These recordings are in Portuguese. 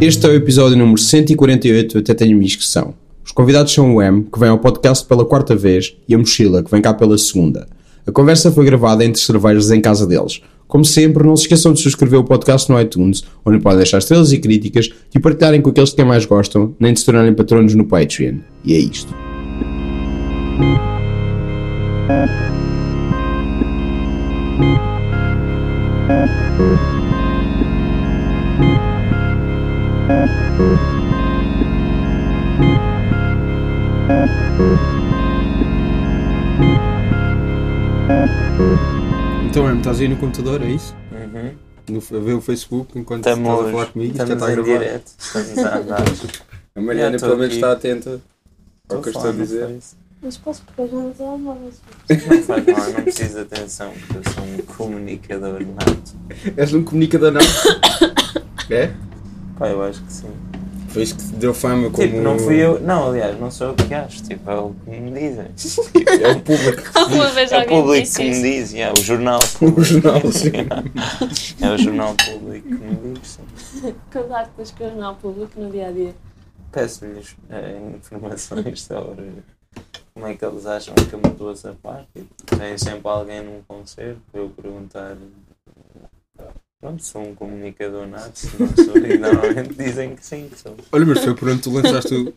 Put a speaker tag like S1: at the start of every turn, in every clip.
S1: Este é o episódio número 148, eu até tenho minha inscrição. Os convidados são o M, que vem ao podcast pela quarta vez, e a Mochila, que vem cá pela segunda. A conversa foi gravada entre cervejas em casa deles. Como sempre, não se esqueçam de subscrever o podcast no iTunes, onde podem deixar estrelas e críticas e partilharem com aqueles que mais gostam, nem de se tornarem patronos no Patreon. E é isto. Então, M, estás aí no computador, é isso?
S2: Uhum.
S1: No, a ver o Facebook enquanto estás a falar
S2: Estamos,
S1: comigo? Isto já
S2: estamos
S1: está a
S2: em
S1: gravar.
S2: direto. Estamos a andar.
S1: A Mariana,
S2: Eu tô
S1: pelo menos,
S2: aqui.
S1: está atenta ao
S2: Estou
S1: é que eu
S2: a
S1: estou a
S2: falar, não
S1: dizer.
S2: faz-
S3: Mas posso pegar já no telemóvel?
S2: Não faz mal, não preciso de atenção, porque eu sou um comunicador nato.
S1: És um comunicador, não? é?
S2: Pá, eu acho que sim.
S1: Foi isso que te deu fama como. um-
S2: Tipo, não fui eu. Não, aliás, não sou eu que acho. Tipo, é o que me dizem.
S1: É o público.
S3: Alguma vez
S2: É o
S3: alguém me
S2: público que
S3: disse
S2: me
S3: isso?
S2: diz, yeah, o jornal.
S1: O jornal, sim.
S2: É o jornal público que me diz, sim.
S3: Contar com os que eu não público no dia a dia.
S2: Peço-lhes eh, informações sobre como é que eles acham que eu me dou essa parte. Tem sempre alguém num concerto para eu perguntar. Pronto, sou um comunicador nato, se não sou, e normalmente dizem que sim, que sou.
S1: Olha, mas foi por onde tu lançaste o-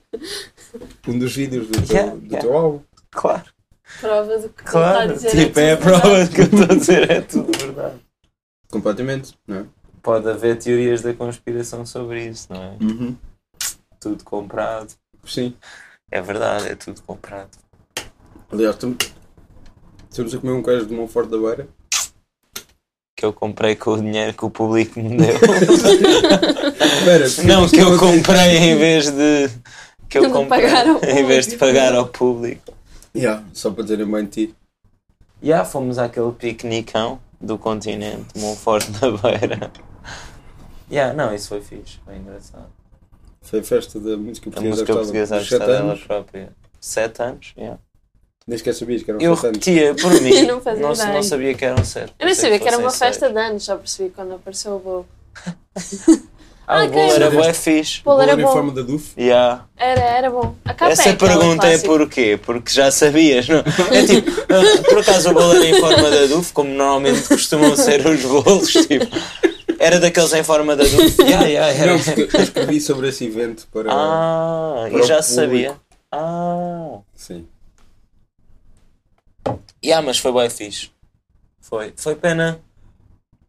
S1: um dos vídeos do teu,
S2: Yeah,
S1: do
S2: yeah.
S1: teu álbum.
S2: Claro,
S3: Prova do que está tá a
S2: claro.
S3: dizer.
S2: Tipo, é a
S3: tudo
S2: prova de que eu estou a dizer, é tudo verdade.
S1: Completamente, não é?
S2: Pode haver teorias da conspiração sobre isso, não é?
S1: Uhum.
S2: Tudo comprado.
S1: Sim.
S2: É verdade, é tudo comprado.
S1: Aliás, estamos, estamos a comer um queijo de mão forte da beira.
S2: Que eu comprei com o dinheiro que o público me deu.
S1: Espera, porque
S2: Não, que
S1: isto
S2: eu
S1: é uma-
S2: comprei em vez de. Que eu
S3: De
S2: comprei
S3: pagar ao
S2: em vez de
S3: público.
S2: pagar ao público.
S1: Yeah, só para terem bem de ti.
S2: Já fomos àquele piquenicão do continente, Monforte da Beira. Já, não, isso foi fixe, foi engraçado.
S1: Foi a festa da música
S2: A
S1: portuguesa
S2: música portuguesa
S1: dos sete
S2: ajustada dela
S1: anos.
S2: própria. Sete anos, já.
S1: Nem sequer sabias que eram
S2: Eu
S1: sete anos.
S2: repetia por mim,
S3: Eu não fazia
S2: não,
S3: ideia.
S2: não sabia que eram sete.
S3: Eu nem
S2: pensei
S3: sabia que era uma
S2: fossem
S3: festa
S2: seis.
S3: de anos, só percebi quando apareceu o bolo.
S2: Ah,
S3: Ah,
S2: o bolo
S3: ok.
S2: era bué fixe.
S3: Bolo era
S1: em
S3: bom.
S1: forma da Duf.
S2: Já.
S3: Era, era bom. A
S4: Tá
S3: capa
S2: Essa
S3: é aquela
S2: pergunta é
S3: clássica.
S2: porquê? Porque já sabias, não? É tipo, ah, por acaso o bolo era em forma da Duf, como normalmente costumam ser os bolos, tipo. Era daqueles em forma da Duf. Ya, ya, era.
S1: Não, porque eu escrevi sobre esse evento para.
S2: Ah,
S1: Para
S2: e
S1: o
S2: já
S1: público.
S2: sabia. Ah.
S1: Sim.
S2: Ya, mas foi bem fixe. Foi. Foi pena.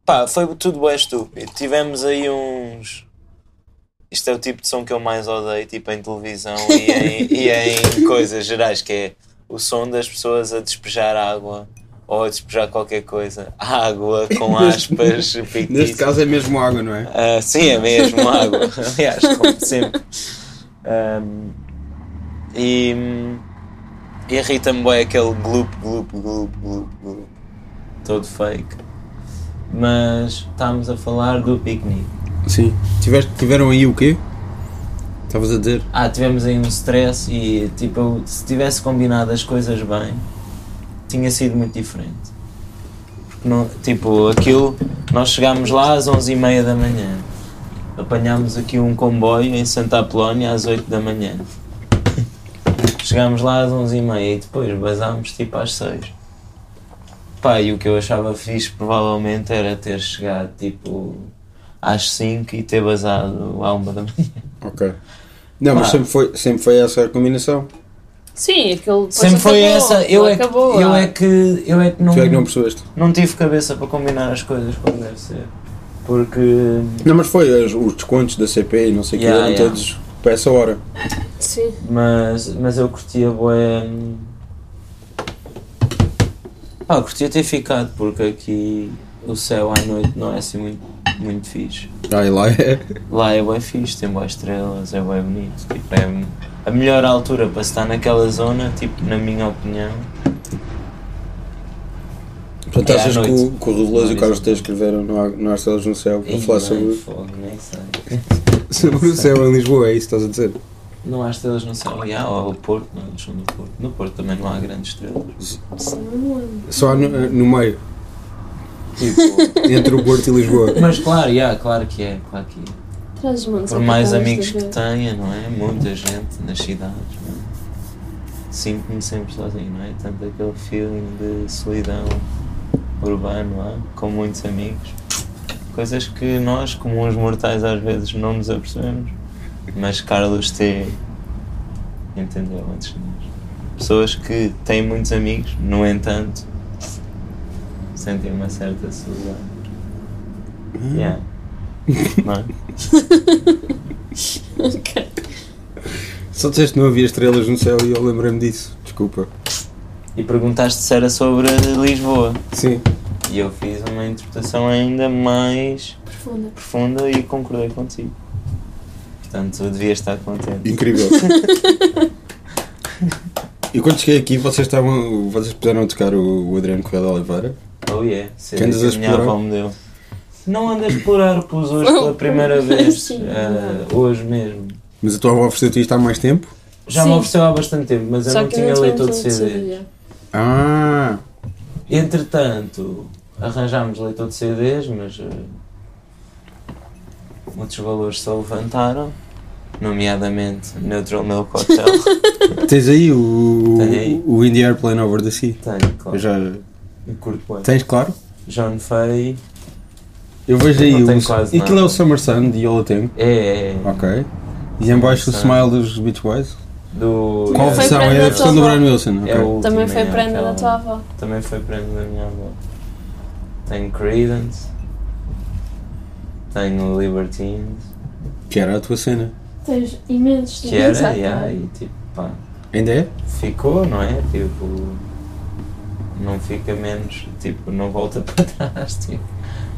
S2: Pá, foi tudo bem estúpido. Tivemos aí uns. Isto é o tipo de som que eu mais odeio, tipo em televisão e em, e em coisas gerais, que é o som das pessoas a despejar água ou a despejar qualquer coisa. Água com aspas
S1: Neste
S2: fictícias.
S1: caso é mesmo água, não é?
S2: Ah, sim, é mesmo água. Aliás, como sempre. Ahm, e hum, irrita-me bem aquele gloop, gloop, gloop, gloop, gloop. Todo fake. Mas estávamos a falar do piquenique.
S1: Sim. Tiveste, tiveram aí o quê? Estavas a dizer?
S2: Ah, tivemos aí um stress e tipo, eu, se tivesse combinado as coisas bem, tinha sido muito diferente. Porque não, tipo, aquilo, nós chegámos lá às 11h30 da manhã. Apanhámos aqui um comboio em Santa Apolónia às 8 da manhã. Chegámos lá às 11h30 e depois basámos tipo às 6. Pá, e o que eu achava fixe provavelmente era ter chegado tipo às 5 e ter basado à 1 da manhã.
S1: Ok. Não, mas
S2: Ah.
S1: sempre foi, sempre foi essa a combinação.
S3: Sim, aquilo depois
S2: Sempre foi
S3: acabou,
S2: essa. Eu
S3: aquilo
S2: é, que,
S3: acabou,
S2: eu,
S3: ah.
S2: é que, eu é que não,
S1: Tu é que não percebeste?
S2: não tive cabeça para combinar as coisas como deve ser. Porque.
S1: Não, mas foi as- os descontos da CP e não sei o
S2: Yeah,
S1: que, eram
S2: yeah.
S1: todos para essa hora.
S3: Sim.
S2: Mas, mas eu curtia hum, boé. Pá, ah, curtia ter ficado, porque aqui o céu à noite não é assim muito, muito fixe.
S1: Ah, e lá é.
S2: Lá é bem fixe, tem boas estrelas, é bem bonito. Tipo, é a melhor altura para se estar naquela zona, tipo, na minha opinião.
S1: Portanto,
S2: É à
S1: achas que o,
S2: noite.
S1: que o Rodolfo e o
S2: Não,
S1: Carlos
S2: isso.
S1: T escreveram no Ar- no Arcelas no Céu para
S2: Ih,
S1: falar
S2: bem,
S1: sobre,
S2: fogo, nem sei.
S1: sobre o céu em Lisboa? É isso que estás a dizer?
S2: Não há estrelas no céu. E há o Porto, não, eles são do Porto. No Porto também não há grandes estrelas.
S1: Só no, eh, no meio, Tipo,
S2: Tipo,
S1: entre o Porto e Lisboa.
S2: mas claro, e há, claro que é, claro que é.
S3: Trazes manos
S2: Por
S3: ao
S2: mais
S3: cartaz
S2: amigos
S3: da
S2: que
S3: vida.
S2: tenha, não é? Muita gente nas cidades, não é? Sinto-me sempre sozinho, não é? Tanto aquele feeling de solidão urbano, não é? com muitos amigos. Coisas que nós, como uns mortais, às vezes não nos apercebemos. Mas Carlos T. entendeu antes de nós. Pessoas que têm muitos amigos, no entanto, sentem uma certa solidão.
S5: Hum.
S2: Yeah. Não é?
S3: Ok.
S5: Só disseste que não havia estrelas no céu e eu lembrei-me disso. Desculpa.
S2: e perguntaste se era sobre Lisboa.
S5: Sim.
S2: E eu fiz uma interpretação ainda mais
S3: Profunda.
S2: profunda e concordei contigo. Portanto, eu devia estar contente.
S5: Incrível. e quando cheguei aqui, vocês estavam. Vocês puderam tocar o, o Adriano Correia de Oliveira.
S2: Oh yeah, se
S5: Quem andas a
S2: a minha
S5: explorar?
S2: avó me deu. Não ando a explorar pus hoje pela primeira vez.
S3: Sim.
S2: eh, hoje mesmo.
S5: Mas a tua avó ofereceu-te isto há mais tempo?
S2: Já me
S3: Sim.
S2: ofereceu há bastante tempo, mas eu
S3: Só
S2: não
S3: que
S2: tinha
S3: não
S2: leitor de
S3: tínhamos um
S2: CD.
S3: CD.
S5: Ah!
S2: Entretanto, arranjámos leitor de CDs, mas eh, muitos valores se levantaram, nomeadamente Neutral Milk Hotel.
S5: Tens aí o,
S2: Tenho aí.
S5: o Indie Airplane Over the Sea.
S2: Tenho,
S5: Eu
S2: claro.
S5: já.
S2: E curto bem.
S5: Tens, claro?
S2: John Fay.
S5: Eu vejo aí
S2: Não tenho
S5: o.
S2: quase
S5: aquilo
S2: nada.
S5: é o Summer Sun de Yola Tempo.
S2: É, é, é.
S5: Ok. E em baixo o
S2: Sun.
S5: Smile dos Beach Boys.
S2: Do.
S5: Qual
S2: é,
S3: Foi
S5: versão? É
S3: prenda
S5: a versão
S3: da
S5: do
S3: tua
S5: Brian Wilson.
S2: é
S5: ok.
S2: a última,
S3: Também foi
S2: é
S3: prenda
S2: aquela-
S3: da tua avó.
S2: Também foi prenda da minha avó. Tenho Credence. Tenho Libertines.
S5: Que era a tua cena.
S3: Tens imensos
S2: Que era,
S3: CDs,
S2: yeah,
S3: ok.
S2: e tipo, pá.
S5: Ainda é?
S2: ficou, não é? Tipo, não fica menos, tipo, não volta para trás, tipo,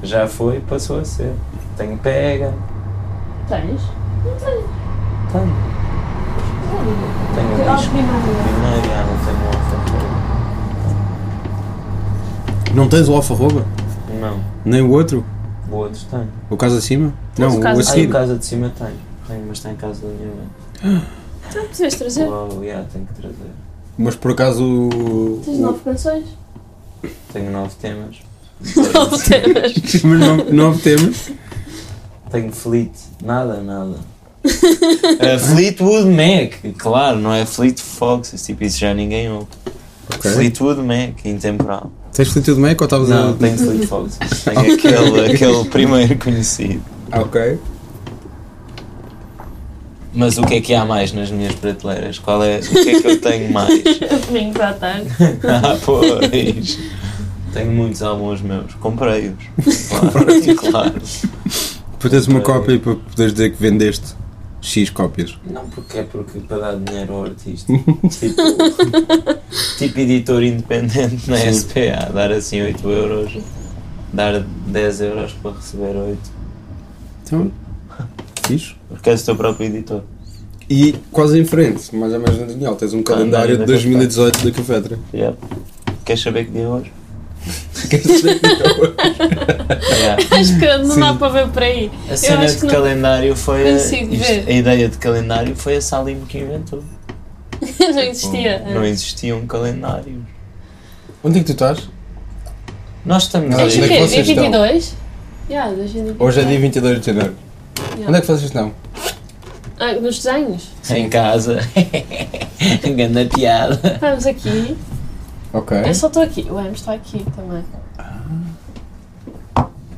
S2: já foi, passou a ser. Tenho pega,
S3: Tens? Não tens.
S2: tenho, tenho
S3: Ao
S2: o disco
S3: primário.
S2: primeiro, já não tenho alfa,
S5: Não tens o Alfa Rouba?
S2: não,
S5: Nem o outro?
S2: o outro tenho.
S5: O caso acima?
S3: Tens
S5: não,
S3: o
S5: o
S3: Casa
S5: a
S3: Acima.
S2: Ah,
S5: seguir.
S2: o casa de cima tenho, tenho, mas tem casa da minha mãe.
S3: Não precisas trazer.
S2: Uau, yeah, tenho que trazer.
S5: Mas por acaso. o-
S3: Tens nove canções.
S2: Tenho nove temas,
S3: Nove temas.
S5: Mas não, não temos.
S2: tenho Fleet, nada, nada. Eh, Fleetwood Mac, claro, não é Fleet Fox, esse tipo, isso já ninguém ouve. Fleetwood Mac, intemporal.
S5: Tens Fleetwood Mac ou estavas a.
S2: Não, tenho Fleet Fox. Tenho aquele, aquele primeiro conhecido.
S5: Ah, ok.
S2: Mas o que é que há mais nas minhas prateleiras? Qual é, o que é que eu tenho mais?
S3: Domingos à tarde.
S2: ah, pois. Tenho muitos álbuns meus. Comprei-os. Claro, claro.
S5: Tu tens uma
S2: Ok.
S5: cópia para poderes dizer que vendeste X cópias.
S2: Não porque é porque para dar dinheiro ao artista. Tipo, tipo editor independente na SPA, dar assim 8 euros, dar 10 euros para receber 8.
S5: Então. Fiz.
S2: Porque és o teu próprio editor.
S5: E quase em frente, mais ou menos no Daniel, tens um calendário de
S2: da
S5: 2018 da Cafetra.
S2: Yep. Queres saber que dia é hoje?
S5: Queres dizer que não?
S2: Yeah.
S3: Acho que não dá para ver por aí.
S2: A cena
S3: acho
S2: de
S3: que não-
S2: calendário foi. A,
S3: consigo
S2: isto-
S3: ver.
S2: a ideia de calendário foi a Salim que inventou.
S3: Não existia.
S2: Não um existiam calendários.
S5: Onde é que tu estás?
S2: Nós estamos
S5: Não,
S3: Hoje
S5: onde
S3: o
S5: é que
S3: quê?
S2: aí.
S5: vocês
S3: Dia
S5: estão?
S3: 22? Yeah, hoje é dia 22.
S5: Hoje é dia 22 de janeiro.
S3: Yeah.
S5: Onde é que vocês estão?
S3: Ah, nos desenhos.
S2: Em casa. Grande piada.
S3: Estamos aqui.
S5: Ok.
S2: É?
S3: Eu só estou aqui. O Hermes está aqui também.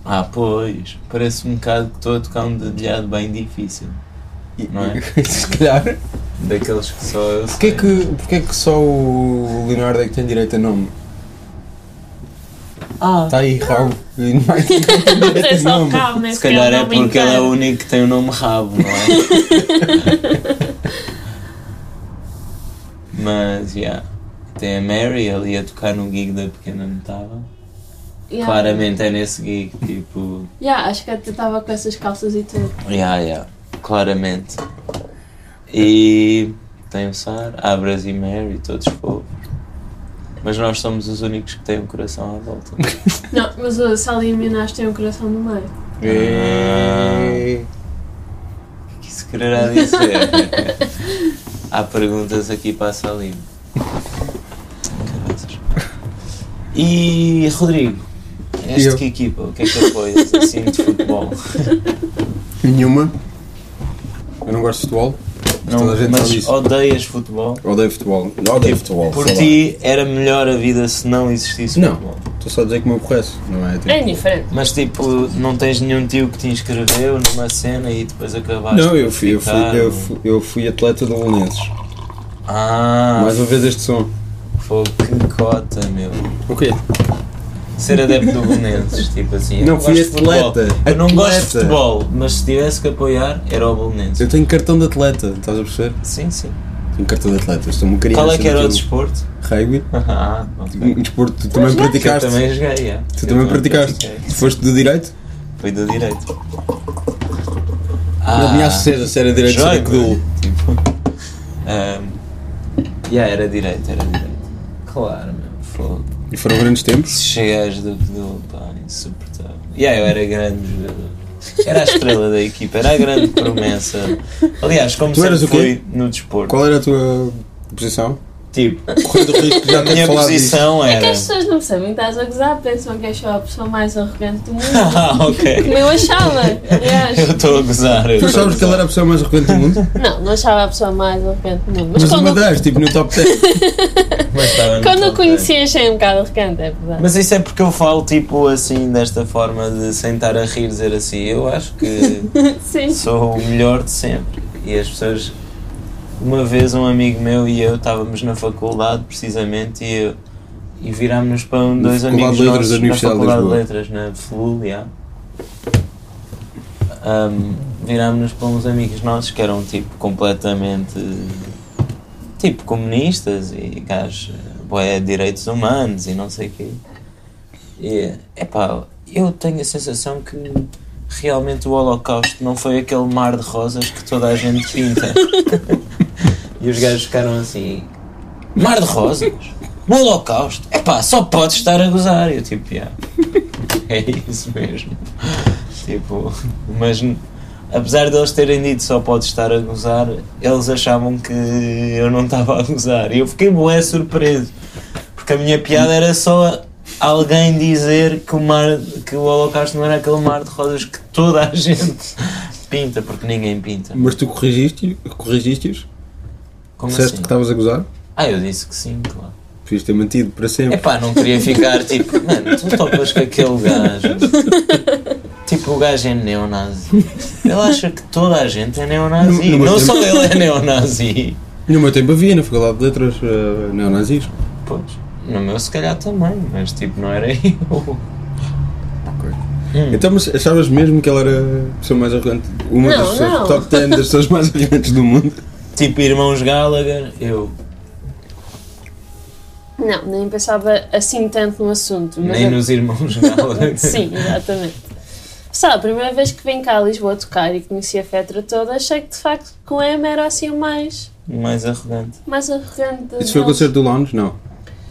S2: Ah, pois. Parece um bocado que estou a tocar um dedilhado bem difícil. não é?
S5: Se calhar.
S2: Daqueles que só eu
S5: Porquê
S2: sei.
S5: que, porquê que só o Leonardo é que tem direito a nome?
S2: Ah,
S5: Está aí, Raul. e mais ninguém tem
S3: Mas é
S5: direito a
S3: só o
S5: nome.
S3: Raul, né?
S2: se calhar
S4: um
S2: é
S3: não
S2: porque ele é
S3: brincar.
S2: o único que tem o nome Rabo, não é? Mas, já. Tem a Mary ali a tocar no gig da pequena notável.
S3: Yeah.
S2: Claramente é nesse gig, tipo.
S3: Yeah, acho que até estava com essas calças e tudo.
S2: Yeah, yeah. Claramente. E tem o Sar, Abras e Mary, todos fofos. Mas nós somos os únicos que têm o coração à volta.
S3: Não, mas o Salim e o Nas têm um coração no meio.
S5: É.
S2: O que isso quererá dizer? Há perguntas aqui para a Salim. Caraças. E Rodrigo, és
S5: Eu?
S2: de que equipa? O que é que apoias assim de futebol?
S5: Nenhuma. Eu não gosto de futebol. Mas toda a gente sabe
S2: mas
S5: isso.
S2: odeias futebol. Tipo,
S5: Odeio futebol. Odeio futebol.
S2: Por
S5: sei lá.
S2: ti era melhor a vida se não existisse
S5: Não.
S2: futebol.
S5: Estou só a dizer que me aborrece, não é? Tipo,
S4: É diferente.
S2: Mas tipo, não tens nenhum tio que te inscreveu numa cena e depois acabaste.
S5: Não, eu
S2: por
S5: fui, eu, fui,
S2: ficar,
S5: eu,
S2: ou-
S5: fui, eu fui atleta do Lunenses.
S2: Ah,
S5: Mais uma vez este som.
S2: fogo, que cota, meu.
S5: O quê?
S2: Ser adepto do Belenenses, tipo assim. eu
S5: Não, fui
S2: gosto de futebol.
S5: atleta,
S2: Eu não gosto de
S5: atleta.
S2: futebol, mas se tivesse que apoiar, era o Belenenses.
S5: Eu tenho cartão de atleta, estás a perceber?
S2: Sim, sim.
S5: Tenho cartão de atleta, um estou uma criança.
S2: Qual é que era o
S5: naquilo.
S2: desporto?
S5: assim Rugby.
S2: Ah, ok.
S5: Um desporto que tu também
S2: Eu
S5: praticaste.
S2: também joguei, yeah.
S5: Tu
S2: Eu
S5: também praticaste.
S2: pratiquei.
S5: Foste do direito?
S2: Fui do direito. Ah.
S5: Não tinha certeza se era direito ou
S2: joia,
S5: era codul.
S2: Tipo. ahm, yeah, era direito, era direito. Claro, meu. Fogo.
S5: E foram grandes tempos.
S2: Se chegares do Pedul, pá, insuportável. Yeah, eu era grande jogador. Era a estrela da equipa, era a grande promessa. Aliás, como
S5: Tu
S2: sempre
S5: eras o quê?
S2: fui no desporto.
S5: Qual é? era a tua posição?
S2: Tipo,
S5: Correndo o risco de já
S2: a minha
S5: ter falado disso.
S2: posição
S4: É que
S2: era.
S4: as pessoas não sabem, estás a gozar, pensam que és só a pessoa mais arrogante do mundo.
S2: ah, ok.
S4: Como eu achava, aliás.
S2: Eu estou a gozar. eu
S5: Tu
S2: tô a
S5: sabes que ele
S2: gozar.
S5: era a pessoa mais arrogante do mundo?
S4: Não, não achava a pessoa mais arrogante do mundo. Mas,
S5: Mas uma
S4: quando,
S5: das, tipo no top 10.
S2: Mas estava no
S4: quando o
S2: top
S4: conheci achei um bocado arrogante, é verdade.
S2: 10. Mas isso é porque eu falo, tipo, assim, desta forma de sentar a rir, dizer assim. Eu acho que
S4: Sim.
S2: sou o melhor de sempre. E as pessoas. Uma vez um amigo meu e eu estávamos na faculdade, precisamente, e, eu- e virámos para um,
S5: Na
S2: dois
S5: Faculdade
S2: amigos
S5: de Letras
S2: nossos
S5: da
S2: na
S5: Universidade de
S2: Faculdade de
S5: Lisboa.
S2: Letras, na FLUL, yeah. Um, virámos para uns amigos nossos que eram, tipo, completamente... Tipo, comunistas e gajos... Boé, direitos humanos e não sei o quê. E, epá, eu tenho a sensação que realmente o Holocausto não foi aquele mar de rosas que toda a gente pinta. e os gajos ficaram assim: Mar de rosas? O Holocausto? Epá, só podes estar a gozar. Eu tipo, "Ya, é isso mesmo. tipo, mas n- apesar de eles terem dito só podes estar a gozar, eles achavam que eu não estava a gozar. E eu fiquei bué surpreso. Porque a minha piada era só alguém dizer que o, mar, que o Holocausto não era aquele mar de rosas que toda a gente pinta, porque ninguém pinta.
S5: Mas tu corrigiste-os? Corrigiste
S2: Como
S5: Disseste
S2: assim?
S5: que estavas a gozar?
S2: Ah, eu disse que sim, claro.
S5: Podias ter mantido para sempre.
S2: Epá, não queria ficar tipo, mano, tu topas com aquele gajo. Tipo, o gajo é neonazi. Ele acha que toda a gente é neonazi.
S5: No- no meu
S2: não
S5: tempo-
S2: só ele é neonazi.
S5: No meu tempo havia, na Faculdade de Letras, eh, neonazis.
S2: Hum. Pois, no meu se calhar também, mas tipo, não era eu.
S5: Então, mas achavas mesmo que ela era a pessoa mais arrogante? Uma
S4: Não,
S5: das pessoas,
S4: não.
S5: top 10 das pessoas mais arrogantes do mundo?
S2: Tipo, irmãos Gallagher, eu
S4: Não, nem pensava assim tanto no assunto. Mas
S2: nem
S4: a-
S2: nos irmãos Gallagher.
S4: Sim, exatamente. Sabe, a primeira vez que vim cá a Lisboa tocar e conheci a Fetra toda, achei que de facto com M era assim o mais,
S2: Mais arrogante.
S4: mais arrogante.
S5: Isso foi o
S4: deles.
S5: concerto do Lounge? Não.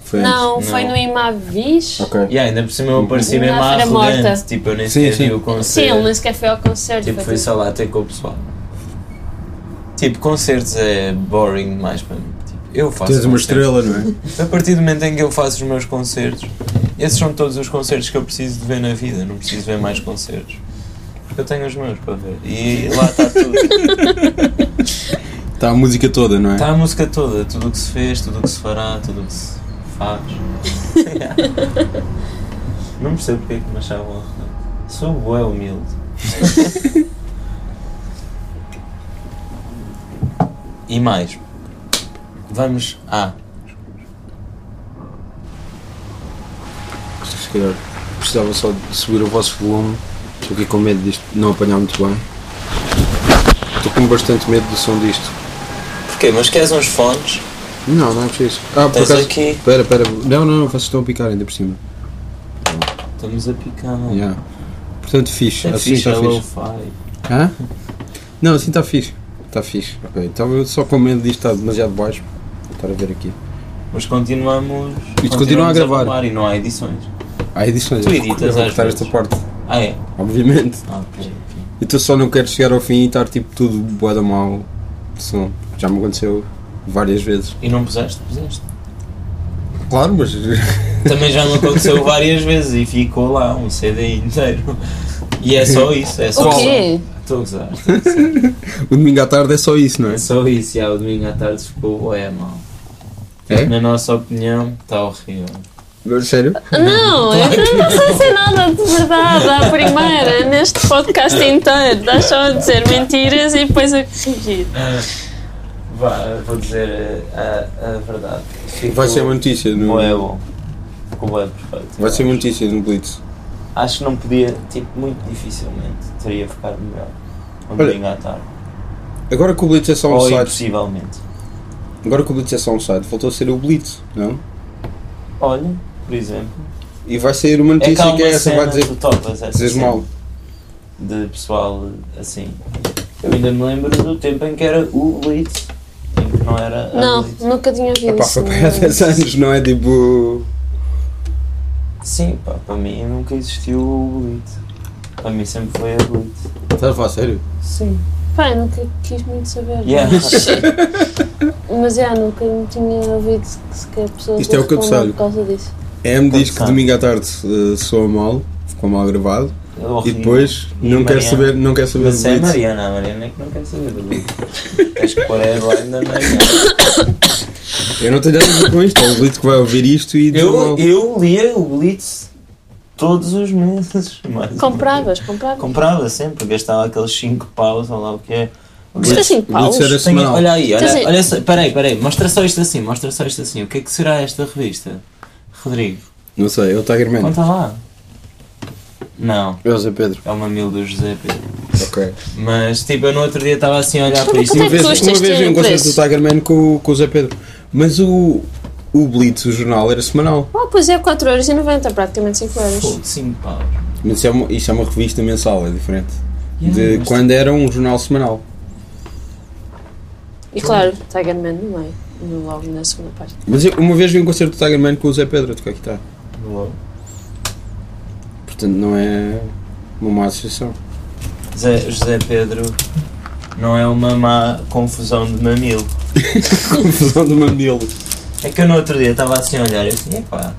S5: Foi
S4: Não,
S2: Não.
S4: foi no Imavis.
S5: antes. Ok.
S2: E ainda por cima eu apareci
S4: Na
S2: mesmo
S4: Feira
S2: arrogante.
S4: Morta.
S2: Tipo, eu nem
S5: Sim,
S2: sequer
S5: sim.
S2: vi o
S4: Sim,
S2: concerto.
S4: ele nem sequer foi ao concerto.
S2: Tipo,
S4: foi
S2: foi só lá até com o pessoal. Tipo, concertos é boring mais para mim. Tipo, eu faço.
S5: Tens uma
S2: concertos.
S5: estrela, não é?
S2: A partir do momento em que eu faço os meus concertos, esses são todos os concertos que eu preciso de ver na vida, não preciso ver mais concertos. Porque eu tenho os meus para ver. E lá está tudo.
S5: Está a música toda, não é?
S2: Está Tá a música toda, tudo o que se fez, tudo o que se fará, tudo o que se faz. não percebo porque é que me achavam arrogante. Sou bué humilde. e mais. Vamos. Ah,
S5: Se calhar precisava só de subir o vosso volume. Estou aqui com medo disto não apanhar muito bem. Estou com bastante medo do som disto.
S2: porquê? Mas queres uns fones?
S5: Não, não é preciso. Ah, por
S2: Tens
S5: acaso.
S2: aqui.
S5: Espera, espera. Não, não, não, vocês estão a picar ainda por cima.
S2: Estamos a picar.
S5: Yeah. Portanto, fixe.
S2: Oh. É
S5: assim
S2: fixe,
S5: está
S2: é
S5: fixe.
S2: low-fi.
S5: Hã? Não, assim está fixe. Está fixe. Ok, estava eu só com medo disto estar demasiado baixo. Vou estar a ver aqui.
S2: Mas continuamos.
S5: Isto continua
S2: continuamos
S5: a gravar.
S2: bombar e não há edições.
S5: Há Ah, edições.
S2: Tu editas
S5: Eu vou
S2: às
S5: cortar
S2: vezes.
S5: esta parte,
S2: Ah, é?
S5: obviamente.
S2: Ah, ok.
S5: E tu só não queres chegar ao fim e estar tipo tudo boa da mal de som. Já me aconteceu várias vezes.
S2: E não puseste? Puseste.
S5: Claro, mas.
S2: Também já me aconteceu várias vezes e ficou lá um CD inteiro. E é só isso, é só
S4: O quê?
S2: Estou a gozar.
S5: O domingo à tarde é só isso, não é?
S2: É só isso, já, o domingo à tarde ficou bué mal.
S5: É?
S2: Na nossa opinião, está horrível.
S5: Mas, Sério?
S4: Não, eu não sei ser nada de verdade à primeira, neste podcast inteiro. Estás só a dizer mentiras e depois a corrigir.
S2: Ah, vá, vou dizer eh, a, a verdade. Ficou
S5: Vai ser uma notícia no.
S2: bué bom. Ficou bué perfeito.
S5: Vai ser uma notícia no Blitz.
S2: Acho que não podia, tipo, muito dificilmente teria ficado melhor. Um
S5: Olha,
S2: domingo à tarde.
S5: Agora que o Blitz é só um
S2: Ou
S5: site.
S2: impossivelmente.
S5: Agora que o Blitz é só um site, voltou a ser o Blitz, não?
S2: Olha, por exemplo.
S5: E vai sair uma
S2: É
S5: notícia
S2: cá uma
S5: que é essa,
S2: cena, é
S5: vai dizer.
S2: tu topas essa
S5: Dizes
S2: cena
S5: mal.
S2: De pessoal assim. Eu ainda me lembro do tempo em que era o Blitz. Em que não era a
S4: Não,
S2: Blitz.
S4: nunca tinha ouvido
S5: Epá,
S4: isso.
S5: foi para há 10 anos, não é? Tipo.
S2: Sim, pá, para mim nunca existiu o Blitz. Para mim sempre foi a Blitz.
S5: Estás a falar sério?
S2: Sim.
S4: Pai, nunca quis muito saber.
S2: Yeah.
S4: Mas já, nunca me tinha ouvido que sequer pessoas
S5: Isto é o que eu te
S4: respondam
S5: digo.
S4: por causa disso.
S5: M diz que
S2: Cansado.
S5: domingo à tarde eh, soa mal, ficou mal gravado.
S2: Eu
S5: E
S2: ouvi.
S5: depois não quer
S2: Mariana.
S5: saber, não quer saber do
S2: Mas é a
S5: Blitz.
S2: Mariana, a Mariana é que não quer saber do Blitz. Tens que pôr a é? headline da Mariana.
S5: Eu não tenho nada a ver com isto, é o Blitz que vai ouvir isto e diz
S2: Eu,
S5: mal.
S2: eu lia o Blitz todos os meses. mais
S4: Compravas, compravas.
S2: Comprava sempre, gastava aqueles 5 paus ou lá o que é.
S4: Custa 5
S5: O
S4: assim, paus.
S5: Blitz era
S2: Tenho-
S5: semanal.
S2: olha aí, olha,
S4: Quer dizer-
S2: olha só- peraí, peraí, mostra só isto assim, mostra só isto assim. O que é que será esta revista? Rodrigo,
S5: Não sei, é o Tiger Man.
S2: conta lá. Não,
S5: É o Zé Pedro.
S2: é uma mil do José Pedro.
S5: Ok.
S2: Mas tipo, eu no outro dia estava assim a olhar para isto
S4: Quanto
S5: Uma
S4: é que
S5: vez,
S4: custa
S5: uma
S4: este
S5: vez vi um concerto do
S4: preço?
S5: Tiger Man com, o- com o Zé Pedro. Mas o, o Blitz, o jornal, era semanal.
S4: Ah, pois é, 4,90€, praticamente 5 euros.
S2: 5 paus.
S5: Mas isso é, uma, isso é uma revista mensal, é diferente.
S2: Yeah,
S5: de
S2: mas-
S5: quando era um jornal semanal.
S4: E claro, Tiger Man no meio, no- é logo na segunda parte.
S5: Mas eu, uma vez vi um concerto do Tiger Man com o Zé Pedro, de que é que está? Portanto, não é uma má associação.
S2: José, José Pedro não é uma má confusão de mamilo.
S5: Confusão do mamilo.
S2: É que eu no outro dia estava assim a olhar e assim, epá,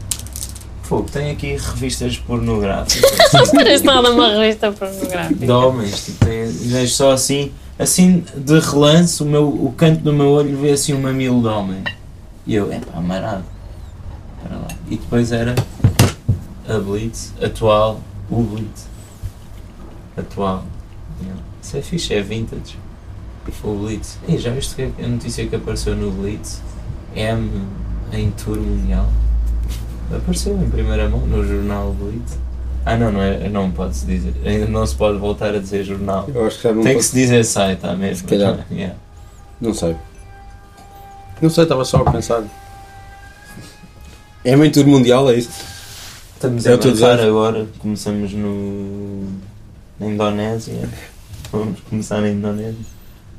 S2: fogo, tem aqui revistas pornográficas.
S4: Não parece nada uma revista pornográfica.
S2: de homens, tipo, tem- vejo só assim, assim de relance, o, meu, o canto do meu olho vê assim um mamilo de homem. E eu, epá, amarado. Para lá. E depois era a Blitz, atual, o Blitz. Atual. Yeah. Isso é fixe, é vintage. O Blitz. Ei, já viste que a notícia que apareceu no Blitz? M em Tour Mundial. Apareceu em primeira mão no jornal Blitz. Ah, não, não, é, não pode-se dizer. Ainda não se pode voltar a dizer jornal.
S5: Eu acho que já não
S2: Tem que
S5: posso-
S2: se dizer site, à mesma.
S5: Se calhar.
S2: Yeah.
S5: Não sei. Não sei, estava só a pensar. É meio tour mundial, é isso?
S2: Estamos
S5: É
S2: a
S5: o teu
S2: avançar
S5: desejo.
S2: agora. Começamos no. na Indonésia. Vamos começar na Indonésia.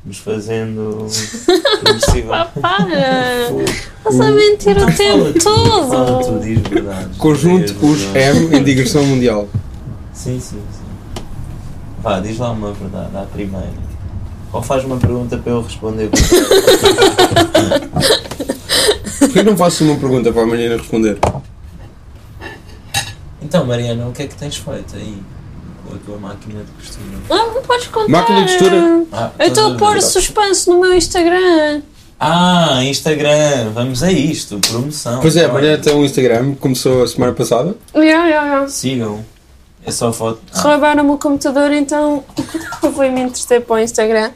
S2: Vamos fazendo. o impossível.
S4: Pá, para!
S2: Fogo.
S4: Estás a mentir é o tempo
S2: Fala tu,
S4: todo!
S2: diz verdade.
S5: Conjunto
S2: Diz
S5: os
S2: verdade.
S5: M em digressão mundial.
S2: Sim, sim, sim. Vá, diz lá uma verdade, à primeira. Ou faz uma pergunta para eu responder.
S5: Porquê que não faço uma pergunta para a Mariana responder?
S2: Então, Mariana, o que é que tens feito aí com a tua máquina de costura?
S4: Ah, não podes contar! é.
S5: Máquina de costura.
S2: Ah,
S4: Eu estou a pôr suspense no meu Instagram!
S2: Ah, Instagram, vamos a isto, promoção.
S5: Pois é, a
S2: Olha,
S5: Mariana tem um Instagram, começou a semana passada.
S4: Yeah, yeah, yeah.
S2: Sigam. É só foto. Ah,
S4: Roubaram-me o computador, então eu fui me entreter para o Instagram.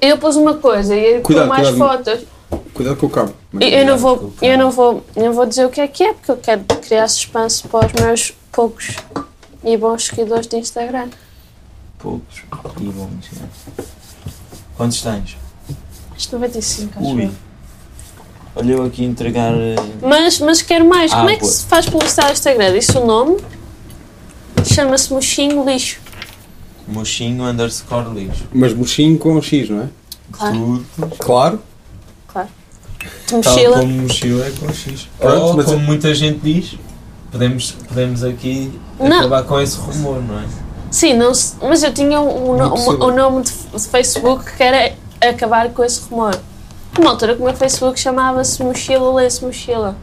S4: Eu pus uma coisa e ele pôs
S5: Cuidado,
S4: mais
S5: cuidado.
S4: fotos.
S5: Cuidado com o cabo.
S4: E eu não vou, eu não vou, eu não vou dizer o que é que é, porque eu quero criar suspense para os meus poucos e bons seguidores do Instagram.
S2: poucos. E bons. né? Quantos tens?
S4: Isto 95, acho
S2: Ui.
S4: eu.
S2: Olha eu aqui entregar. eh,
S4: Mas, mas quero mais.
S2: Ah,
S4: Como é que
S2: boa.
S4: se faz para listar o Instagram? Isso o nome? Chama-se Mochinho Lixo.
S2: Mochinho underscore lixo.
S5: Mas mochinho com um X, não é?
S4: Claro,
S2: Tudo.
S5: Claro.
S4: de mochila.
S2: Tal como mochila é com X.
S5: Pronto,
S2: Ou,
S5: mas
S2: como
S5: eu-
S2: muita gente diz, podemos, podemos aqui
S4: Não.
S2: acabar com esse rumor, não é?
S4: Sim, não se- mas eu tinha um, no-
S5: Não percebo.
S4: uma- um nome de, f- de Facebook que era acabar com esse rumor. Uma altura que o meu Facebook chamava-se Mochila Lê-se Mochila.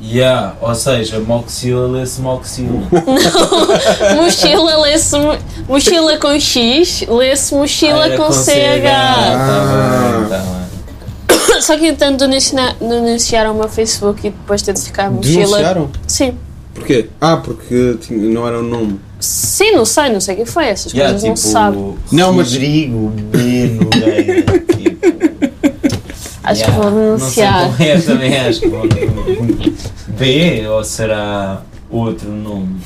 S2: Yeah, ou seja, moxila lê-se moxila.
S4: Mochila lê-se mo- mochila com X, lê-se mochila
S2: Ah, era
S4: com, CH.
S5: Ah.
S2: Tá bem, tá bem.
S4: Só que então denuncia- denunciaram o meu Facebook e depois ter de ficar mochila.
S1: Denunciaram?
S4: Sim.
S5: Porquê? Ah, porque tinha- não era o nome.
S4: Sim, não sei, não sei quem foi, essas
S2: Yeah,
S4: coisas Tipo, não se sabe.
S1: Não, mas-
S2: tipo, Rodrigo B. Nogueira. tipo,
S4: Acho
S2: yeah.
S4: que vou denunciar.
S2: Não sei qual é, também acho que vou. B ou será outro nome?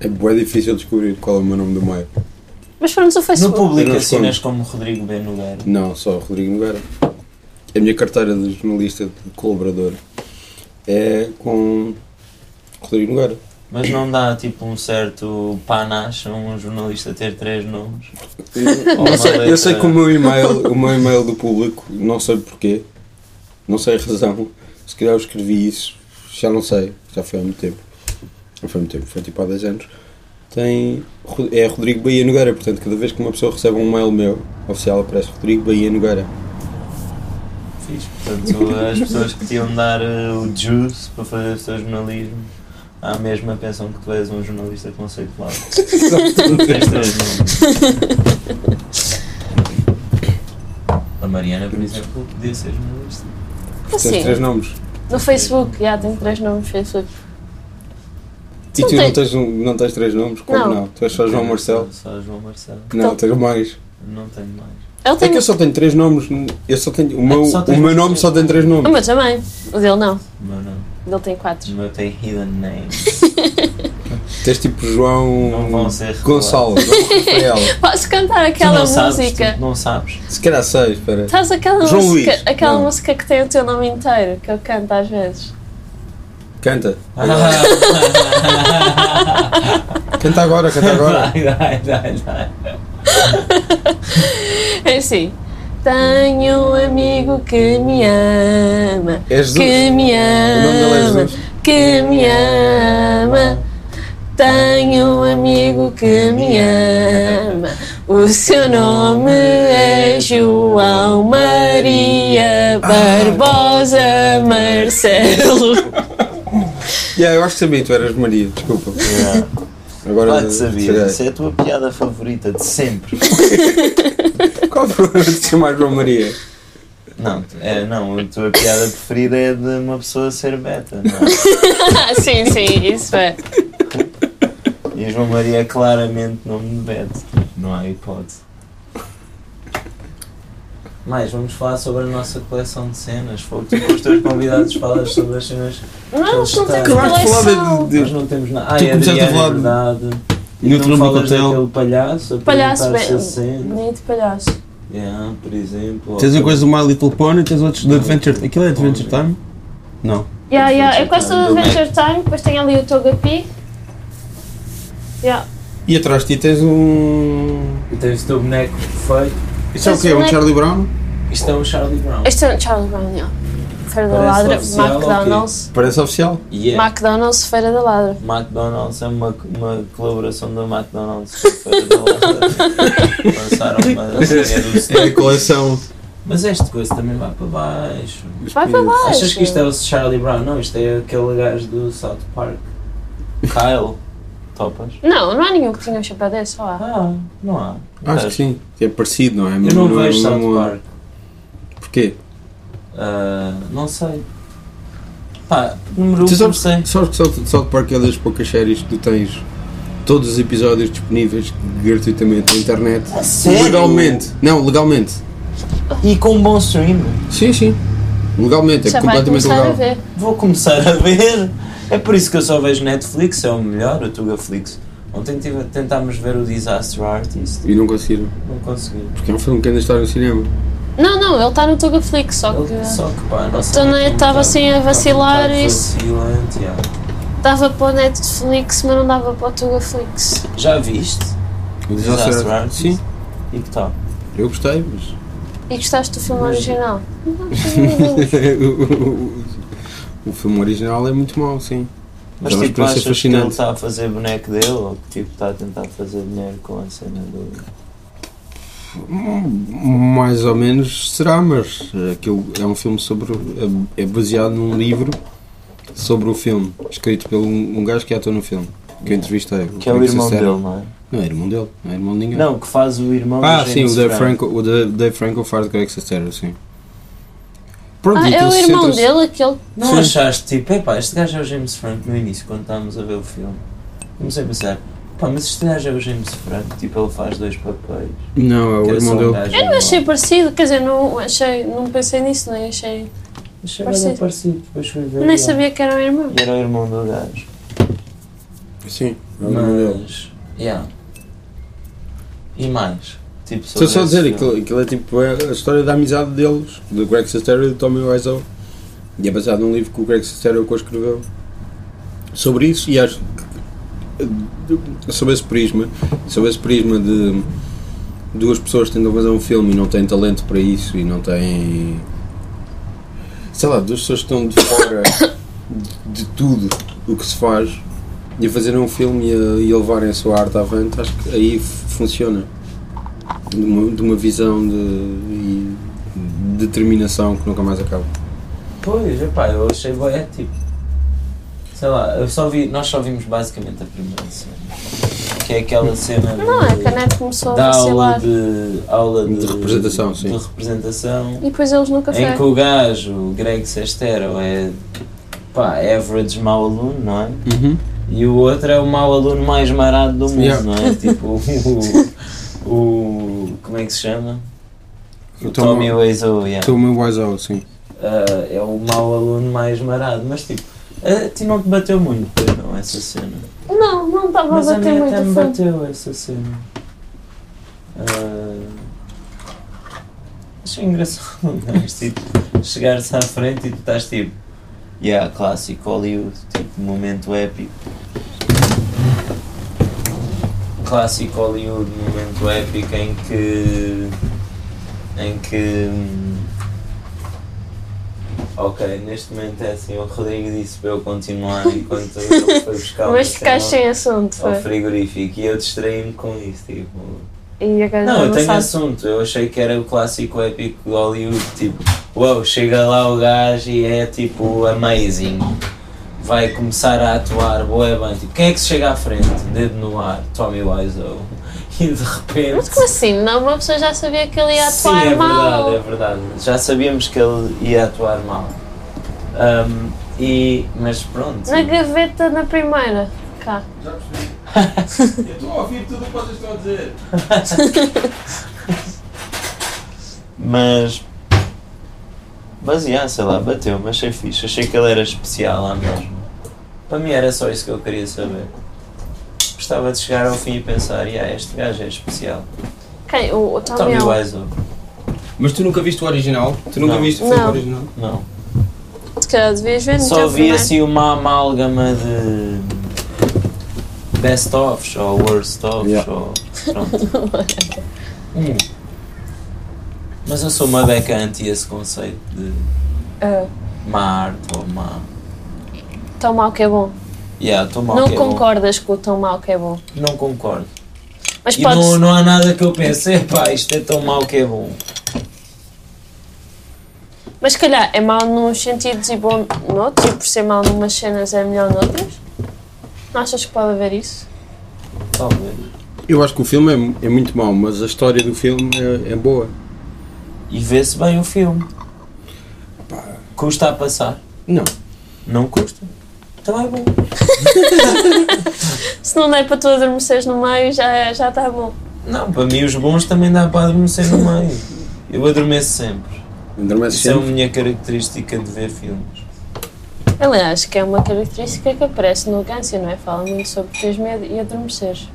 S5: É bem difícil descobrir qual é o meu nome do meio.
S4: Mas fomos ao
S2: Não
S4: Facebook.
S2: publicas cenas como Rodrigo B. Nogueira.
S5: Não, só Rodrigo Nogueira. A minha carteira de jornalista de colaborador é com Rodrigo Nogueira.
S2: Mas não dá tipo um certo panache a um jornalista ter três nomes? Ou uma
S5: Eu
S4: é-
S5: sei, eu sei
S2: letra?
S5: que o meu e-mail, o meu e-mail do público, não sei porquê, não sei a razão, se calhar eu escrevi isso, já não sei, já foi há muito tempo. Não foi há muito tempo, foi tipo há 10 anos. Tem, Ro- é Rodrigo Bahia Nogueira, portanto cada vez que uma pessoa recebe um mail meu oficial aparece Rodrigo Bahia Nogueira.
S2: Fiz. Portanto, as pessoas que te iam dar eh, o juice para fazer o seu jornalismo, à mesma pensam que tu és um jornalista conceituado. Tu tens três nomes. A Mariana, por exemplo, podia ser jornalista.
S5: Tens
S4: Assim,
S5: três nomes.
S4: no Facebook, já tem três nomes no Facebook.
S5: E
S4: Não
S5: tu não
S4: tem-
S5: tens, um- não tens três nomes? Como
S4: Não. Então.
S5: não? Tu és só João Marcelo?
S2: Só João Marcelo.
S5: Não, tens mais.
S2: Não tenho mais.
S4: Ele
S5: É que
S4: tem.
S5: eu só tenho três nomes, eu só tenho, o meu,
S2: Ah, só
S5: o
S2: tens
S5: meu
S2: três
S5: nome só tem três
S4: O
S5: nomes.
S4: meu também. O dele não.
S2: O meu não.
S4: O dele tem
S2: O
S4: quatro.
S2: meu tem hidden names.
S5: Tens tipo João
S2: Não vão ser
S5: Gonçalo, João Rafael.
S4: Posso cantar
S2: Tu
S4: aquela
S2: não sabes,
S4: música?
S2: tu não sabes.
S5: Se calhar sei, espera.
S4: Sabes aquela
S5: João
S4: música,
S5: Luís,
S4: aquela
S5: não.
S4: música que tem o teu nome inteiro, que eu canto às vezes?
S5: Canta.
S2: Ah.
S5: Canta Tá agora, canta agora.
S2: Vai, vai, vai, vai.
S4: É assim. Tenho um amigo que me ama,
S5: É Jesus.
S4: que me
S5: O nome dele é
S4: ama,
S5: Jesus.
S4: que me ama. Tenho um amigo que me ama, o seu nome é João Maria Barbosa Marcelo.
S5: Yeah, eu acho que sabia, tu eras Maria, desculpa. Agora
S2: Pode saber,
S5: sei.
S2: essa é a tua piada favorita de sempre.
S5: Qual o problema de ser mais João Maria?
S2: Não, é, não, a tua piada preferida é de uma pessoa ser beta, não
S4: Ah, sim, sim, isso é.
S2: é? E João Maria é claramente nome de beta, não há hipótese. Mais, vamos falar sobre a nossa coleção de cenas. Foi tu com os teus convidados falas sobre as cenas.
S4: Não, eles não temos
S2: Acabaste
S5: de falar de-
S4: coleção.
S5: de-
S2: Nós não temos nada. Ah,
S5: Tu
S2: é
S5: começaste a
S2: Adriana,
S5: falar
S2: é
S5: de-
S2: verdade. E
S5: Neutro
S2: não falas
S5: Micotel.
S2: daquele palhaço a
S4: Palhaço
S2: perguntar se
S4: bem-
S2: a cena.
S4: Bonito palhaço.
S2: Yeah, por exemplo.
S6: Tens
S5: um
S6: a
S2: ou-
S6: coisa do My Little Pony, tens outros do Adventure Aquilo é Adventure Time?
S4: Yeah, yeah. É quase todo
S2: Do Mac.
S4: Adventure Time, depois tem ali o Togepi. Yeah.
S5: E atrás de ti tens um.
S2: E tens o teu boneco feito.
S5: Isso é o quê? Um Charlie Brown?
S2: Isto é o Charlie Brown.
S4: Este é o Charles Brown, yeah. Feira da
S2: Parece
S4: Ladra,
S2: oficial,
S4: McDonald's.
S5: Parece oficial.
S2: Yeah.
S4: McDonald's, Feira da Ladra.
S2: é McDonald's é uma, uma colaboração da McDonald's que foi da Lázaro. Lançaram uma cena do
S5: É
S2: snack.
S5: a coleção.
S2: Mas esta coisa também vai para baixo.
S4: Vai para baixo.
S2: Achas que isto é o Charlie Brown? Não, isto é aquele gajo do South Park. Kyle. Topas?
S4: Não, não há nenhum que tinha um chapéu desse, só há.
S2: Ah, não há.
S5: Acho que sim. É parecido, não é?
S2: Eu não vejo South
S5: não-
S2: Park.
S5: Porquê?
S2: Ah, não sei. Pá, número um,
S5: Tu
S2: não sei.
S5: Sabes que South, South Park é das poucas séries que tu tens todos os episódios disponíveis gratuitamente na internet.
S2: sério?
S5: Legalmente. Não, legalmente.
S2: E com um bom stream.
S5: Sim, sim. Legalmente, é
S4: Já vai
S5: completamente
S4: começar a
S5: legal.
S4: ver.
S2: Vou começar a ver. É por isso que eu só vejo Netflix, é o melhor, o Tugaflix. Ontem tive, tentámos ver o Disaster Artist,
S5: E não conseguiram.
S2: não consegui.
S5: Porque é um filme que ainda está no cinema.
S4: Não, não, ele está no Togaflix, só
S2: Ele-
S4: que.
S2: Só que pá, nossa. tá um
S4: Então, né, estava assim a vacilar e-
S2: Vacilante, yeah.
S4: Dava para o Netflix, mas não dava para o Togaflix.
S2: Já viste?
S5: O
S2: Disaster
S5: Disaster Artist.
S2: Artist?
S5: Sim,
S2: E que tal?
S5: eu gostei, mas.
S4: E gostaste do filme original?
S5: o, o- o- o filme original é muito mau, sim.
S2: Mas
S5: É uma
S2: tipo,
S5: experiência
S2: achas que
S5: fascinante.
S2: ele está a tá fazer boneco dele ou que tipo, está a tentar fazer dinheiro com a cena do.
S5: Mais ou menos será, mas eh, aquilo é um filme sobre. é é baseado num livro sobre o filme, escrito por um, um gajo que é ator no filme, que eu entrevistei.
S2: Que é o
S5: Frank
S2: irmão dele,
S5: Sincero.
S2: não é?
S5: Não é irmão dele, não é irmão de ninguém.
S2: Não, que faz o irmão
S5: Ah,
S2: do
S5: sim, o
S2: James
S5: Dave
S2: Franco.
S5: Franco, o Da- Dave Franco faz de Greg Sestero, sim. Pronto,
S4: Ah,
S5: e
S4: é
S5: aquilo
S4: o irmão
S5: centra-se-
S4: dele, aquele.
S2: Não
S5: Sim.
S2: achaste tipo, epá, este gajo é o James Franco no início, quando estávamos a ver o filme? Comecei a pensar, pá, mas este gajo é o James Franco, tipo, ele faz dois papéis.
S5: Não, é o
S2: Que era só
S5: irmão
S2: um
S5: dele.
S2: gajo
S4: Eu não
S2: mau.
S4: achei parecido, quer dizer, não, achei, não pensei nisso, nem achei.
S2: Achei
S4: parecido.
S2: nada parecido, depois fui ver.
S4: Nem
S2: já.
S4: sabia que era o irmão.
S2: E era o irmão do gajo.
S5: Sim, é o irmão dele.
S2: Mas. Yeah. E mais? Tipo,
S5: Estou só a dizer,
S2: sobre esse filme.
S5: aquilo, aquilo é tipo é a história da amizade deles, do Greg Sestero e do Tommy Wiseau. E é baseado num livro que o Greg Sestero co-escreveu sobre isso e acho que eh, sobre esse prisma, sobre esse prisma de duas pessoas que tentam fazer um filme e não têm talento para isso e não têm sei lá, duas pessoas que estão de fora de, de tudo o que se faz e a fazerem um filme e, a, e a levarem a sua arte avante, acho que aí f- funciona de uma, de uma visão de, e determinação que nunca mais acaba.
S2: Pois, epá, eu achei boa, é tipo. Sei lá, eu só vi, nós só vimos basicamente a primeira cena. Que é aquela cena.
S4: Não, é a
S2: de-
S4: caneta começou a
S2: da aula
S4: vacilar.
S2: de, aula de,
S5: De representação, sim.
S2: de representação,
S4: E depois eles nunca
S2: em que
S4: foram.
S2: o gajo, o Greg Sestero, é pá, average mau aluno, não é?
S5: Uhum.
S2: E o outro é o mau aluno mais marado do mundo,
S5: Yeah.
S2: não é? Tipo o, o. Como é que se chama? O
S5: Tom-
S2: Tommy Wiseau, yeah.
S5: Estou meio Então, wiseau, sim.
S2: Ah, é o mau aluno mais marado, mas tipo, a ti não te bateu muito, pois não, essa cena.
S4: Não, não estava a
S2: Mas a
S4: bater
S2: mim
S4: muito
S2: até me
S4: fundo.
S2: bateu essa cena. Ah, achei engraçado o gajo, tipo, chegares à frente e tu estás tipo. Yeah, clássico Hollywood, tipo, momento épico. Clássico Hollywood, momento épico em que. em que. hum, Ok, neste momento é assim, o Rodrigo disse para eu continuar enquanto ele foi buscar uma
S4: Mas ficaste
S2: cena
S4: sem assunto,
S2: ao
S4: foi.
S2: frigorífico e eu distraí-me com isso. Tipo.
S4: E a gaja
S2: Não, eu
S4: não
S2: tenho
S4: sabe.
S2: assunto. Eu achei que era o clássico épico Hollywood. Tipo, uau, chega lá o gajo e é tipo amazing. Vai começar a atuar, boa é bem. Tipo, quem é que se chega à frente? Dedo no ar, Tommy Wiseau. E de repente.
S4: Mas como assim? Não, uma pessoa já sabia que ele ia
S2: Sim,
S4: atuar
S2: é
S4: mal.
S2: verdade, é verdade. Já sabíamos que ele ia atuar mal. Ahm, e, mas pronto.
S4: Na gaveta, na primeira. Cá.
S6: Eu estou a ouvir tudo o que vocês estão a dizer.
S2: Mas. Mas, yeah, sei lá, bateu-me, achei fixe. Achei que ele era especial lá mesmo. Para mim era só isso que eu queria saber. Gostava de chegar ao fim e pensar, yeah, este gajo é especial.
S4: Quem? O, o Tommy
S2: Tommy
S4: Wiseau.
S2: Wiseau.
S5: Mas tu nunca viste o original? Tu nunca
S2: Não.
S5: viste o filme
S4: Não.
S5: original?
S2: Não.
S4: Se calhar devias ver, não
S2: Só
S4: teu
S2: vi
S4: primeiro.
S2: assim uma amálgama de. Best ofs ou worst ofs
S5: Yeah.
S2: ou. Pronto. Hum. Mas eu sou uma beca anti esse conceito de
S4: Ah,
S2: má arte ou má.
S4: tão mal que é bom.
S2: Yeah, estou mal
S4: não
S2: que é bom.
S4: concordas com o tão mal que é bom.
S2: Não concordo.
S4: Mas
S2: E
S4: podes.
S2: não, não há nada que eu pense, epá, isto é tão mau que é bom.
S4: Mas se calhar é mal nos sentidos e bom noutros, e por ser mal numas cenas é melhor noutras. Não achas que pode haver isso?
S2: Talvez.
S5: Eu acho que o filme é, é muito mau, mas a história do filme é, é boa.
S2: E vê-se bem o filme. Custa a passar?
S5: Não.
S2: Não custa. Então é bom.
S4: Se não der para tu adormeceres no meio, já está já tá bom.
S2: Não, para mim os bons também dá para adormecer no meio. Eu adormeço sempre.
S5: Adormece
S2: Isso é a
S5: sempre.
S2: minha característica de ver filmes.
S4: Aliás, que é uma característica que aparece no Gância, não é? Fala muito sobre teres medo e adormeceres.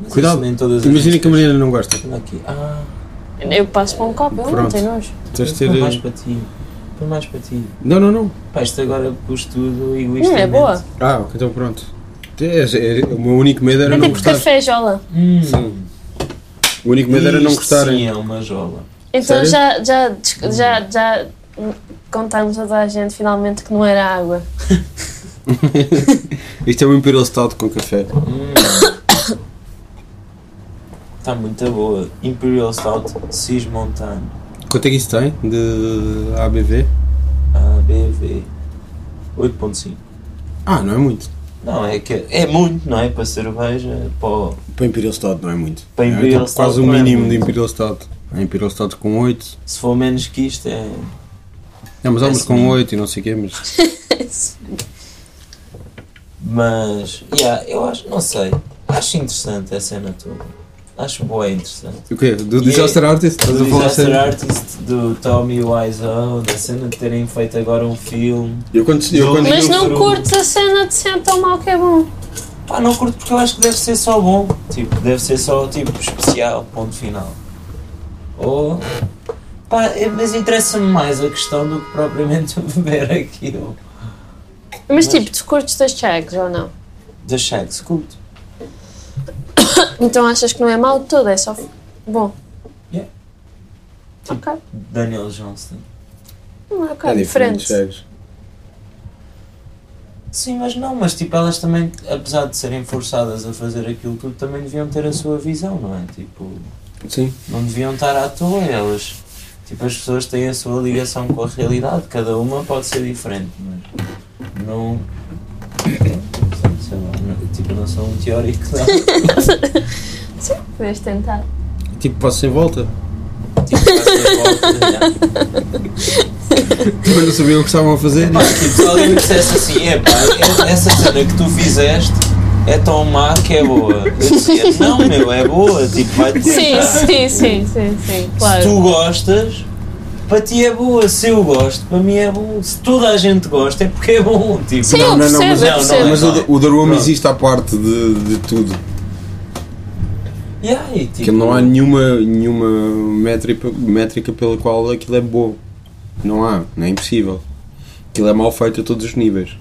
S2: Mas
S5: Cuidado.
S2: isso nem todas as
S5: Imagina
S2: vezes
S5: que a Mariana não gosta.
S2: que eu aqui. Ah,
S4: Eu passo para um copo, eu não
S5: Pronto.
S4: tenho nojo.
S5: Tens de
S2: põe mais
S5: ter. eh,
S2: para ti. Põe mais para ti.
S5: Não, não, não.
S2: Pá, isto agora pus tudo
S4: Não
S2: egoístamente.
S4: é boa.
S5: Ah, ok, então pronto. Tens- é- é- o meu único medo era
S4: É
S5: não
S4: tipo
S5: gostar.
S4: café, Jola.
S2: Hum,
S5: O único medo era não
S2: isto Sim,
S5: gostarem.
S2: é uma jola.
S4: Então
S5: Sério?
S4: já, já, des- já, já hum, contámos a toda a gente finalmente que não era água.
S5: Isto é um Imperial Stout com café.
S2: Hum. Está muito boa. Imperial Stout Cis Montanha.
S5: Quanto é que isso tem de ABV?
S2: ABV 8.5.
S5: Ah, não é muito.
S2: Não, é que é muito, não é? Para cerveja, para o-
S5: Para Imperial Stout não é muito.
S2: Para
S5: É,
S2: Imperial
S5: tipo
S2: Stout
S5: quase o
S2: não é
S5: mínimo
S2: muito.
S5: de Imperial Stout. A Imperial Stout com 8.
S2: se for menos que isto, é.
S5: Não, mas há umas
S2: Esse
S5: com
S2: mínimo.
S5: 8 e não sei o quê, mas...
S2: Mas, yeah, eu acho, não sei. Acho interessante a cena toda. Acho boa, interessante.
S5: O quê? Do Disaster Artist? Estás
S2: é Do
S5: a falar
S2: Disaster
S5: sério?
S2: Artist do Tommy Wiseau, da cena de terem feito agora um filme.
S5: Eu quando... Eu quando
S4: Mas
S2: eu
S4: não
S2: sou-
S4: curtes a cena de ser tão mal que é bom.
S2: Pá, não curto porque eu acho que deve ser só bom. Tipo, deve ser só tipo especial, ponto final. Ou. Pá, é- mas interessa-me mais a questão do que propriamente beber aquilo.
S4: Mas tipo, tu curtes das chags ou não?
S2: Da Shags, culto.
S4: Então achas que não é mal de tudo, é só f- bom.
S2: Yeah.
S4: Ok,
S2: Daniel Johnston.
S4: Hum,
S5: Tá
S4: ok,
S2: É
S4: diferente.
S5: sério.
S2: Sim, mas não, mas tipo, elas também, apesar de serem forçadas a fazer aquilo tudo, também deviam ter a sua visão, não é? Tipo,
S5: Sim.
S2: não deviam estar à toa elas. Tipo, as pessoas têm a sua ligação com a realidade, cada uma pode ser diferente, mas não. Sei lá, não- tipo, não sou um teórico, não.
S4: Podes tentar.
S5: Tipo, passo sem volta.
S2: Tipo, faço a volta, já.
S5: Mas não sabiam o que estavam a fazer.
S2: Pá, tipo, se alguém me dissesse assim, epá, é- essa cena que tu fizeste é tão má que é boa. Eu dizia, não, meu, é boa, tipo, vai-te
S4: Sim,
S2: lixar.
S4: sim, sim, sim, sim,
S2: Se tu
S4: claro.
S2: gostas, para ti é boa. Se eu gosto, para mim é bom. Se toda a gente gosta, é porque é bom. Tipo,
S4: Sim,
S5: Não,
S4: eu
S5: não, não,
S4: percebo, eu
S2: mas-
S4: percebo.
S5: Mas o, o The Room
S2: Ah, Pronto.
S5: existe à parte de, de tudo.
S2: E aí, tipo,
S5: Que não há nenhuma, nenhuma métrica, métrica pela qual aquilo é bom. Não há, não é impossível. Aquilo é mal feito a todos os níveis.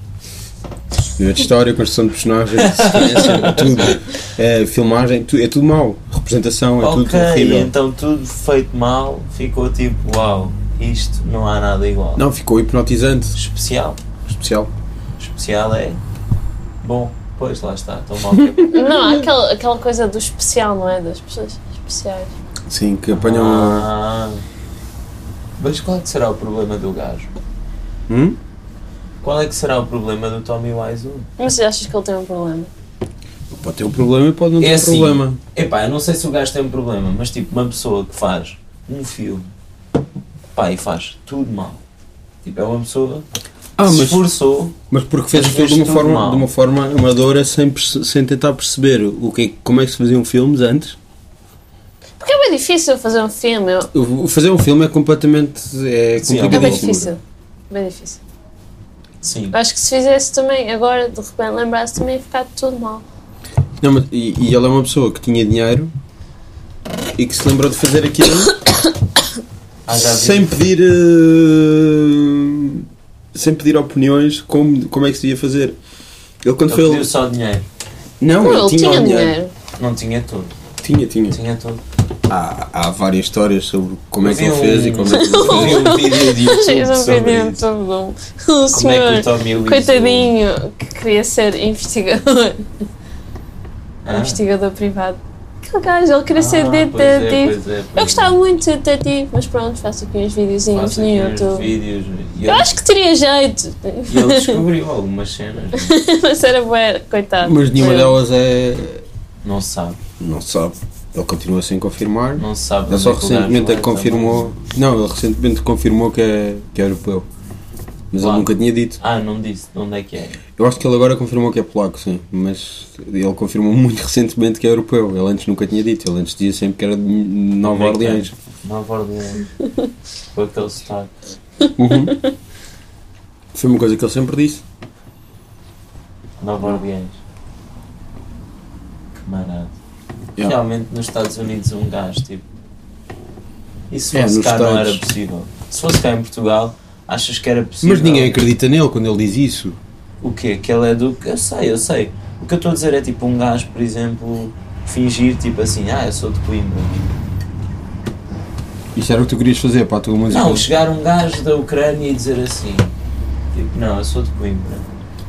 S5: Nível de história, construção de personagens, sequência, tudo. É, filmagem, tu- é tudo mau. Representação, é tudo
S2: ok,
S5: horrível.
S2: então tudo feito mal, ficou tipo, uau, isto não há nada igual.
S5: Não, ficou hipnotizante,
S2: Especial.
S5: especial.
S2: Especial é bom. Pois lá está, tão mal que é bom.
S4: Não, há aquela, aquela coisa do especial, não é? Das pessoas especiais.
S5: Sim, que um- apanham.
S2: Ah, mas qual é que será o problema do gajo?
S5: Hum?
S2: Qual é que será o problema do Tommy Wiseau?
S4: Mas achas que ele tem um problema?
S5: Pode ter um problema e pode não ter
S2: É
S5: um
S2: assim.
S5: problema.
S2: Epá, eu não sei se o gajo tem um problema, mas tipo, uma pessoa que faz um filme, pá, e faz tudo mal. Tipo, é uma pessoa que
S5: Ah,
S2: se
S5: mas,
S2: esforçou.
S5: mas porque fez
S2: mas
S5: aquilo de uma,
S2: fez tudo
S5: forma,
S2: mal.
S5: de uma forma amadora sem, perce- sem tentar perceber o que, é que- como é que se faziam filmes antes.
S4: Porque é bem difícil fazer um filme. eu-
S5: O- Fazer um filme é completamente é
S2: Sim,
S4: É bem
S5: complicadíssimo.
S4: difícil. Bem difícil.
S2: Sim.
S4: Acho que se fizesse também, agora de repente lembrasse também ia ficar tudo mal.
S5: Não, mas- e, e ele é uma pessoa que tinha dinheiro e que se lembrou de fazer aquilo
S2: Ah, já vi.
S5: sem pedir eh, sem pedir opiniões como como é que se ia fazer. Ele quando
S2: Ele
S5: foi
S2: pediu só dinheiro. Ah,
S5: não,
S4: Não,
S5: ele tinha,
S2: um
S5: o dinheiro.
S2: Não tinha tudo.
S5: Tinha, tinha.
S2: Tinha tudo.
S5: Há, há várias histórias sobre como é que
S2: Eu vi
S5: ele fez
S2: um-
S5: e como é que ele
S2: Eu vi um
S5: fez.
S2: vídeo de
S4: Fez
S2: YouTube
S4: um
S2: sobre
S4: vídeo
S2: isso.
S4: todo bom. O
S2: Como é que o
S4: senhor,
S2: Tommy um, Wiseau...
S4: coitadinho, que queria ser investigador,
S2: Ah,
S4: É um investigador privado. Aquele gajo, ele queria ser
S2: ah,
S4: detetive.
S2: pois é, pois é, pois
S4: Eu
S2: é.
S4: gostava muito de detetive, mas pronto, faço aqui uns videozinhos
S2: Faço
S4: no
S2: é. aqui uns
S4: YouTube.
S2: vídeos e
S4: Eu
S2: ele-
S4: acho que teria jeito,
S2: E ele descobriu algumas cenas.
S4: mas era bué, coitado.
S5: Mas nenhuma
S4: Eu-
S5: delas é.
S2: Não se sabe.
S5: Não se sabe. Ele continua sem confirmar.
S2: Não se sabe.
S5: Ele só
S2: onde é que o gajo
S5: recentemente é
S2: vai
S5: que confirmou. Não, ele recentemente confirmou que é, que é europeu. Mas ele
S2: Claro.
S5: nunca tinha dito.
S2: Ah, não me disse de onde é que é.
S5: Eu acho que ele agora confirmou que é polaco, sim. Mas ele confirmou muito recentemente que é europeu. Ele antes nunca tinha dito. Ele antes dizia sempre que era de Nova
S2: Como é que é?
S5: Orleans.
S2: Nova Orleans. Com aquele sotaque.
S5: Uhum. Foi uma coisa que ele sempre disse.
S2: Nova Orleans. Que marado.
S5: Yeah.
S2: Realmente nos Estados Unidos um gajo, tipo. E se
S5: É,
S2: fosse
S5: nos
S2: cá não
S5: Estados.
S2: era possível. Se fosse cá em Portugal, achas que era possível.
S5: Mas ninguém acredita nele quando ele diz isso.
S2: O quê? Que ele é do. Eu sei, eu sei. O que eu estou a dizer é tipo um gajo, por exemplo, fingir tipo assim, ah, eu sou de Coimbra.
S5: Isso era o que tu querias fazer para a tua música.
S2: Não, chegar um gajo da Ucrânia e dizer assim, tipo, não, eu sou de Coimbra.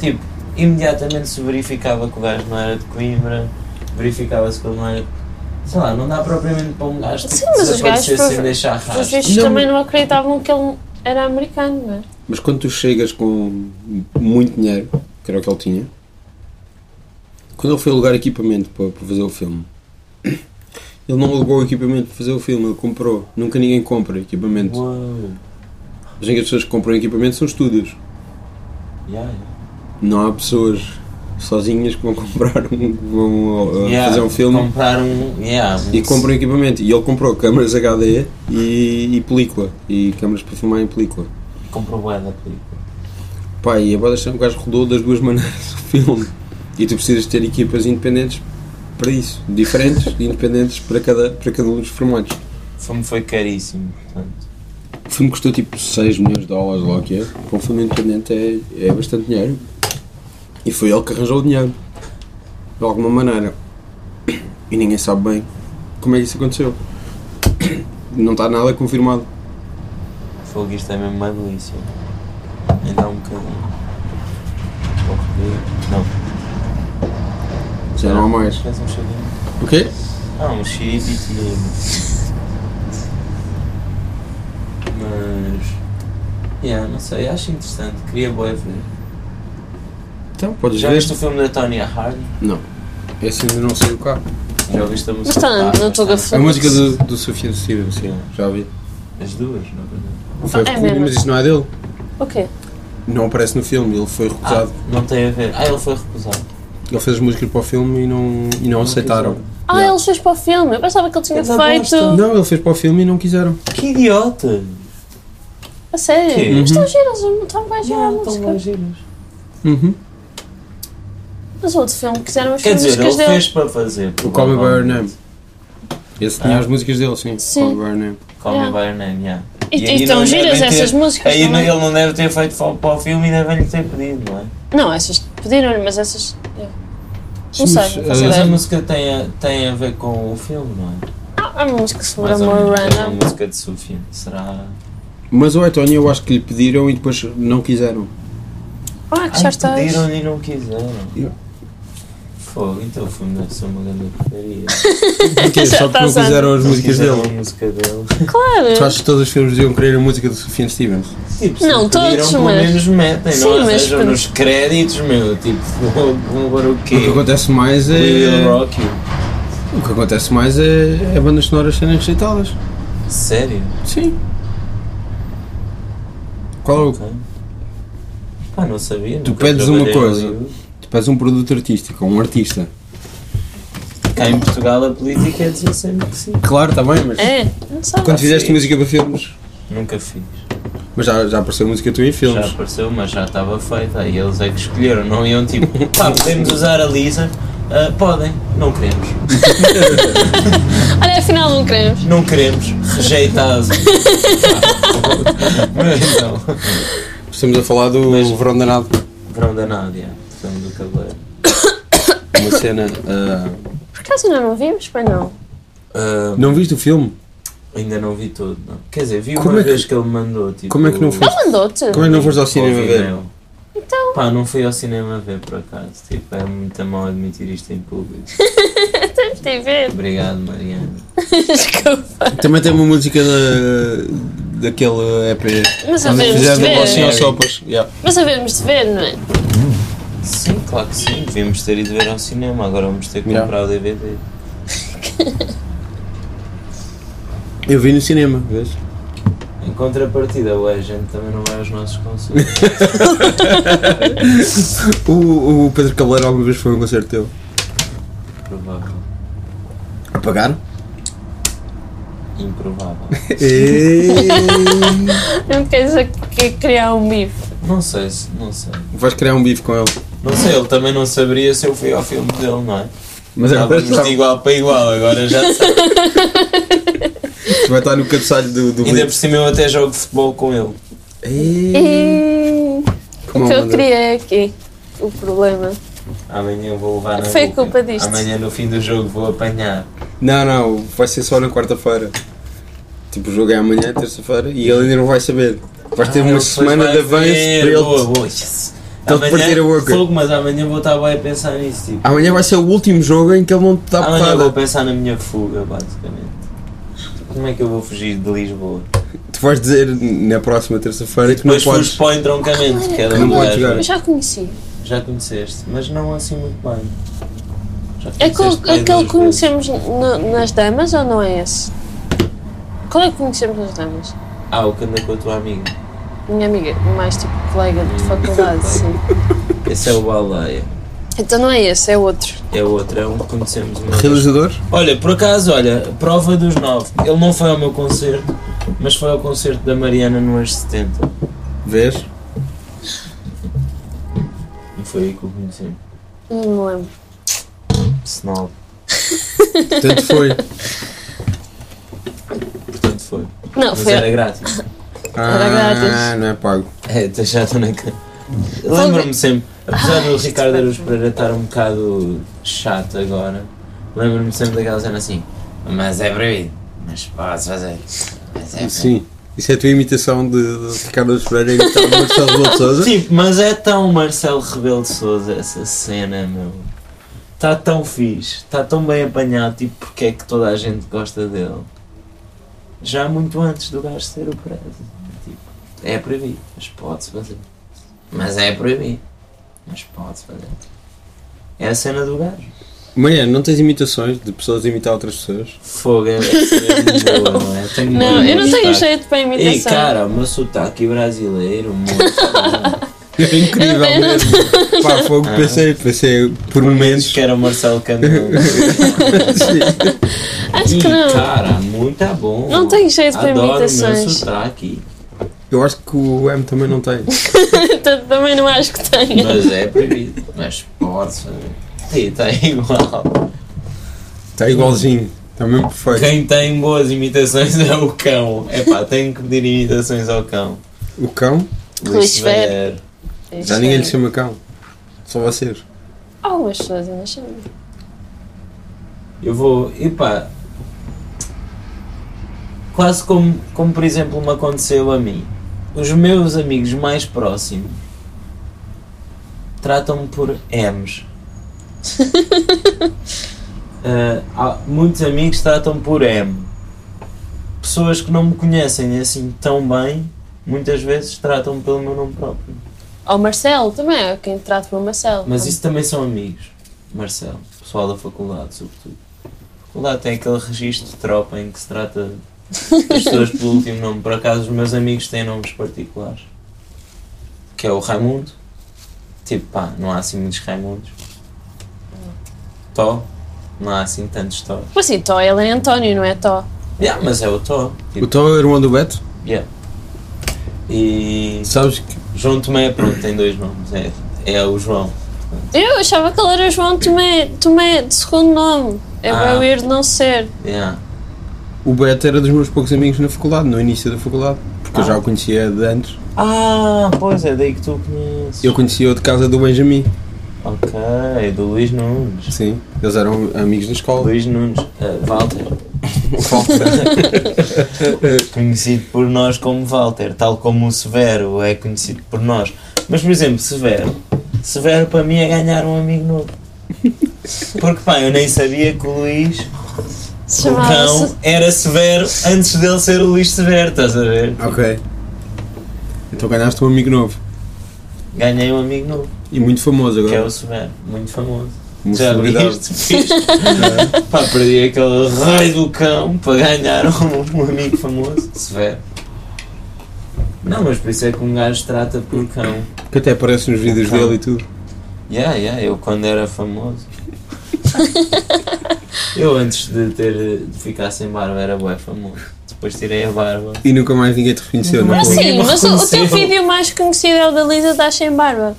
S2: Tipo, imediatamente se verificava que o gajo não era de Coimbra, verificava-se que ele não era. Sei lá, não dá propriamente para um gajo tipo,
S4: Sim, mas os gajos
S2: desaparecer sem
S4: prova-
S2: deixar
S4: Os
S2: rastro.
S4: bichos
S5: Não.
S4: também não acreditavam que ele era americano, não é?
S5: Mas quando tu chegas com muito dinheiro, que era o que ele tinha, quando ele foi alugar equipamento para, para fazer o filme, ele não alugou o equipamento para fazer o filme, ele comprou. Nunca ninguém compra equipamento.
S2: Uou,
S5: As únicas pessoas que compram equipamento são estúdios.
S2: yeah, yeah.
S5: Não há pessoas sozinhas que vão comprar um, vão uh,
S2: Yeah,
S5: fazer um filme
S2: Comprar um. Yeah,
S5: e
S2: um-
S5: compram equipamento. E ele comprou câmaras HD e, e película. E câmaras para filmar em película.
S2: Comprou bué da película.
S5: Pá, e a boda o gajo rodou das duas maneiras o filme. E tu precisas ter equipas independentes para isso. Diferentes e independentes para cada, para cada um dos formatos.
S2: O filme foi caríssimo, portanto.
S5: O filme custou tipo 6 milhões de dólares, lá o que é. Para um filme independente é, é bastante dinheiro. E foi ele que arranjou o dinheiro. De alguma maneira. E ninguém sabe bem como é que isso aconteceu. Não está nada confirmado.
S2: Fogo, isto é mesmo uma delícia. Ainda há um bocadinho. Vou repetir. Não.
S5: Já não há mais.
S2: Queres um cheirinho?
S5: O quê?
S2: Ah, um xiripitinho. Mas. Yeah, não sei, acho interessante. Queria boa ver.
S5: Então, podes
S2: Já
S5: ver.
S2: viste o filme da Tonya Harding?
S5: Não. Esse ainda não saiu cá.
S2: Já ouviste a música?
S4: Mas tá,
S2: Ah,
S4: não estou
S2: mas
S4: a
S2: tá.
S5: A música do, do Sofia Ciro, sim, já ouvi.
S2: As duas, não é verdade?
S5: Foi
S4: Ah, é
S5: recusado,
S4: mesmo?
S5: mas isso não é dele.
S4: O quê?
S5: Não aparece no filme, ele foi recusado.
S2: Ah, não tem a ver. Ah, ele foi recusado.
S5: Ele fez as músicas para o filme e não, e não, aceitaram.
S4: Ah,
S5: Yeah.
S4: ele fez para o filme. Eu pensava que ele tinha
S2: Ele não
S4: feito.
S2: gosta.
S5: Não, ele fez para o filme e não quiseram.
S2: Que idiota!
S4: A sério?
S2: Quê?
S4: Mas estão giras, não estão bem girar a é música.
S5: Uhum.
S4: Mas outro filme quiseram as
S2: Quer dizer, ele
S4: músicas dele.
S2: fez para fazer.
S5: O Call Me By Your Name.
S2: provavelmente.
S5: Esse tinha
S2: Ah.
S5: as músicas dele, sim.
S4: Sim.
S5: Call Me By Your Name.
S2: Call Me By Your Name, yeah.
S4: E,
S2: E aí
S4: e estão
S2: não
S4: giras
S2: devem ter-
S4: essas músicas
S2: Aí não-
S4: também.
S2: ele não deve ter feito fo- para o filme e devem-lhe ter pedido, não é?
S4: Não, essas pediram-lhe, mas essas. é. Não
S5: Sim,
S4: sei, não faço
S5: eh,
S2: Mas a
S4: ideia.
S2: música tem a, tem a ver com o filme, não é?
S4: Ah, é uma música sobre
S2: Mais ou
S4: amor
S2: menos, é uma
S4: random.
S2: música de Sofia. Será.
S5: Mas o Etonia eu acho que lhe pediram e depois não quiseram.
S4: Ah, que já
S2: Ai,
S4: estás.
S2: pediram-lhe e não quiseram.
S5: Eu-
S2: Fogo, então o filme deve ser uma grande porcaria.
S5: Porquê?
S4: Já
S5: Só porque não
S4: tá
S5: quiseram as
S2: Não
S5: músicas
S2: quiseram
S5: dele.
S2: A música dele.
S5: Tu
S4: Claro!
S5: achas que todos os filmes deviam querer a música do Sofia Stevens?
S2: Tipo, se pediram,
S4: Não, todos,
S2: pelo
S4: mas-
S2: menos metem,
S4: Sim,
S2: não
S4: mas
S2: arranjam
S4: pedi-
S2: nos créditos, meu. Tipo, agora o
S5: O que
S2: quê?
S5: acontece mais
S2: We Will
S5: é.
S2: Rock You.
S5: O que acontece mais é, é bandas sonoras serem recitadas.
S2: Sério?
S5: Sim. Qual é o
S2: Ok. Pá, não sabia.
S5: Tu
S2: nunca
S5: pedes uma
S2: trabalhei em
S5: coisa.
S2: Hollywood.
S5: Tu pedes um produto artístico, um artista.
S2: Cá em Portugal a política dizia sempre que sim.
S5: Claro, está bem, mas.
S4: É, não sei.
S5: Quando fizeste
S2: Ah, Sim.
S5: música para filmes.
S2: Nunca fiz.
S5: Mas já, já apareceu música tua em
S2: Já
S5: filmes.
S2: apareceu, mas já estava feita. E eles é que escolheram. Não iam tipo, pá, podemos usar a Lisa. Ah, podem, não queremos.
S4: Olha, afinal não queremos.
S2: Não queremos. Rejeitado. Mas não.
S5: Estamos a falar do
S2: Mas-
S5: Verão Danado.
S2: Verão da Nádia. Verão do cabelo.
S5: Uma cena. ah,
S4: Por acaso ainda não vimos? Pois não.
S2: Ah,
S5: Não viste o filme?
S2: Ainda não vi todo, não. Quer dizer, vi
S5: Como
S2: uma
S5: é que-
S2: vez que ele mandou, tipo...
S5: como é que não foi?
S4: Ele mandou-te.
S5: Como é que não foste ao cinema
S2: ao
S5: ver?
S2: Vimeo.
S4: Então,
S2: Pá, não fui ao cinema ver, por acaso. Tipo, é muito mal admitir isto em público.
S4: tens de ver.
S2: Obrigado, Mariana.
S4: Desculpa.
S5: Também tem uma música da, daquele EP.
S4: Mas
S5: Quando
S4: havemos de
S5: fizeram
S2: um
S4: ver.
S5: o Assim aos Sopas. Yeah.
S4: Mas havemos de ver, não é?
S2: Sim, claro que sim. Devíamos ter ido ver ao cinema. Agora vamos ter que
S5: Yeah.
S2: comprar o DVD.
S5: Eu vi no cinema, vês?
S2: Em contrapartida, ué, a gente também não vai aos nossos concertos.
S5: O, o Pedro Caleiro alguma vez foi a um concerto teu?
S2: Provável.
S5: A pagar?
S2: Improvável.
S4: Não queres a- que- criar um bife.
S2: Não sei, se- não sei.
S5: Vais criar um bife com ele.
S2: Não sei, ele também não saberia se eu fui ao filme dele, não é?
S5: Mas agora
S2: Estávamos
S5: está,
S2: de igual para igual, agora já sabe.
S5: vai estar no cabeçalho do, do
S2: Ainda por
S5: livro.
S2: cima eu até jogo futebol com ele.
S4: E... O que eu queria é aqui. O problema.
S2: Amanhã eu vou levar na
S4: Foi
S2: boca.
S4: culpa disto.
S2: Amanhã no fim do jogo vou apanhar.
S5: Não, não, vai ser só na quarta-feira. Tipo, o jogo é amanhã, terça-feira, e ele ainda não vai saber. Vais ter
S2: Ah,
S5: uma
S2: ele depois
S5: semana
S2: vai
S5: de avanço para
S2: ver.
S5: ele.
S2: Boa, boa. Yes.
S5: Estás a partir a boca. Ah,
S2: Fogo, mas amanhã vou estar bem a pensar nisso. Tipo.
S5: Amanhã vai ser o último jogo em que ele não te dá
S2: Amanhã vou
S5: porrada.
S2: pensar na minha fuga, basicamente. Como é que eu vou fugir de Lisboa?
S5: Tu vais dizer na próxima terça-feira que não
S2: Depois fujo
S5: podes.
S2: para o entroncamento, que era
S5: Não
S2: um
S5: podes
S2: gajo.
S5: jogar.
S4: Eu já conheci.
S2: Já conheceste, mas não assim muito bem. Já
S4: É aquele,
S2: conheceste bem
S4: aquele
S2: duas
S4: que conhecemos no- nas damas ou não é esse? Qual é que conhecemos nas damas?
S2: vezes. Ah, o que anda com a tua amiga.
S4: Minha amiga, mais tipo colega
S2: Hum.
S4: de faculdade, sim.
S2: Esse é o Baleia.
S4: Então não é esse, é outro.
S2: É outro, é um que conhecemos uma vez.
S5: Realizador?
S2: Olha, por acaso, olha, prova dos nove. Ele não foi ao meu concerto, mas foi ao concerto da Mariana no Ars 70.
S5: Vês?
S2: E foi aí que o conheci.
S4: Não me lembro.
S2: Senão,
S5: Tanto foi.
S2: portanto foi.
S4: Não,
S2: Mas
S4: foi.
S2: era grátis.
S4: Era
S5: Ah,
S4: grátis.
S5: não é pago.
S2: É, então já estou na cara. Lembro-me sempre, apesar do Ricardo Araújo Pereira estar um bocado chato agora, lembro-me sempre daquela cena assim, mas é proibido, mas podes fazer. Mas é proibido."
S5: Sim. Isso é a tua imitação de, de Ricardo Alves Pereira imitar o Marcelo Rebelo de Sousa?
S2: Tipo, mas é tão Marcelo Rebelo de Souza essa cena, meu. Está tão fixe, está tão bem apanhado, tipo, porque é que toda a gente gosta dele. Já muito antes do gajo ser o preso. Tipo, é proibido, mas pode-se fazer. Mas é proibido, mas pode-se fazer. É a cena do gajo.
S5: Mariana, não tens imitações de pessoas a imitar outras pessoas?
S2: Fogo, é, é muito boa, não é? Tenho
S4: Não,
S2: muito
S4: eu não
S2: sotaque.
S4: tenho jeito para imitação.
S2: Ei, tá. cara, o meu sotaque brasileiro, muito.
S5: É incrível
S4: Eu não-
S5: mesmo. Pá, fogo, pensei, pensei por momentos.
S2: que era o Marcelo Camelo.
S5: Sim.
S4: Acho
S2: Ih, tá.
S4: que não.
S2: Cara, muito é bom.
S4: Não tenho jeito para
S2: Adoro o meu
S4: imitações.
S2: sotaque.
S5: Eu acho que o M também não tem.
S4: Então, também não acho que tenha.
S2: Mas é proibido. Mas pode fazer. Sim, Está igual.
S5: Está igualzinho. Está mesmo perfeito.
S2: Quem tem boas imitações é o cão. É pá, tenho que pedir imitações ao cão.
S5: O cão?
S4: Luís Ferro.
S5: Já ninguém lhe chama cão. Só vocês.
S4: Algumas pessoas ainda chamam.
S2: Eu vou. Epá. Quase como, como, por exemplo, me aconteceu a mim. Os meus amigos mais próximos tratam-me por M's. Ah, há- muitos amigos tratam-me por M. Pessoas que não me conhecem assim tão bem, muitas vezes tratam-me pelo meu nome próprio.
S4: Ou Marcelo também, é quem trata por Marcelo.
S2: Mas isso também são amigos, Marcelo, pessoal da faculdade, sobretudo. A faculdade tem aquele registro de tropa em que se trata das pessoas pelo último nome. Por acaso, os meus amigos têm nomes particulares. Que é o Raimundo. Tipo, pá, não há assim muitos Raimundos. Tó. Não há assim tantos Tó.
S4: Tipo assim, Tó, ele é António, não é Tó?
S2: Yeah, mas é o Tó.
S5: O
S2: Tipo,
S5: Tó é o irmão do Beto?
S2: yeah. E
S5: Sabes que.
S2: João Tomé, pronto, tem dois nomes. É, é o João.
S4: Eu achava que ele era João Tomé, Tomé de segundo nome. É
S2: Ah.
S4: bem weird não ser.
S2: Yeah.
S5: O Beto era dos meus poucos amigos na faculdade, no início da faculdade. Porque eu já o conhecia de antes.
S2: Ah, pois é, daí que tu conheces.
S5: Eu conhecia-o de casa do Benjamin.
S2: Ok, é do Luís Nunes.
S5: Sim. Eles eram amigos da escola.
S2: Luís Nunes, eh, Walter,
S5: Falta.
S2: conhecido por nós como Walter, tal como o Severo é conhecido por nós. Mas, por exemplo, Severo. Severo para mim é ganhar um amigo novo. Porque, pá, eu nem sabia que o Luís,
S4: Se
S2: o
S4: chamava-se.
S2: cão, era Severo antes dele ser o Luís Severo, estás a ver?
S5: ok. Então ganhaste um amigo novo.
S2: Ganhei um amigo novo,
S5: E muito famoso
S2: que é
S5: agora.
S2: o Severo, muito famoso.
S5: Uma
S2: Já
S5: celebridade.
S2: viste? Fiz. Pá, perdi aquele raio do cão para ganhar um, um amigo famoso, se vê. Não, mas por isso é que um gajo trata por cão.
S5: é? Que até aparece nos vídeos
S2: Então.
S5: dele e tudo.
S2: Yeah, yeah, eu quando era famoso. eu antes de ter de ficar sem barba era bué famoso. Depois tirei a barba.
S5: E nunca mais ninguém te reconheceu,
S2: Nunca
S5: não é?
S2: mais
S5: Paulo?
S4: Sim,
S2: Ninguém me
S4: Assim, mas o, o teu
S2: reconheceu.
S4: vídeo mais conhecido é o da Lisa das Sem Barba.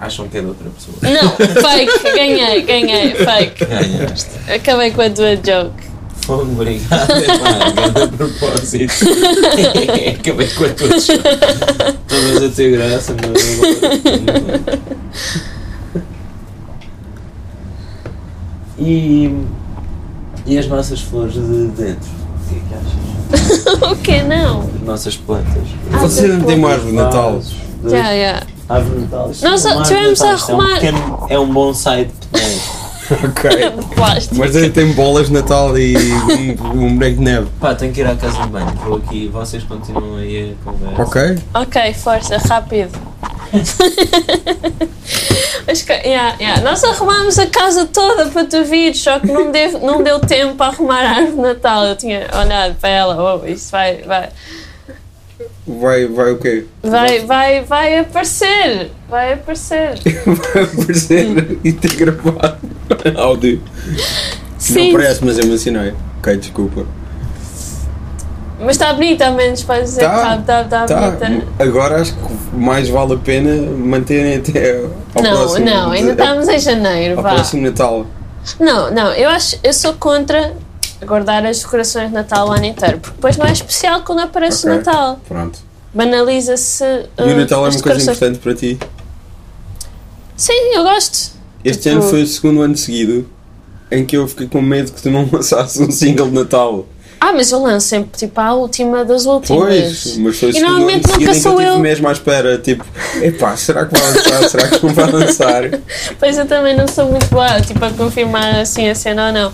S2: Acham que é de outra pessoa.
S4: Não, fake, ganhei, ganhei, fake.
S2: Ganhaste.
S4: Acabei com a tua joke.
S2: Fogo, obrigado. Pá, grande propósito. Acabei com a tua Talvez a ter graça, mas agora. E. E as nossas flores de dentro? O que é que achas?
S4: O que não?
S2: As nossas plantas.
S5: Vocês não têm uma árvore de Natal.
S2: Vasos. de
S4: Yeah, yeah.
S2: árvore de Natal. Isto
S4: Nós
S2: é uma árvore
S4: tivemos
S2: de Natal,
S4: a
S2: isto é um
S4: arrumar-
S2: pequeno- É um bom site de pneu.
S5: Ok.
S4: De plástico.
S5: Mas ele tem bolas de Natal e um, um boneco de neve.
S2: Pá, tenho que ir à casa de banho. Vou aqui, vocês continuam aí a conversa.
S5: Ok?
S4: Ok, força, rápido. Mas que- yeah, yeah. Nós arrumámos a casa toda para tu vir, só que não, deu- não deu tempo para arrumar a árvore de Natal. Eu tinha olhado para ela, oh, isto vai, vai,
S5: Vai, vai o quê?
S4: vai, vai, vai aparecer, vai aparecer.
S5: Vai aparecer e ter gravado áudio.
S4: Sim,
S5: Não parece, mas eu me ensinei. Ok, desculpa.
S4: mas está bonita, ao menos para dizer
S5: Tá,
S4: que está tá,
S5: Tá,
S4: bonita.
S5: agora acho que mais vale a pena manterem até ao
S4: não,
S5: próximo.
S4: não, ainda estamos em janeiro,
S5: Ao
S4: vá.
S5: próximo Natal.
S4: Não, não, eu acho, eu sou contra guardar as decorações de Natal o ano inteiro, porque depois não é especial quando aparece o
S5: Ok.
S4: Natal.
S5: Pronto.
S4: Banaliza-se. uh,
S5: E o Natal é uma coisa importante para ti.
S4: Sim, eu gosto.
S5: Este
S4: Tipo-
S5: ano foi o segundo ano seguido em que eu fiquei com medo que tu não lançasses um single de Natal.
S4: Ah, mas eu lanço sempre tipo a última das últimas.
S5: Pois, mas foi o
S4: E
S5: segundo ano
S4: normalmente
S5: seguido em
S4: nunca
S5: que eu
S4: sou
S5: estive
S4: eu.
S5: mesmo à espera. Tipo, epá, será que vai lançar? será que não vai lançar?
S4: Pois eu também não sou muito boa, tipo, a confirmar assim a cena ou não.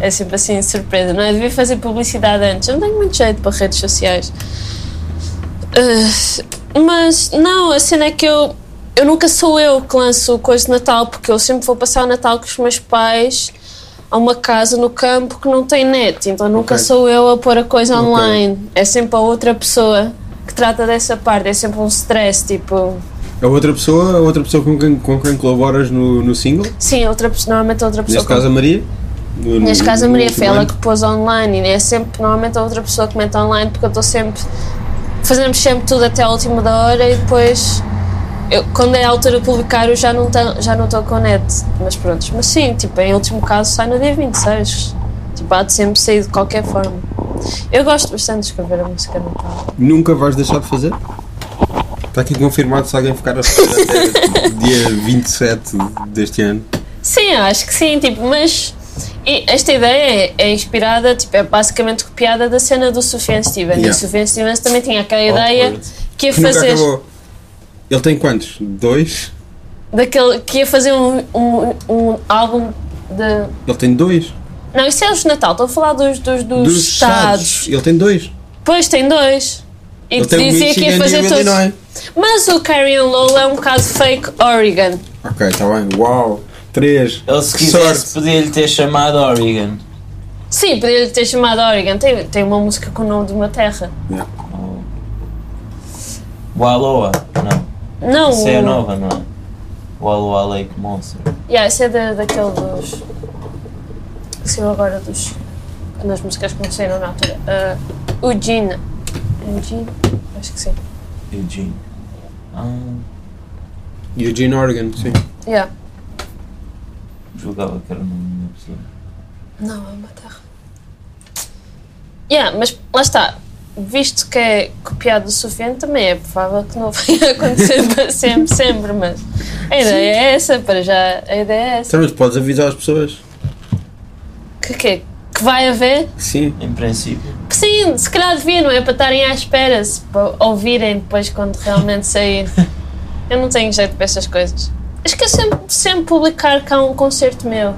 S4: É sempre assim, surpresa, não é? Devia fazer publicidade antes. Eu não tenho muito jeito para redes sociais. Ah, mas, não, a cena é que eu. Eu nunca sou eu que lanço coisa de Natal, porque eu sempre vou passar o Natal com os meus pais a uma casa no campo que não tem net. Então nunca
S5: Ok.
S4: sou eu a pôr a coisa online. É sempre a outra pessoa que trata dessa parte. É sempre um stress, tipo.
S5: A outra pessoa, a outra pessoa com quem, com quem colaboras no, no single,
S4: Sim, a outra, pessoa- normalmente a outra pessoa.
S5: neste
S4: com-
S5: caso a Maria. No-
S4: Neste
S5: no-
S4: caso a
S5: no
S4: Maria
S5: último
S4: foi ela
S5: ano.
S4: que pôs online e é sempre normalmente a outra pessoa que mete online porque eu estou sempre fazemos sempre tudo até a última da hora e depois eu- quando é a altura de publicar eu já não tão- já não estou com a net mas pronto, mas sim, tipo, em último caso sai no dia 26 tipo, há de sempre sair de qualquer forma eu gosto bastante de escrever a música de Natal
S5: Nunca vais deixar de fazer? Está aqui confirmado se alguém ficar a fazer até dia 27 deste ano.
S4: Sim, acho que sim, tipo, mas e esta ideia é, é inspirada, tipo, é basicamente copiada da cena do Sufjan Stevens. E
S5: Yeah.
S4: o Sufjan Stevens também tinha aquela ideia
S2: Awkward.
S4: que ia
S5: Que nunca
S4: fazer
S5: acabou. Ele tem quantos? Dois?
S4: daquele que ia fazer um, um, um álbum de
S5: Ele tem dois.
S4: não, isso é os de Natal, estou a falar dos, dos, dos, estados.
S5: Ele tem dois.
S4: Pois tem dois. E
S5: Ele
S4: que
S5: tem o
S4: dizia que
S5: Michigan
S4: ia
S5: e
S4: fazer
S5: o
S4: todos.
S5: Illinois.
S4: Mas o Carrie Low é um bocado fake Oregon.
S5: Ok, está bem. Uau. Três.
S2: Ele se
S5: Que
S2: quisesse podia-lhe ter chamado Oregon.
S4: Sim, poderia ter chamado Oregon. Tem, tem uma música com o nome de uma terra.
S2: Waloa, não.
S4: Não,
S2: Isso é
S4: o-
S2: a nova, não é? Waloa Lake Monster.
S4: Yeah, isso é da, daquele dos. que Saiu agora dos. nas músicas que não saíram na altura. Uh, o Gina. É o Gina? Acho que sim.
S2: Eugene. Ah,
S5: Eugene Oregon, sim.
S4: Yeah.
S2: julgava que era o nome da pessoa.
S4: Não, é uma terra. Yeah, mas lá está. Visto que é copiado do suficiente, também é provável que não venha a acontecer para sempre, sempre, mas a ideia é essa, para já a ideia é essa.
S5: Então, mas podes avisar as pessoas.
S4: Que quê? Que vai haver?
S5: Sim.
S2: Em princípio.
S4: Que sim, se calhar devia, não é? Para estarem à espera, se- para ouvirem depois quando realmente sair. Eu não tenho jeito para essas coisas. Acho que eu sempre, sempre publicar cá um concerto meu.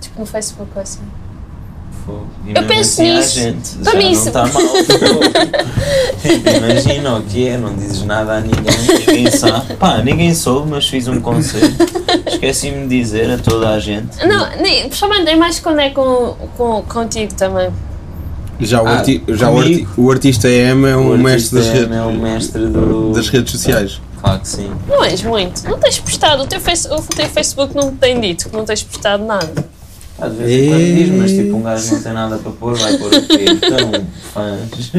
S4: Tipo no Facebook ou assim.
S2: Fogo. E
S4: Eu
S2: mesmo
S4: penso
S2: assim, há
S4: nisso.
S2: gente,
S4: Para
S2: já
S4: mim
S2: não
S4: isso- é
S2: está
S4: um
S2: mal. Imagina o que é, não dizes nada a ninguém, ninguém sabe. Pá, ninguém soube, mas fiz um concerto. Esqueci-me de dizer a toda a gente.
S4: Não, nem, principalmente é mais quando é com, com, contigo também.
S5: Já o,
S2: Ah,
S5: arti- já o,
S2: comigo?
S5: arti- o artista EM é um
S2: O
S5: mestre
S2: artista
S5: das, redes-
S2: é o mestre do-
S5: das redes sociais.
S2: Claro que sim.
S4: Não és muito. Não tens postado. O teu, face, o teu Facebook não te tem dito que não tens postado nada.
S2: Às vezes quando diz, mas tipo, um gajo não tem nada para pôr, vai pôr o quê? Então, fãs.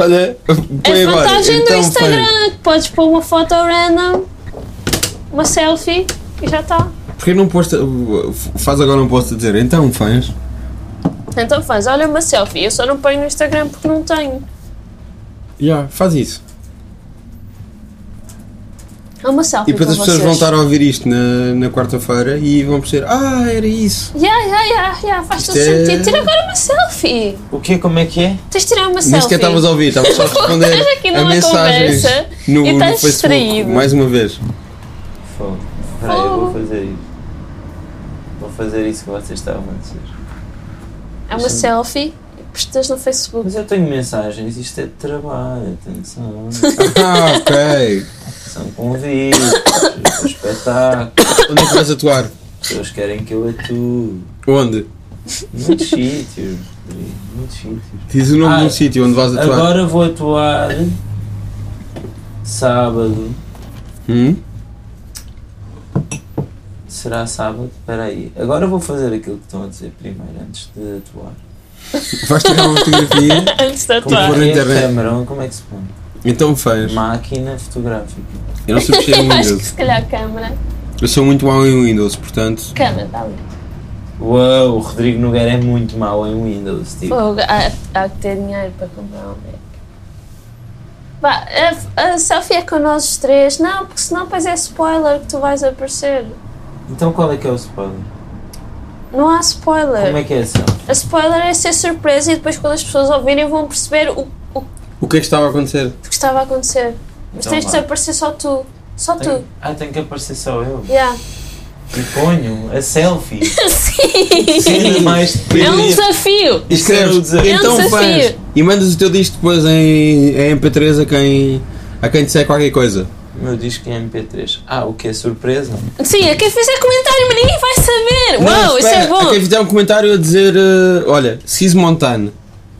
S5: Olha, põe
S4: é
S5: agora.
S4: vantagem do
S5: Então, põe.
S4: Instagram, que podes pôr uma foto random, uma selfie e já está.
S5: Porquê não posta. Faz agora um post a dizer. Então, fãs.
S4: Então faz, olha uma selfie. Eu só não ponho no Instagram porque não tenho.
S5: Já, faz isso.
S4: É uma selfie.
S5: E depois
S4: com
S5: as pessoas vão
S4: vocês.
S5: estar a ouvir isto na, na quarta-feira e vão perceber, ah, era isso.
S4: Yeah, yeah, yeah, yeah, faz todo
S5: Isto é-
S4: sentido. Tira agora uma selfie.
S2: O quê? Como é que é?
S4: Tens de tirar uma
S5: Nem
S4: selfie.
S5: sequer estavas a ouvir, estavas só a responder
S4: Estás aqui
S5: a
S4: numa
S5: mensagens
S4: conversa e
S5: no, no
S4: estás
S5: Facebook.
S4: distraído.
S5: Mais uma vez.
S2: Fogo. Espera aí, eu vou fazer isso. Vou fazer isso que vocês estavam a dizer.
S4: É uma selfie e postas no Facebook.
S2: Mas eu tenho mensagens, isto é de trabalho, atenção.
S5: Ah, ok.
S2: São convites, são espetáculos,
S5: Onde é que vais atuar?
S2: as pessoas querem que eu atue.
S5: Onde?
S2: Muitos sítios, Rodrigo, muitos sítios.
S5: Diz o nome
S2: Ah,
S5: de um sítio onde vais atuar.
S2: Agora vou atuar sábado.
S5: Hum?
S2: Será sábado? Espera aí. Agora vou fazer aquilo que estão a dizer primeiro, antes de atuar.
S5: Vais tirar uma fotografia?
S4: Antes de
S2: Como é que
S4: atuar.
S5: Claro. Vou na
S2: é
S5: internet.
S2: câmera? Como é que se põe?
S5: Então fez.
S2: Máquina fotográfica.
S5: Eu não sei mexer no
S4: Acho que
S5: Windows.
S4: se calhar câmera.
S5: Eu sou muito mau em Windows, portanto.
S4: Câmera, dá tá ali.
S2: Uau, o Rodrigo Nogueira é muito mau em Windows, tipo.
S4: Fogo, há, há que ter dinheiro para comprar um Mac. Vá, a, a selfie é com nós os três. Não, porque senão depois é spoiler que tu vais aparecer.
S2: Então qual é que é o spoiler?
S4: Não há spoiler.
S2: Como é que é essa?
S4: A spoiler é ser surpresa e depois quando as pessoas ouvirem vão perceber o, o
S5: O que é que estava a acontecer?
S4: que estava a acontecer. Mas
S2: Então
S4: tens de
S2: vá.
S4: aparecer só tu. Só
S2: Tenho-
S4: tu.
S2: Ah, tem que aparecer só eu.
S4: Yeah.
S2: E ponho a selfie. Sendo
S4: Sim!
S2: mais
S4: É um desafio!
S2: Escreves,
S4: É um
S5: então
S4: desafio.
S5: faz. E mandas o teu disco depois em, em MP3 a quem, a quem disser qualquer coisa.
S2: Meu disco em MP3. Ah, o que é surpresa?
S4: Sim, a quem fizer comentário, mas ninguém vai saber! Uau, isso é
S5: espera, A quem
S4: bom!
S5: fizer um comentário a dizer: eh, Olha, Cis Montano.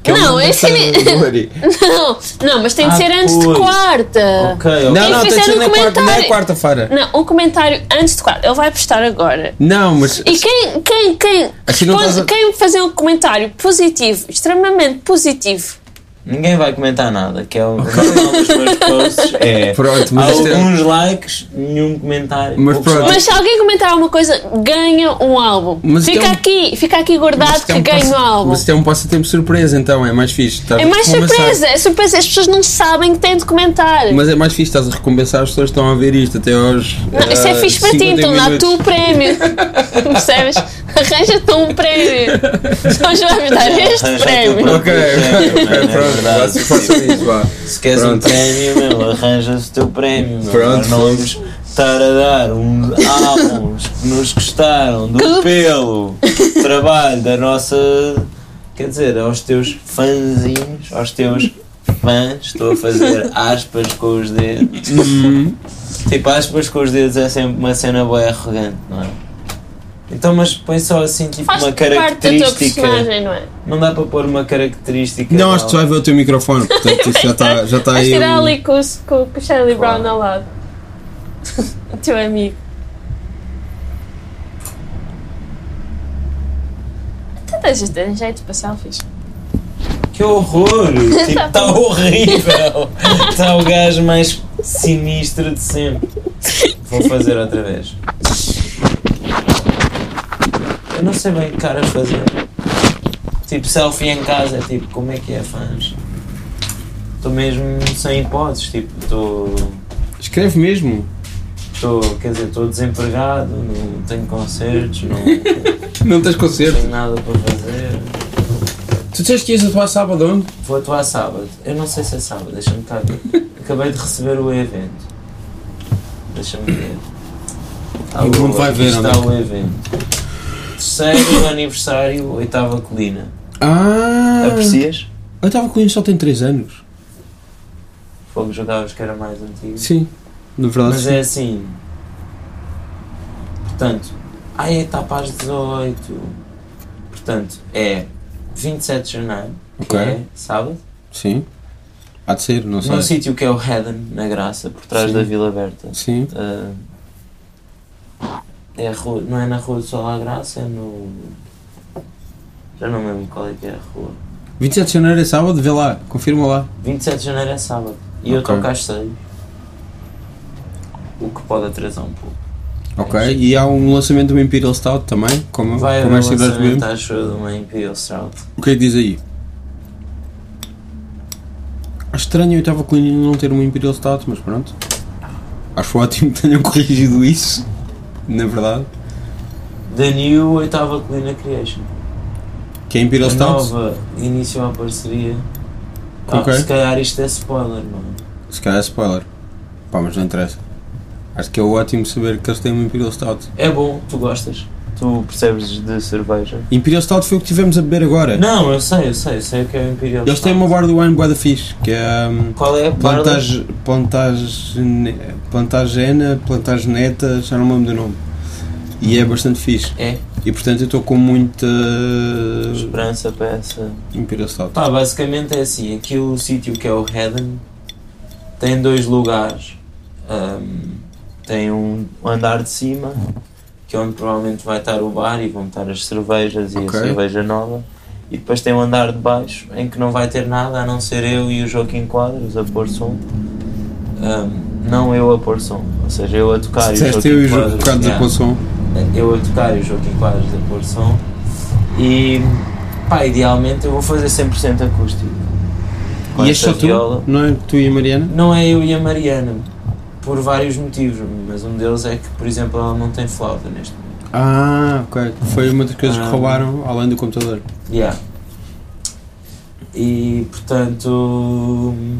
S5: que é o
S4: Não,
S5: nome
S4: esse
S5: dessa
S4: é-
S5: Lori.
S4: Não, não, mas tem de
S2: Ah,
S4: ser antes de
S2: pois.
S4: quarta!
S2: Ok, ok.
S5: Não,
S4: Quem
S5: não, tem de
S4: fizer
S5: ser
S4: um
S5: na quarta- na
S4: comentário-
S5: quarta-feira.
S4: Não, um comentário antes de quarta. Ele vai postar agora.
S5: Não, mas.
S4: E quem, quem, quem,
S5: Assim não
S4: responde-
S5: estás a-
S4: quem fazer um comentário positivo, extremamente positivo,
S2: Ninguém vai comentar nada, que é o normal dos meus posts. É.
S5: Pronto,
S2: Há
S5: mas isto é-
S2: alguns likes, nenhum comentário.
S5: Mas
S2: Poucos
S5: pronto.
S4: Mas
S2: likes.
S4: se alguém comentar alguma coisa, ganha um álbum.
S5: Mas
S4: fica,
S5: tem um-
S4: aqui, fica aqui
S5: mas
S4: guardado
S5: isto é
S4: que
S5: um
S4: ganha um
S5: passo-
S4: álbum.
S5: Mas isto é um passatempo surpresa, então, é mais fixe. estás
S4: É
S5: a
S4: mais
S5: recompensar.
S4: surpresa, é surpresa. As pessoas não sabem que têm de comentar.
S5: Mas é mais fixe, estás a recompensar as pessoas que estão a ver isto até eh, hoje.
S4: Não, isso
S5: ah,
S4: é fixe para ti, então dá tu o prémio. Percebes? Arranja-te um prémio. Então, Nós vamos dar
S2: Arranja-te
S4: este
S2: um
S4: prémio.
S2: o
S5: Ok,
S2: Não é
S5: pronto,
S2: verdade.
S5: vá, se faça isso, vá.
S2: Se queres um
S5: Pronto.
S2: prémio, meu, arranjas o teu prémio. Meu.
S5: Pronto.
S2: Nós não vamos estar a dar uns álbuns que nos custaram do pelo trabalho da nossa. Quer dizer, aos teus fãzinhos, aos teus fãs, estou a fazer aspas com os dedos.
S5: Uhum.
S2: tipo, aspas com os dedos é sempre uma cena boa arrogante, não é? Então, mas põe só assim, tipo,
S4: Faz
S2: uma
S4: parte da tua
S2: característica.
S4: personagem, não é?
S2: Não dá para pôr uma característica.
S5: Não, acho que
S2: dela.
S5: tu vai ver o teu microfone, portanto, isso já está já tá
S4: Vais
S5: aí.
S4: tirar
S5: um-
S4: ali com, o- com, com o Charlie
S2: Claro.
S4: Brown ao lado. o teu amigo. Até tens tens jeito para selfies.
S2: Que horror! Tipo, tá horrível! Está o gajo mais sinistro de sempre. Vou fazer outra vez. Eu não sei bem que caras fazer. Tipo, selfie em casa, tipo, como é que é, fãs? Estou mesmo sem hipóteses, tipo, estou.
S5: Escreve mesmo.
S2: Estou, quer dizer, estou desempregado, não tenho concertos, não tenho
S5: Não tens concerto.
S2: nada para fazer.
S5: Tu disseste que ias atuar sábado onde?
S2: Vou atuar sábado. Eu não sei se é sábado, deixa-me cá ver. Acabei de receber o evento. Deixa-me ver.
S5: E o Bruno
S2: Alô,
S5: vai
S2: aqui
S5: ver,
S2: está
S5: não é?
S2: o evento. Terceiro aniversário, oitava colina.
S5: Ah!
S2: Aprecias?
S5: Eu estava com ele só tem 3 anos.
S2: Fogo jogavas que era mais antigo.
S5: Sim, na verdade.
S2: Mas
S5: sim.
S2: é assim. Portanto, ai, é etapa às 18. Portanto, é 27 de janeiro, que
S5: Ok.
S2: é sábado.
S5: Sim. Há de ser, não sei.
S2: Num sítio que é o Hedden, na Graça, por trás
S5: Sim.
S2: da Vila Aberta.
S5: Sim.
S2: Ah, é a rua, não é na Rua do Sol à Graça, é no. Já não me lembro qual é que é a rua.
S5: 27 de janeiro é sábado, vê lá, confirma lá.
S2: 27 de janeiro é sábado e eu
S5: Ok.
S2: toco às 6. O que pode atrasar um pouco.
S5: Ok, e há um lançamento do Imperial Stout também, como,
S2: Vai
S5: como
S2: haver um
S5: é que nós
S2: lançamento
S5: bebemos.
S2: à show de uma Imperial Stroud.
S5: O que é que diz aí? Acho estranho eu estava com o não ter um Imperial Stout, mas pronto. Acho ótimo que tenham corrigido isso, na verdade.
S2: The New oitava Colina Creation.
S5: Que é
S2: A
S5: Imperial Stout?
S2: nova iniciou a parceria.
S5: Com
S2: Ah,
S5: quem?
S2: se calhar isto é spoiler, mano.
S5: Se calhar é spoiler. Pá, mas não interessa. Acho que é ótimo saber que eles têm uma Imperial Stout.
S2: É bom, tu gostas. Tu percebes de cerveja.
S5: Imperial Stout foi o que tivemos a beber agora.
S2: Não, eu sei, eu sei, eu sei o que é o Imperial
S5: É. Eles têm
S2: Stout.
S5: uma bar do wine bué da fixe, que é... hum,
S2: Qual é a barra?
S5: Plantage, plantage, plantagena, plantageneta, já não me lembro do nome. E é bastante fixe.
S2: É,
S5: E portanto eu estou com muita Hum.
S2: esperança para essa.
S5: Imperial Stout.
S2: Pá, basicamente é assim, aqui o sítio que é o Hedden tem dois lugares. Ahm, tem um andar de cima, que é onde provavelmente vai estar o bar e vão estar as cervejas e
S5: Ok.
S2: a cerveja nova. E depois tem o andar de baixo, em que não vai ter nada a não ser eu e o Joaquim Quadros a pôr som. Ahm, não eu a pôr som, ou seja, eu a tocar e tipo o
S5: Disseste
S2: Joaquim
S5: eu e o
S2: Quadros.
S5: João Carlos
S2: Yeah
S5: da Poção.
S2: eu a tocar e o Joaquim Quadros a pôr som e pá, idealmente eu vou fazer 100% acústico com
S5: E és
S2: esta
S5: só tu?
S2: viola.
S5: Não é? Tu e a Mariana?
S2: Não é eu e a Mariana por vários motivos, mas um deles é que por exemplo ela não tem flauta neste momento.
S5: Ah, ok. Foi uma das coisas que
S2: Ah.
S5: roubaram além do computador.
S2: Yeah. E portanto hum,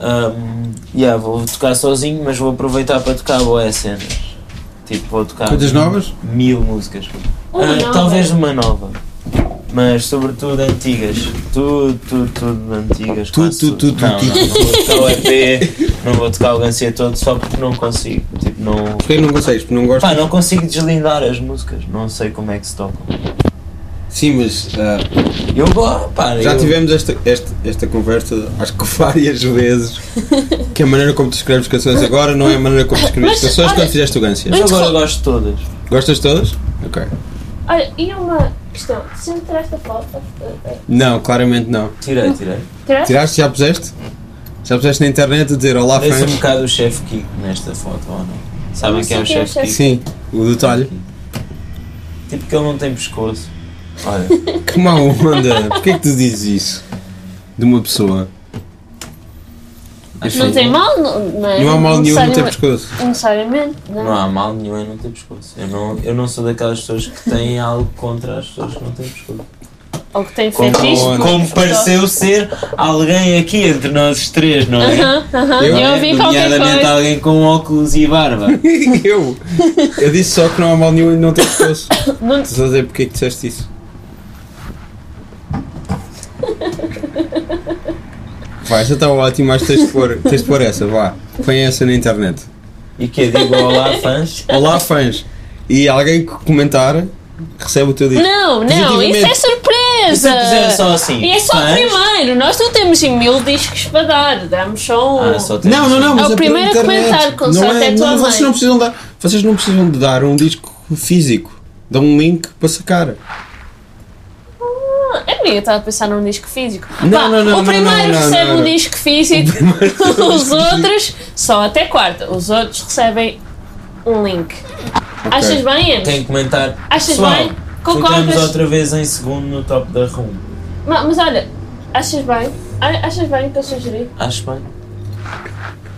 S2: hum, yeah, vou tocar sozinho, mas vou aproveitar para tocar boas cenas. Tipo, vou tocar
S5: Coisas novas?
S2: mil músicas.
S3: Uma
S2: Ah,
S3: nova.
S2: Talvez uma nova. Mas sobretudo antigas. Tudo, tudo, tudo antigas.
S5: Tudo,
S2: quase
S5: tudo, tudo,
S2: Não,
S5: tudo.
S2: não, não vou tocar o EP, não vou tocar o Gancia todo só porque não consigo. Tipo, não.
S5: Porquê não consegues? Porque não gostas?
S2: Pá, não consigo deslindar as músicas. Não sei como é que se tocam.
S5: Sim, mas ah,
S2: Eu gosto, pá.
S5: já
S2: eu-
S5: tivemos esta, esta, esta conversa acho que várias vezes. que a maneira como tu escreves canções agora não é a maneira como tu escreves
S4: Mas,
S5: canções
S4: olha-
S5: quando fizeste o Gância.
S2: Mas agora gosto de todas.
S5: Gostas de todas? Ok.
S4: Olha, e uma questão. Sempre tiraste a foto? eh,
S5: Não, claramente não.
S2: Tirei, tirei.
S4: eh, Tiraste?
S5: Tiraste? Já puseste? Já puseste na internet a dizer olá
S2: Parece um
S5: fãs?
S2: bocado o chefe Kiko nesta foto, ou não? Sabem
S4: Não
S2: quem é o
S4: sei quem é o
S2: chefe Kiko?
S5: Sim, o detalhe.
S2: Tipo que ele não tem pescoço. Olha.
S5: Que mau onda! Porquê que tu dizes isso? De uma pessoa.
S2: Acho
S4: Não
S2: que-
S4: tem mal, não, não é?
S5: Não há mal nenhum no teu
S4: necessariamente-
S5: pescoço.
S4: não Necessariamente, não. é?
S2: Não há mal nenhum em não ter pescoço. Eu não, eu não sou daquelas pessoas que têm algo contra as pessoas que não têm pescoço.
S4: Ou que tem
S2: Como,
S4: fetiche.
S5: Olha.
S2: como pareceu ser alguém aqui entre nós três, não é?
S4: Aham, aham.
S5: Eu-
S4: Eu ouvi qualquer
S2: Nomeadamente
S4: coisa.
S2: alguém com óculos e barba.
S5: eu? Eu disse só que não há mal nenhum em não ter pescoço.
S4: Não-
S5: Estás a dizer porquê que disseste isso? Vai, tá já está ótimo, mas tens de pôr, tens de pôr essa, vá. Põe essa na internet.
S2: E que eu digo olá fãs.
S5: Olá fãs! E alguém que comentar recebe o teu disco.
S4: Não, não, isso é
S5: Positivamente.
S2: E se
S4: surpresa!
S2: puser só assim?
S4: E é só o
S2: fãs?
S4: primeiro, nós não temos mil discos para dar, damos só um.
S2: Ah, só tem
S5: Não, não, não, mas
S4: É o
S5: é pela
S4: primeiro a
S5: internet.
S4: comentar, com
S5: Não
S4: sorte é tua
S5: não,
S4: mãe.
S5: Vocês não, precisam dar, vocês não precisam de dar um disco físico. Dão um link para sacar.
S4: Ah, amiga, eu estava a pensar num disco físico.
S5: Não,
S4: Pá,
S5: não, não,
S4: O
S5: não,
S4: primeiro
S5: não, não,
S4: recebe
S5: não,
S4: um
S5: não.
S4: disco físico,
S5: um
S4: os outros só até quarta. Os outros recebem um link. Achas bem, Enes?
S2: Tem que comentar.
S4: Achas
S2: Pessoal,
S4: bem?
S2: Ficamos
S4: Concordas?
S2: outra vez em segundo no top da room.
S4: Ma- Mas, olha, achas bem? A- Achas bem o que eu sugeri?
S2: Acho bem.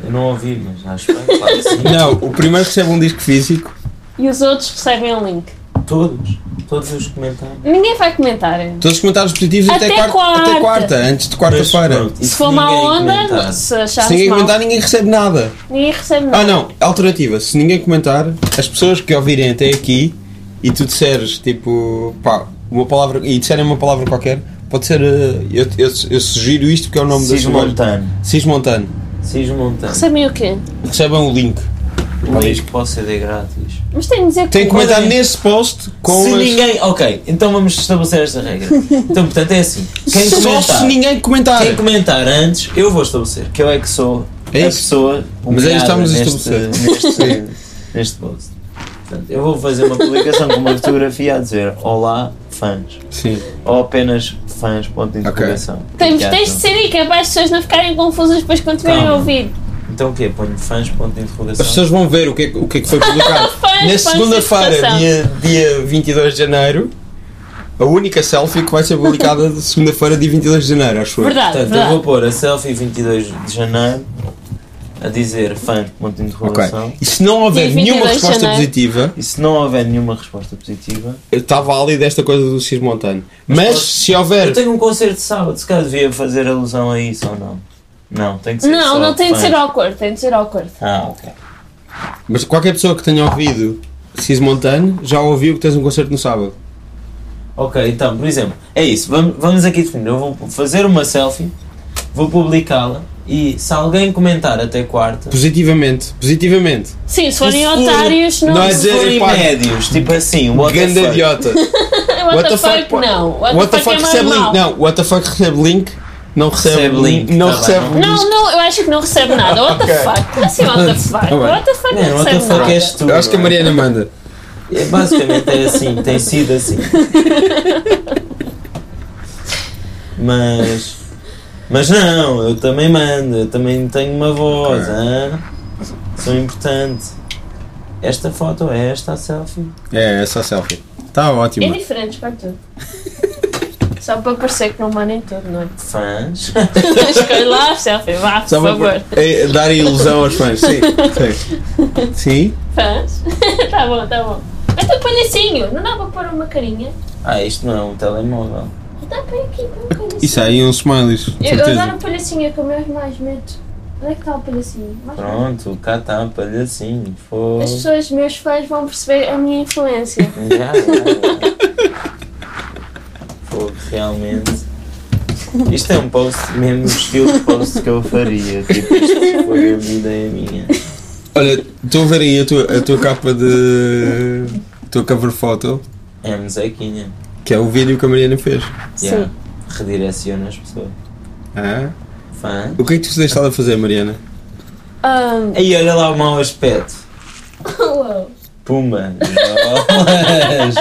S2: Eu não ouvi, mas acho bem, claro que sim.
S5: Não, o primeiro recebe um disco físico.
S4: E os outros recebem um link.
S2: Todos, todos os comentários.
S4: Ninguém vai comentar. Enes.
S5: Todos os comentários positivos até,
S4: Até
S5: quarta,
S4: quarta.
S5: até quarta, antes de
S2: Mas
S5: quarta-feira.
S2: pronto, e
S4: Se for má
S2: ninguém
S4: onda,
S2: comentar?
S4: se
S5: Se
S4: achares
S5: ninguém
S4: mal,
S5: comentar, ninguém recebe nada.
S4: ninguém recebe nada.
S5: Ah, não, alternativa. Se ninguém comentar, as pessoas que ouvirem até aqui e tu disseres, tipo, pá, uma palavra, e disserem uma palavra qualquer, pode ser. eh, Eu, eu, eu sugiro isto porque é o nome da sua.
S2: Cismontano.
S5: Sismontano.
S2: Cismontano.
S4: Recebem o quê?
S5: Recebem o link.
S2: O disco pode ser de grátis.
S4: Mas tem de dizer que.
S5: Tem que comentar
S2: Olha,
S5: nesse post com
S2: se
S5: as-
S2: ninguém. Ok, então vamos estabelecer esta regra. Então, portanto, é assim. Quem
S5: Só
S2: comentar,
S5: se ninguém comentar.
S2: quem comentar antes, eu vou estabelecer. Que eu é que sou
S5: É
S2: a
S5: isso.
S2: pessoa.
S5: Mas aí estamos a
S2: humilhada
S5: estabelecer.
S2: Neste, neste, neste post. Portanto, eu vou fazer uma publicação com uma fotografia a dizer Olá, fãs.
S5: Sim.
S2: Ou apenas fãs, ponto de interrogação. O que é
S4: Temos,
S2: que
S4: tens de
S2: acham?
S4: ser dica para as pessoas não ficarem confusas depois quando tiverem
S2: Calma.
S4: ouvido.
S2: Então o quê? Ponho fãs, ponto de interrogação.
S5: As pessoas vão ver o que é, que- o que, é que foi publicado.
S4: Fãs,
S5: Na
S4: fãs,
S5: segunda-feira,
S4: sensação.
S5: dia, dia 22 de janeiro, A única selfie que vai ser publicada de segunda-feira, dia 22 de janeiro, acho eu.
S7: Verdade,
S2: Portanto, eu
S7: verdade.
S2: vou pôr a selfie 22 de janeiro a dizer fã, ponto de
S5: Ok.
S2: interrogação.
S5: E se não houver
S4: Dia 22
S5: nenhuma
S4: de
S5: resposta
S4: janeiro.
S5: positiva,
S2: E se não houver nenhuma resposta positiva.
S5: está válida esta coisa do X Montanho. Mas
S2: pode-
S5: se
S2: Eu
S5: houver.
S2: tenho um concerto de sábado, se calhar devia fazer alusão a isso ou não. Não, tem que ser.
S4: Não,
S2: só
S4: não tem de
S2: fã.
S4: ser awkward, tem de ser awkward.
S2: Ah, ok.
S5: Mas qualquer pessoa que tenha ouvido X Montanho já ouviu que tens um concerto no sábado.
S2: Ok, então, por exemplo, é isso. Vamos, vamos aqui definir. Eu vou fazer uma selfie, vou publicá-la e se alguém comentar até quarta.
S5: Positivamente. Positivamente.
S4: Sim, se forem
S5: Isso tudo.
S4: otários, não.
S5: Nós-
S4: What
S2: Se forem
S5: é, pá,
S2: médios, tipo assim, what the
S5: Ganda
S2: fuck.
S5: idiota.
S4: the fuck,
S5: pá.
S4: não.
S5: What the fuck
S4: é
S5: recebe
S4: mau.
S5: link? Não, what the fuck recebe link? Não recebe,
S2: Recebe
S5: link.
S2: link,
S5: Não
S2: tá
S5: recebe
S2: bem.
S4: Não, não, eu acho que não recebe nada. What the fuck? Assim, what the fuck?
S5: bem.
S4: What the fuck não
S2: Mano, what the
S4: recebe
S2: fuck
S4: nada?
S2: és tu?
S5: Eu acho que a
S2: não é?
S5: Mariana manda.
S2: É, Basicamente é assim, tem sido assim. Mas. Mas não, eu também mando, eu também tenho uma voz,
S5: Ok.
S2: hã? sou importante. Esta foto é esta a selfie?
S5: É, é só selfie. Está
S4: É
S5: ótimo.
S4: diferente para tudo. Só para parecer que não mandem tudo, não é?
S2: Fãs?
S4: Escolhe lá a selfie, vá, por
S5: Só para-
S4: favor.
S5: é, dar a ilusão aos fãs, sim. Sim. Sim?
S4: Fãs? tá bom, tá bom. Até palhacinho, não dá para pôr uma carinha?
S2: Ah, isto não é um telemóvel.
S4: Dá para ir aqui para um palhacinho.
S5: Isso aí, uns smileys. de
S4: Eu, eu adoro
S5: Certeza.
S4: o palhacinho, é que eu mesmo mais medo. Onde é que está o palhacinho? Mais medo.
S2: Pronto, cá está um palhacinho. Foi.
S4: As pessoas, meus fãs, vão perceber a minha influência.
S2: Já, já, já. Fogo, realmente. Isto é um post, mesmo estilo de post que eu faria. Tipo, isto foi uma ideia minha.
S5: Olha, estou a ver aí a tua, a tua capa de. a tua cover photo,
S2: É a mosequinha.
S5: que é o vídeo que a Mariana fez.
S2: Yeah. Redireciona as pessoas.
S5: Ah.
S2: Fã.
S5: O que é que tu tens estado a fazer, Mariana?
S4: Ahm,
S2: Aí olha lá o mau aspecto.
S4: uau.
S2: Pumba. Bolas.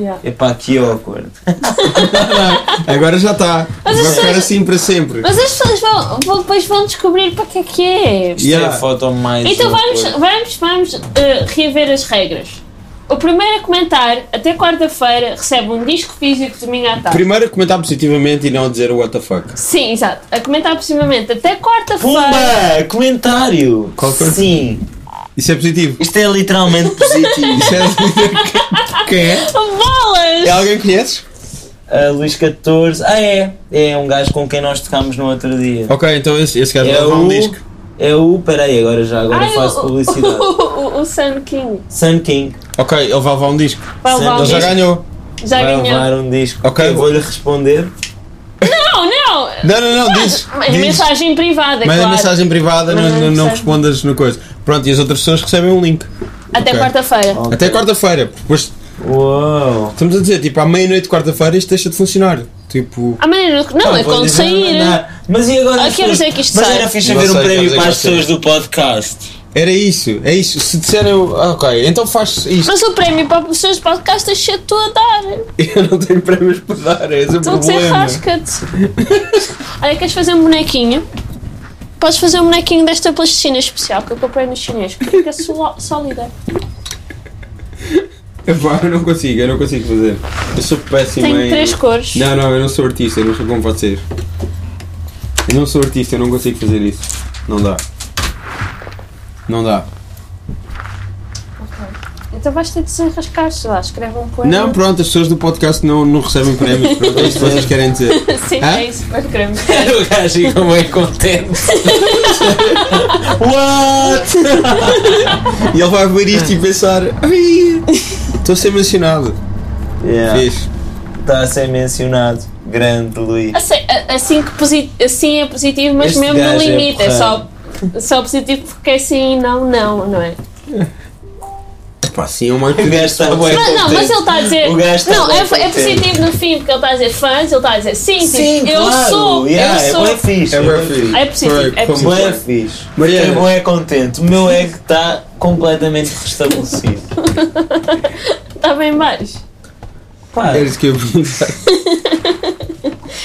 S4: Yeah.
S2: Epá, que awkward.
S5: Agora já está. Vai
S4: as
S5: ficar
S4: pessoas-
S5: assim para sempre.
S4: Mas as pessoas vão, vão- depois vão descobrir para que é que é.
S2: Isto
S5: Yeah.
S2: é a foto mais.
S4: Então vamos,
S2: awkward.
S4: vamos, vamos eh, rever as regras. O primeiro a comentar, até quarta-feira, recebe um disco físico domingo à tarde.
S5: Primeiro a comentar positivamente e não a dizer what the fuck.
S4: Sim, exato. A comentar aproximadamente até quarta-feira.
S2: Pumba! Comentário!
S5: Qual foi?
S2: Sim!
S5: Isso é positivo.
S2: Isto é literalmente positivo.
S5: Isso é. Quem é?
S4: Bolas!
S5: É alguém que conheces?
S2: A Luís 14. Ah, é. É um gajo com quem nós tocámos no outro dia.
S5: Ok, então esse, esse gajo vai
S2: É
S5: levar um
S2: o.
S5: disco.
S2: É o. Peraí, agora já. Agora
S4: Ai,
S2: faço
S4: o-
S2: publicidade.
S4: O, o, o Sun King
S2: Sun King.
S5: Ok, ele vai levar um disco.
S4: vai
S2: Sun-
S4: levar um
S5: Ele já
S4: disco.
S5: ganhou.
S4: Já
S2: vai
S4: ganhou.
S2: levar um disco.
S5: Ok.
S2: Eu vou-lhe responder.
S4: Não, não!
S5: Não, não, não, diz.
S4: Mas é
S5: diz.
S4: mensagem privada,
S5: Manda
S4: claro.
S5: mensagem privada, não,
S4: Manda
S5: não, não
S4: mensagem.
S5: respondas no coisa. Pronto, e as outras pessoas recebem um link.
S4: Até
S5: Ok.
S4: quarta-feira.
S2: Ok.
S5: Até quarta-feira. porque Depois
S2: Uou!
S5: estamos a dizer, tipo, à meia-noite de quarta-feira isto deixa de funcionar. Tipo.
S4: Amanhã não, não
S2: Pá,
S4: é
S2: vou-lhe
S4: quando
S2: dizer,
S4: sair.
S2: mandar. Mas e agora?
S4: Ah,
S2: as
S4: que horas
S2: pessoas-
S4: é que isto
S2: Mas
S4: sai?
S2: era fixe
S5: Não
S2: haver
S5: sei,
S2: um
S5: quer
S2: prémio
S5: dizer, é
S2: para as
S5: já sei.
S2: pessoas do podcast.
S5: Era isso, é isso. Se disserem. ah, Ok, então faz isto.
S4: Mas o prémio para os seus podcasts deixa tu a dar.
S5: Eu não tenho prémios para dar, é esse o
S4: Tudo sem
S5: problema.
S4: rasca-te. Olha, queres fazer um bonequinho? Podes fazer um bonequinho desta plasticina especial que eu comprei no chinês, que fica só sólida.
S5: Epá, eu não consigo, eu não consigo fazer. Eu sou péssimo
S4: Tem
S5: em-
S4: três cores.
S5: Não, não, eu não sou artista, eu não sou como vocês. Eu não sou artista, eu não consigo fazer isso. Não dá. Não dá.
S4: Então vais ter de desenrascar, sei lá, escreve um poema.
S5: Não, pronto, as pessoas do podcast não, não recebem prémios. Pronto, é isso que vocês querem dizer.
S4: Sim,
S5: Hã?
S4: é isso, para creme.
S2: Era o gajo e como é contente.
S5: What? e ele vai ver isto e pensar. "Ai, Estou a ser mencionado.
S2: Yeah.
S5: Fiz.
S2: Está a ser mencionado. Grande Luís.
S4: Assim, a- assim, que posi- assim é positivo, mas
S2: Este
S4: mesmo no
S2: gajo é
S4: limite. É, só,
S2: porrada.
S4: só positivo porque é sim e não, não, não é?
S5: Epá, sim, é uma
S2: O gajo está bem
S4: Mas não, mas
S2: contente.
S4: ele tá está a dizer.
S2: O gajo está
S4: não,
S2: bem
S4: é, é
S2: contente.
S4: positivo no fim, porque ele está a dizer fãs, ele está a dizer sim, sim,
S2: Sim,
S4: eu
S2: claro.
S4: sou,
S2: Yeah,
S4: eu sou.
S2: É bem fixe.
S5: É
S2: bué
S5: bem fixe.
S4: É positivo, é
S5: Foi como-
S4: positivo.
S2: Bué fixe.
S5: Mariana.
S2: Mariana. Fiquei bué contente. O meu ego tá está completamente restabelecido.
S4: Está bem tá mais.
S2: Pá,
S5: Era isso que eu ia perguntar.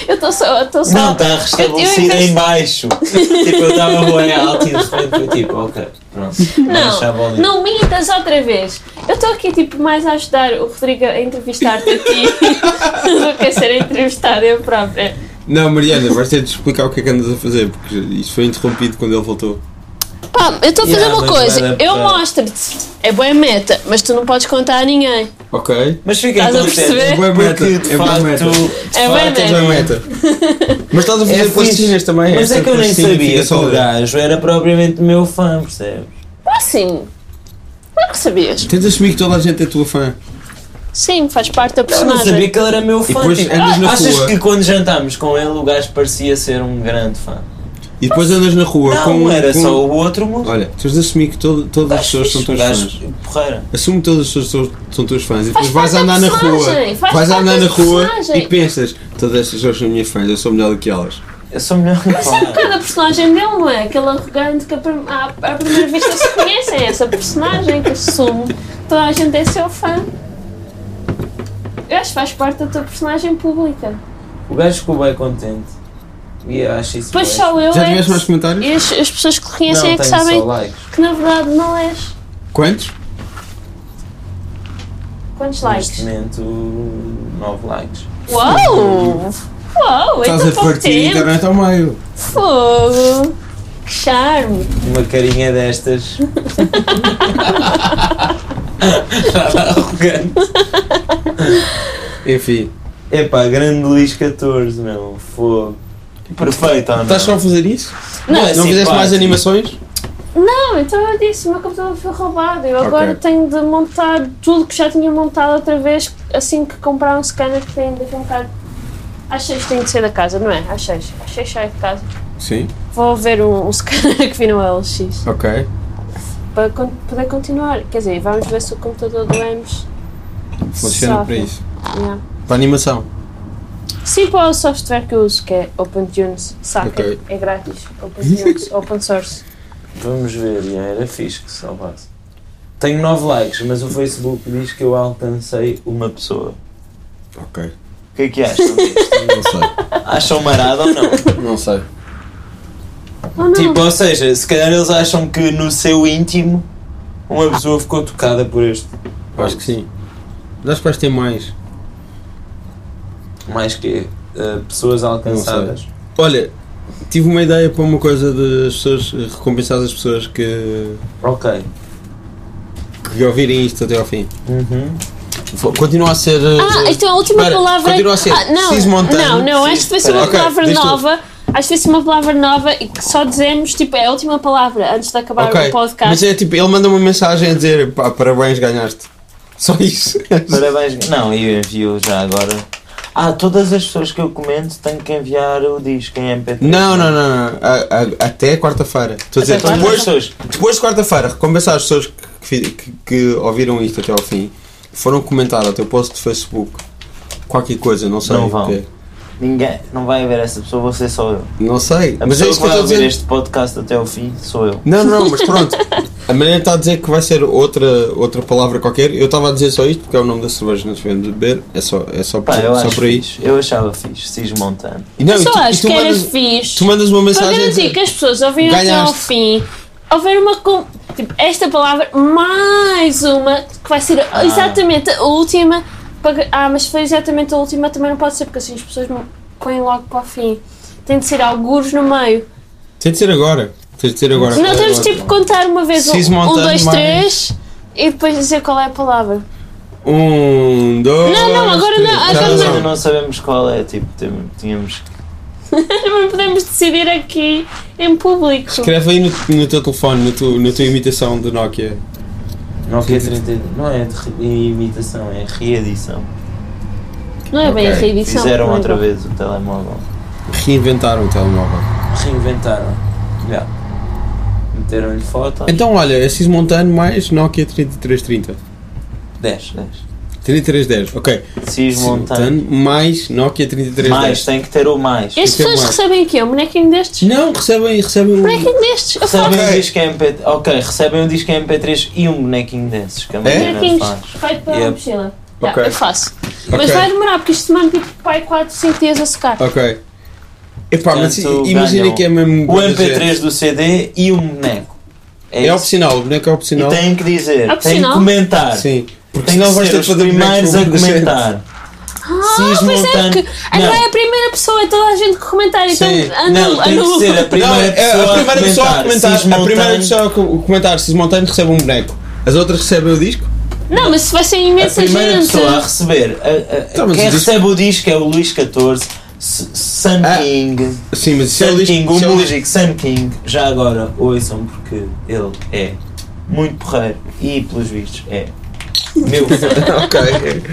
S4: Eu estou só. Estou só
S2: não tá, está restabelecido
S4: Eu- eu-
S2: em baixo. tipo, eu estava bem alto e de repente foi tipo, ok, pronto. vou deixar a bola
S4: Não,
S2: ali.
S4: não mintas outra vez. Eu estou aqui tipo mais a ajudar o Rodrigo a entrevistar-te a ti do que a ser entrevistada eu própria.
S5: Não, Mariana, vais ter de explicar o que é que andas a fazer, porque isto foi interrompido quando ele voltou.
S4: Pá, eu estou a fazer
S2: Yeah,
S4: uma
S2: mas
S4: coisa.
S2: vai dar
S4: Eu
S2: pra-
S4: mostro-te. É boa meta, mas tu não podes contar a ninguém.
S5: Ok?
S2: Mas fiquei
S4: Estás a
S2: contente.
S4: perceber?
S5: Boa meta,
S2: Porque de
S5: é boa
S2: facto.
S5: meta.
S2: de
S4: É boa
S2: facto,
S4: meta.
S5: Não é meta. Mas estás a fazer
S2: É fixe.
S5: plastinas também.
S2: Mas é
S5: essa
S2: que eu nem
S5: plastina
S2: sabia
S5: fica
S2: que o
S5: sólida.
S2: gajo era propriamente meu fã, percebes?
S4: Ah, sim. Claro que sabias.
S5: Tens de assumir que toda a gente é tua fã.
S4: Sim, faz parte da
S2: Eu não sabia
S4: personagem.
S2: que ele era meu fã.
S5: depois
S2: tipo,
S5: andas na
S2: achas
S5: rua.
S2: que quando jantámos com ele o gajo parecia ser um grande fã?
S5: E depois andas na rua
S2: Não,
S5: com. um
S2: era
S5: com-
S2: só o outro músico.
S5: Olha, tens de assumir que todo- todas as pessoas são
S2: um
S5: tuas fãs.
S2: gajo porreira.
S5: Assume que todas as pessoas são- são tuas fãs e
S4: Faz
S5: depois vais
S4: parte da
S5: andar na rua.
S4: personagem, faz
S5: Vais
S4: parte
S5: andar
S4: da
S5: na rua
S4: personagem.
S5: e pensas: todas estas pessoas são minhas fãs, eu sou melhor do que elas.
S2: Eu sou melhor que
S4: Sabe
S2: ele.
S4: cada personagem dele, não é? Aquele arrogante que a prim- à, à primeira vista se conhecem. Essa personagem que assume. Toda a gente é seu fã. Eu acho que faz parte da tua personagem pública.
S2: O gajo ficou bem contente. E eu acho isso
S4: Depois
S2: bué.
S4: só eu
S5: Já
S4: é
S5: tiveste
S4: que-
S5: mais comentários?
S4: E as, as pessoas que
S2: Não,
S4: conhecem é
S2: tenho
S4: que
S2: só
S4: sabem
S2: likes.
S4: que na verdade não és.
S5: Quantos?
S4: Quantos
S2: Neste
S4: likes?
S2: momento, 9 likes.
S4: Uau! Uau!
S5: Estás
S4: Então
S5: a
S4: pouco
S5: partir a
S4: tempo!
S5: internet ao meio.
S4: Fogo! Que charme!
S2: Uma carinha destas. Arrogante.
S5: Enfim.
S2: Epá, grande Luís 14, meu. Fogo. Perfeito, ou não?
S5: Estás só a fazer isso?
S2: Não, é
S5: Não fizeste mais
S2: simpático.
S5: animações?
S4: Não, então eu disse, o meu computador foi roubado. Eu agora
S5: Ok.
S4: tenho de montar tudo que já tinha montado outra vez assim que comprar um scanner que ainda foi um bocado. Às seis tenho de sair da casa, não é? Às seis. Às seis saio de casa.
S5: Sim.
S4: Vou ver um, um scanner que vi no LX
S5: Ok.
S4: para con- poder continuar. Quer dizer, vamos ver se o computador do EMS
S5: Funciona
S4: Só.
S5: para isso.
S4: Yeah.
S5: Para animação.
S4: Sim, para o software que eu uso, que é OpenTunes, saca,
S5: Ok.
S4: é grátis, OpenTunes, open source.
S2: Vamos ver, já era fixe que salvasse. Tenho 9 likes, mas o Facebook diz que eu alcancei uma pessoa.
S5: Ok.
S2: O que é que acham disto?
S5: Não sei.
S2: Acham marada ou não?
S5: Não sei.
S4: Oh não,
S2: Tipo, ou seja, se calhar eles acham que no seu íntimo uma pessoa ficou tocada por este.
S5: Acho que sim. Mas acho que vais ter mais.
S2: Mais que eh, pessoas alcançadas.
S5: Olha, tive uma ideia para uma coisa das pessoas recompensar as pessoas que,
S2: Ok.
S5: que ouvirem isto até ao fim.
S2: Uhum.
S5: Fo- Continua a ser.
S4: ah,
S5: eh,
S4: então a última
S5: Espera,
S4: palavra...
S5: continua a ser
S4: Ah, não,
S5: Cis Montano.
S4: não, não, acho que vai ser uma
S5: Ok,
S4: palavra
S5: diz tu.
S4: nova, acho que vai ser uma palavra nova e que só dizemos, tipo, é a última palavra antes de acabar
S5: ok.
S4: o podcast.
S5: Mas é tipo, ele manda uma mensagem a dizer: pá, parabéns, ganhaste. Só isso.
S2: Parabéns. Não, eu envio já agora. Ah, todas as pessoas que eu comento tenho que enviar o disco em MP3.
S5: Não, não, não, não. A- a- até quarta-feira. Estou a dizer,
S4: Até
S5: depois,
S2: pessoas.
S5: depois de quarta-feira, recompensar as pessoas que, fi- que- que ouviram isto até ao fim, foram comentar ao teu post de Facebook qualquer coisa, não sei
S2: Não
S5: o
S2: vão.
S5: quê.
S2: Ninguém. Não vai haver essa pessoa, vou ser só eu.
S5: Não sei,
S2: A
S5: mas é
S2: pessoa
S5: isso
S2: que vai
S5: que eu estou a
S2: ouvir
S5: dizer.
S2: este podcast até ao fim sou eu.
S5: Não, não, mas pronto. A Mariana está a dizer que vai ser outra, outra palavra qualquer. Eu estava a dizer só isto porque é o nome da cerveja que nós devemos beber. É só, é só,
S2: Pá, eu
S5: só
S2: acho
S5: por aí.
S2: fixe. Eu achava fixe, Cis Montano.
S5: E não,
S4: eu
S5: e
S4: só
S5: tu, e
S4: acho
S5: tu
S4: que era
S5: mandas,
S4: fixe.
S5: tu mandas uma
S4: Para
S5: mensagem. a
S4: garantir
S5: dizer-
S4: que as pessoas ouviram até ao
S5: Ganhaste.
S4: fim, houver uma. com- Tipo, esta palavra, mais uma, que vai ser
S5: Ah.
S4: exatamente a última. para- Ah, mas se foi exatamente a última, também não pode ser, porque assim as pessoas não põem logo para o fim. Tem de ser algures no meio.
S5: Tem de ser agora. Tem de ser agora.
S4: não temos de tipo contar uma vez um,
S5: Preciso
S4: um,
S5: montar
S4: dois,
S5: mais.
S4: três e depois dizer qual é a palavra.
S5: Um, dois.
S4: Não, não, agora não,
S5: três.
S4: agora
S2: Nós
S4: não.
S2: ainda não sabemos qual é, tipo, tem- tínhamos que.
S4: Não podemos decidir aqui em público.
S5: Escreve aí no, no teu telefone, na tua, na tua imitação de Nokia.
S2: Nokia 30. Não é de re- imitação, é reedição.
S4: Não é bem a
S5: Ok,
S4: reedição.
S2: Fizeram
S4: não é
S2: outra
S4: bem.
S2: vez o telemóvel.
S5: Reinventaram o um telemóvel.
S2: Reinventaram. Já. Meteram-lhe foto.
S5: Então, olha, é Cis Montano mais Nokia 3330.
S2: 10, 10.
S5: 3310, ok.
S2: Cis Montano.
S5: Montano mais Nokia 3310.
S2: Mais, tem que ter o mais.
S4: As
S5: Tem
S4: pessoas
S5: mais.
S4: recebem o quê? Um bonequinho destes?
S5: Não, recebem, recebem um.
S4: Bonequinho destes? Eu faço
S2: Recebem
S5: Ok.
S2: um disco em MP3. Ok, recebem um disco em MP3 e um bonequinho desses que a Mariana
S4: bonequinhos.
S2: faz.
S4: Feito para
S2: Yep.
S4: a mochila. Já,
S5: Ok.
S4: eu faço. Mas
S5: Ok.
S4: vai demorar, porque isto demora tipo pai 4, 5 dias a secar.
S5: Ok.
S2: Ah,
S5: Epá, mas
S2: Portanto,
S5: imagina
S2: ganham
S5: que é mesmo.
S2: O
S5: bué da gente.
S2: MP3 do CD e um boneco. É,
S5: É
S2: isso.
S5: opcional, o boneco é
S2: E
S5: opcional.
S2: têm que dizer,
S4: É
S2: têm que
S4: opcional?
S2: comentar.
S5: Sim. Porque
S2: Tem Então que
S5: senão vais
S2: ser
S5: ter
S2: os
S5: de fazer bonecos
S2: primeiros a
S5: com muita gente.
S2: comentar.
S4: Ah,
S2: Cismo
S4: pois é,
S2: tanto-
S4: porque agora
S2: Não.
S4: é a primeira pessoa, é toda a gente que comentar, então
S5: Sim.
S4: anulo,
S2: Não, tem que
S4: anulo.
S2: ser a primeira
S5: Não, é
S2: pessoa
S5: a primeira pessoa a comentar.
S2: Cismo
S5: A primeira
S2: tanto.
S5: pessoa a co- comentar se montante recebe um boneco. As outras recebem o disco?
S4: Não, mas se vai ser
S2: A
S4: imensa
S2: primeira
S4: gente.
S2: pessoa a receber. a- a-
S5: Tá, mas
S2: quem
S5: o disco-
S2: recebe o disco é o Luís XIV, S- Sun
S5: Ah,
S2: King.
S5: Sim, mas se é o
S2: Sun
S5: disco.
S2: King,
S5: se é
S2: o
S5: o disco-
S2: músico Sun King. Já agora ouçam porque ele é muito porreiro e, pelos vistos, é meu fã.
S5: ok.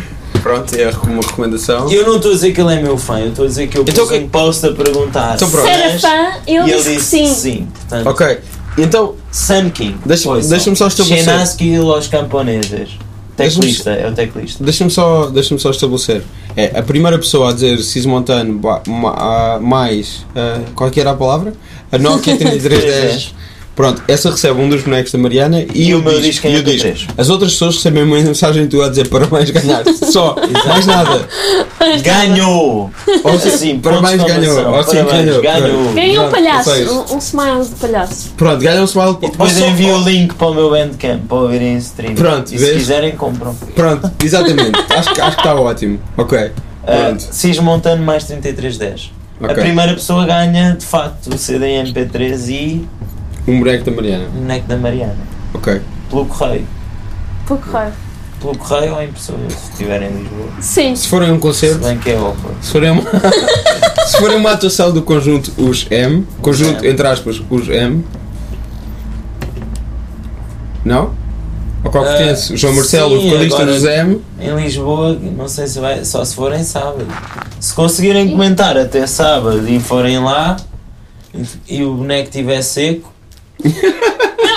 S5: Pronto, é uma recomendação.
S2: Eu não estou a dizer que ele é meu fã, eu estou a dizer que eu pus
S5: Então que-
S2: um post a perguntar
S5: Então
S4: Se
S5: pronto.
S4: era
S2: mas-
S4: É fã,
S2: e
S4: ele
S2: ele
S4: disse que sim.
S2: Portanto,
S5: Ok. Então,
S2: Sun King.
S5: Deixa-
S2: ouçam.
S5: deixa-me só estabelecer.
S2: Shenaski e Los Camponeses.
S5: Deixa-me-
S2: Teclista, é o teclista.
S5: Deixa-me só, deixa só estabelecer. É, a primeira pessoa a dizer Sismontano ba- ma- ah, mais. ah, qual que era a palavra? A Nokia 3310. Pronto, essa recebe um dos bonecos da Mariana e,
S2: E
S5: o
S2: o meu
S5: disco.
S2: disco é em
S5: e o disco.
S2: 83.
S5: As outras pessoas recebem uma mensagem tua a dizer parabéns ganhaste. Só, mais nada.
S2: Ganhou!
S5: Ou se-
S2: Assim,
S5: parabéns
S2: ponto de
S5: ganhou.
S2: exclamação.
S5: Ou sim,
S2: Parabéns,
S5: ganhou.
S2: ganhou.
S5: Pronto,
S4: Ganhou um
S5: pronto,
S4: palhaço,
S2: é
S5: só isso.
S4: um, um smile de palhaço.
S5: Pronto, ganhou um smile.
S2: E depois
S5: Ou só-
S2: envio o link para o meu Bandcamp para ouvirem em stream.
S5: Pronto,
S2: e se
S5: vês?
S2: quiserem, compram.
S5: Pronto, exatamente. acho, que- acho que está ótimo. Ok.
S2: Uh,
S5: Pronto.
S2: Cis Montano mais 3310. A
S5: Ok.
S2: primeira pessoa ganha, de facto, o CD MP3 e
S5: Um boneco da Mariana.
S2: o boneco da Mariana.
S5: Ok.
S2: Pelo correio.
S4: Pouco raio.
S2: Pelo correio ou em pessoa, se estiverem em Lisboa.
S4: Sim.
S5: Se forem a um
S2: Se
S5: concerto.
S2: bem que é awkward.
S5: Se forem uma, se forem uma atuação do conjunto Os M, conjunto
S2: M.
S5: entre aspas Os M, não? Ao qual
S2: Ah,
S5: pertence o João Marcelo, o
S2: sim,
S5: vocalista
S2: agora-
S5: dos M,
S2: Em Lisboa, não sei se vai, só se forem sábado. Se conseguirem comentar até sábado e forem lá e, e o boneco estiver seco,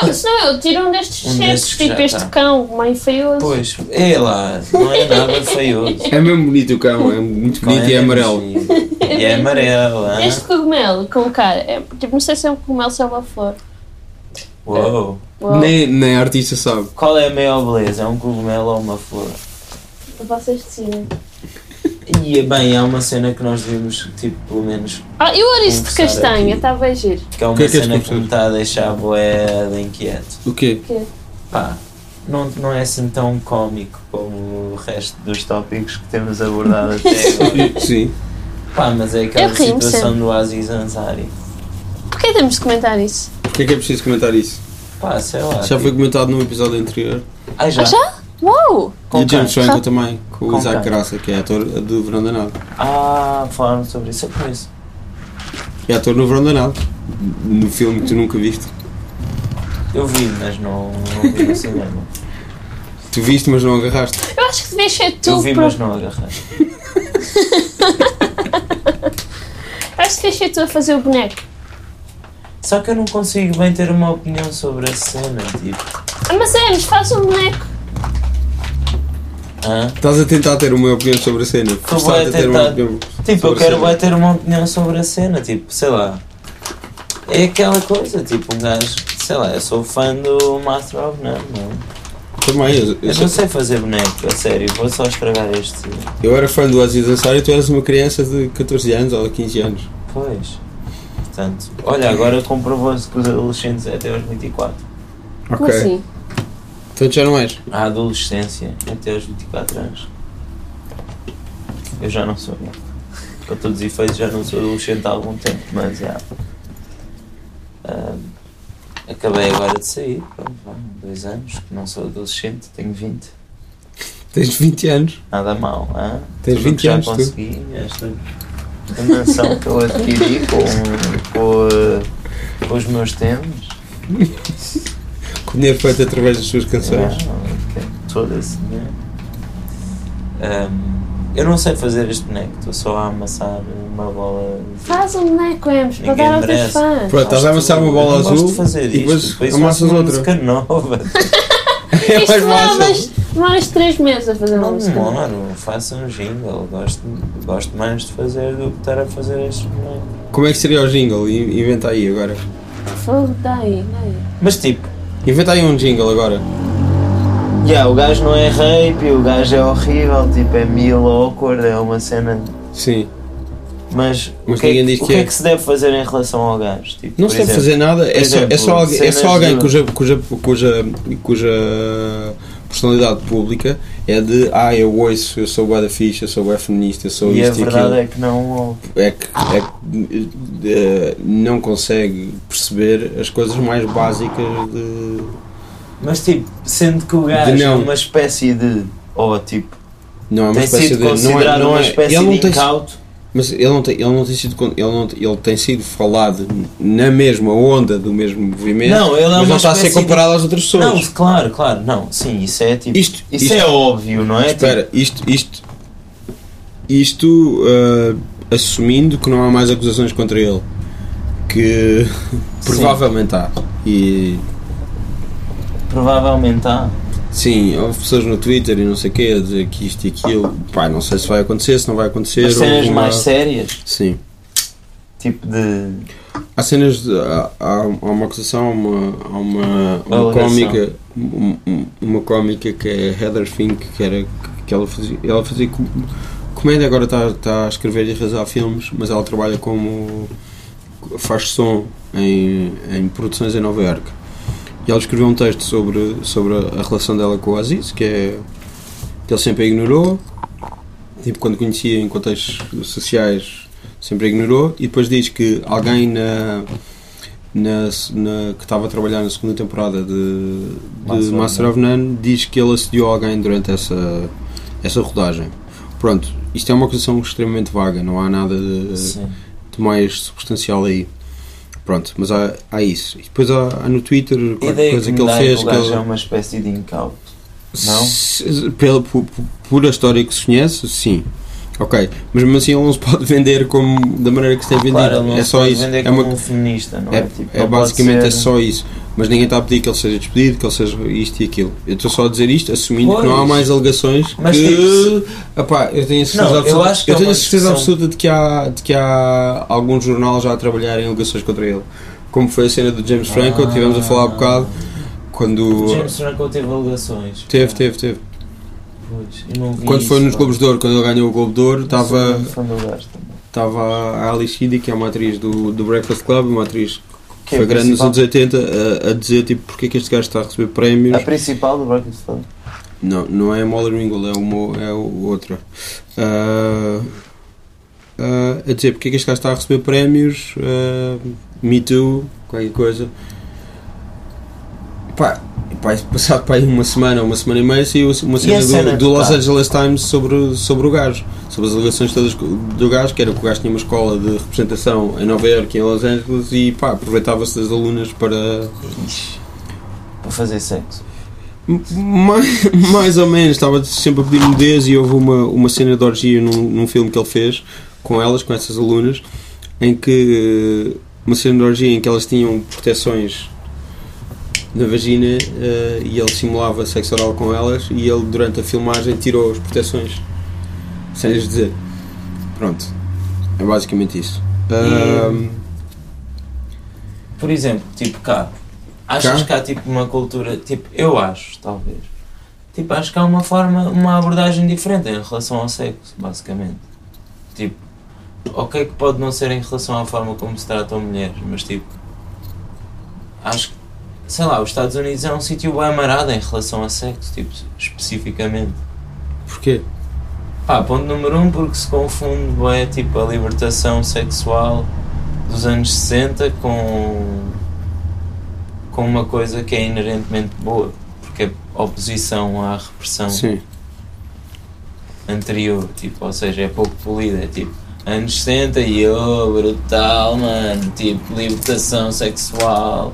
S4: Não, senão eu tiro um destes
S2: Um
S4: chefes,
S2: destes
S4: tipo
S2: já
S4: este
S2: tá.
S4: cão, meio feioso.
S2: pois, é lá, não é nada feioso.
S5: é mesmo bonito o cão, é muito bonito e é amarelo.
S2: E é amarelo, hã?
S4: Este cogumelo com cara, é, tipo, não sei se é um cogumelo ou se é uma flor.
S2: Uou.
S4: Uau,
S5: Nem, nem a artista sabe.
S2: Qual é a maior beleza? É um cogumelo ou uma flor?
S4: vocês decidem.
S2: E é bem, há uma cena que nós vimos, tipo, pelo menos,
S4: Ah, e o ouriço de
S2: Começar
S4: castanha,
S2: aqui.
S4: estava a giro.
S2: que é uma
S5: que é que és
S2: cena que
S5: professor?
S2: me está a deixar boé de inquieto.
S5: O quê?
S2: Pá, não, não é assim tão cómico como o resto dos tópicos que temos abordado até agora.
S5: Sim.
S2: Pá, mas é aquela
S4: Eu rimo
S2: situação
S4: sempre.
S2: do Aziz Ansari.
S4: Porquê temos de comentar isso?
S5: Porquê é que é preciso comentar isso?
S2: Pá, sei lá.
S5: Já
S2: tipo-
S5: foi comentado no episódio anterior.
S2: Ah, já?
S4: Ah, já? Uau!
S5: E
S2: Com
S5: o James
S2: quem?
S5: Franco também, com o
S2: Com
S5: Isaac
S2: quem?
S5: Graça, que é ator do Verão Danado.
S2: Ah, falaram sobre isso, eu conheço.
S5: É ator no Verão Danado, no filme que tu nunca viste.
S2: Eu vi, mas não, não vi no cinema.
S5: Tu viste, mas não agarraste.
S4: Eu acho que devias ser tu,
S2: Eu vi,
S4: pro-
S2: mas não agarrei.
S4: acho que devias ser tu a fazer o boneco.
S2: Só que eu não consigo bem ter uma opinião sobre a cena, tipo.
S4: Ah, mas é, mas faz um boneco.
S2: Hã?
S5: Estás a tentar ter uma opinião sobre a cena.
S2: bué
S5: Estás
S2: a tentar. Tipo, eu
S5: sobre
S2: quero
S5: a cena.
S2: vai ter uma opinião sobre a cena, tipo, sei lá. É aquela coisa, tipo, um gajo, sei lá, eu sou fã do Master of None, não. é?
S5: Também, eu, eu
S2: Eu
S5: sou-
S2: não sei fazer boneco, a sério, vou só estragar este.
S5: eu era fã do Aziz Ansari e tu eras uma criança de 14 anos ou 15 anos.
S2: Pois. Portanto, olha, agora comprovou-se que os adolescentes é até aos 24.
S4: Como assim?
S5: Então tu já não és.
S2: A adolescência é até aos 24 anos. Eu já não sou. Para todos os efeitos, já não sou adolescente há algum tempo, mas já. Ahm, acabei agora de sair, pronto, há dois anos que não sou adolescente, tenho 20.
S5: Tens 20 anos.
S2: Nada mal, hã?
S5: Tens
S2: Tudo o
S5: 20
S2: que já
S5: anos, tu?
S2: consegui, esta dimensão que eu adquiri com, com, eh, com os meus temas.
S5: Com dinheiro feito através das suas
S2: né?
S5: canções.
S2: Todo esse dinheiro. né? Ahm, eu não sei fazer este boneco, estou só a amassar uma bola.
S4: Faz um boneco, Emes, para
S2: Ninguém
S4: dar ao teu
S2: merece.
S4: fã.
S5: Pronto, estás a amassar uma
S2: Eu não
S5: bola
S2: gosto
S5: azul
S2: de fazer
S5: e
S2: isto,
S5: depois
S2: depois
S5: amassas
S2: faço uma
S5: outra.
S2: música nova.
S5: É
S4: Isto
S5: mais
S4: demora umas,
S5: fácil.
S4: demora uns 3 meses a fazer uma
S2: um. Não
S4: música.
S2: demoro, faço um jingle. Gosto, gosto mais de fazer do que estar a fazer este boneco.
S5: Como é que seria o jingle? In- Inventa aí agora.
S4: Fogo, dá aí, dá aí.
S2: Mas tipo,
S5: Inventa aí um jingle agora.
S2: Yeah, o gajo não é rape, o gajo é horrível, tipo, é mil awkward, é uma cena.
S5: Sim.
S2: Mas,
S5: Mas
S2: o, que é,
S5: ninguém
S2: que-
S5: diz
S2: o
S5: que
S2: que é
S5: é.
S2: que se deve fazer em relação ao gajo? Tipo,
S5: Não
S2: por
S5: se deve
S2: exemplo,
S5: fazer nada, é
S2: por
S5: só, é só
S2: exemplo,
S5: alguém, é só
S2: cenas
S5: alguém
S2: de-
S5: cuja, cuja, cuja, cuja personalidade pública é de ah, eu ouço, eu sou guarda ficha, eu sou bué feminista, eu sou
S2: E a
S5: isto e
S2: verdade
S5: aquilo.
S2: é que não ouve.
S5: É que, é que eh, não consegue perceber as coisas mais básicas de.
S2: Mas tipo, sendo que o gajo
S5: De
S2: é
S5: não.
S2: uma espécie de. Ou tipo,
S5: Não é uma
S2: tem
S5: espécie
S2: sido
S5: de. Não é,
S2: considerado
S5: não
S2: uma
S5: é,
S2: espécie
S5: ele não
S2: de
S5: tem,
S2: incauto.
S5: Mas ele não tem, ele não tem sido. con- Ele, não, ele tem sido falado na mesma onda do mesmo movimento.
S2: Não, ele é
S5: mas
S2: uma
S5: não está a ser
S2: espécie de-
S5: comparado às outras pessoas.
S2: Não, claro, claro, não. Sim, isso é tipo.
S5: Isto-
S2: isso
S5: isto-
S2: é óbvio, não é?
S5: Espera, isto, isto, isto ah, assumindo que não há mais acusações contra ele, que provavelmente há. E
S2: Tipo, provavelmente há.
S5: sim, houve pessoas no Twitter e não sei o quê a dizer que isto e aquilo. Pá, não sei se vai acontecer, se não vai acontecer.
S2: Mas cenas
S5: houve uma-
S2: mais sérias,
S5: Sim.
S2: tipo de.
S5: Há cenas de. Há, há- há uma acusação, há uma, há uma, uma
S2: Alegação.
S5: cómica. um- um- Uma cómica que é Heather Fink, que era. que ela fazia. Ela fazia com- comédia, agora está está a escrever e realizar filmes, mas ela trabalha como. faz som em, em produções em Nova York. E ela escreveu um texto sobre, sobre a relação dela com o Aziz, que é. que ele sempre a ignorou, tipo quando conhecia em contextos sociais sempre a ignorou e depois diz que alguém na, na, na- que estava a trabalhar na segunda temporada de, de
S2: Master of
S5: Master of None diz que ele assediou alguém durante essa essa rodagem pronto isto é uma acusação extremamente vaga não há nada de,
S2: Sim.
S5: de mais substancial aí pronto mas há, há isso e depois há, há no Twitter
S2: A
S5: qualquer
S2: ideia
S5: coisa
S2: que,
S5: que
S2: me
S5: ele
S2: dá é
S5: fez
S2: que o
S5: que
S2: gajo
S5: ele-
S2: é uma espécie de incauto. Não?
S5: S- Pela, pu- pu- pura história que se conhece, sim. Ok, mas mesmo assim ele não se pode vender como, da maneira que se tem vendido.
S2: Ah, Claro, ele não
S5: é
S2: se
S5: só
S2: pode
S5: isso.
S2: vender
S5: É,
S2: como
S5: uma-
S2: um feminista, não é?
S5: é,
S2: Tipo,
S5: é
S2: não pode
S5: basicamente
S2: ser-
S5: é só isso. Mas ninguém está a pedir que ele seja despedido, que ele seja isto e aquilo. Eu estou só a dizer isto, assumindo que não há
S2: Pois.
S5: mais alegações.
S2: Mas
S5: que,
S2: tipo, se-
S5: Epá, eu tenho a certeza,
S2: Não, eu
S5: absoluta,
S2: acho que é
S5: tenho a
S2: uma
S5: certeza
S2: discussão-
S5: absoluta de que, há, de que há algum jornal já a trabalhar em alegações contra ele. Como foi a cena do James Franco, que tivemos a falar há bocado, quando.
S2: Ah. James Franco teve alegações.
S5: Teve, teve, teve.
S2: Pois, eu não vi
S5: Quando foi
S2: isso,
S5: nos
S2: pá.
S5: Globos de Ouro, quando ele ganhou o Globo de Ouro,
S2: Não sou
S5: estava
S2: grande fã do gajo também.
S5: estava a Alice Sheedy, que é uma atriz do, do Breakfast Club, uma atriz que
S2: Que é
S5: foi
S2: a
S5: grande nos
S2: principal-
S5: anos 80, a, a dizer tipo porque é que este gajo está a receber prémios.
S2: A principal do Breakfast Club.
S5: Não, não é a Molly Ringwald, é, uma, é o- outra. Ah, ah, a dizer porque é que este gajo está a receber prémios, ah, Me Too, qualquer coisa. Pá, pá, passado pá, aí uma semana, uma semana e meia, saiu uma
S2: E a
S5: cena,
S2: cena
S5: do,
S2: de
S5: do Los
S2: pá?
S5: Angeles Times sobre, sobre o gajo, sobre as alegações todas do gajo, que era que o gajo tinha uma escola de representação em Nova Iorque e em Los Angeles e pá, aproveitava-se das alunas para,
S2: Ixi, Para fazer sexo.
S5: mais, mais ou menos, estava sempre a pedir nudez e houve uma, uma cena de orgia num, num filme que ele fez com elas, com essas alunas, em que eh, uma cena de orgia em que elas tinham proteções na vagina eh, e ele simulava sexo oral com elas e ele durante a filmagem tirou as proteções sem lhes dizer. Pronto. É basicamente isso. Ahm,
S2: Por exemplo, tipo cá. Achas
S5: Cá?
S2: que há tipo uma cultura. Tipo, eu acho, talvez. Tipo, acho que há uma forma, uma abordagem diferente em relação ao sexo, basicamente. Tipo, ok que pode não ser em relação à forma como se tratam mulheres, mas tipo. Acho que. Sei lá, os Estados Unidos é um sítio bem amarado em relação a sexo, tipo, especificamente.
S5: porquê?
S2: Pá, ponto número um, porque se confunde é tipo a libertação sexual dos anos 60 com, com uma coisa que é inerentemente boa, porque é oposição à repressão
S5: Sim.
S2: anterior, tipo, ou seja, é pouco polida, é tipo anos 60 e oh, brutal, mano, tipo, libertação sexual.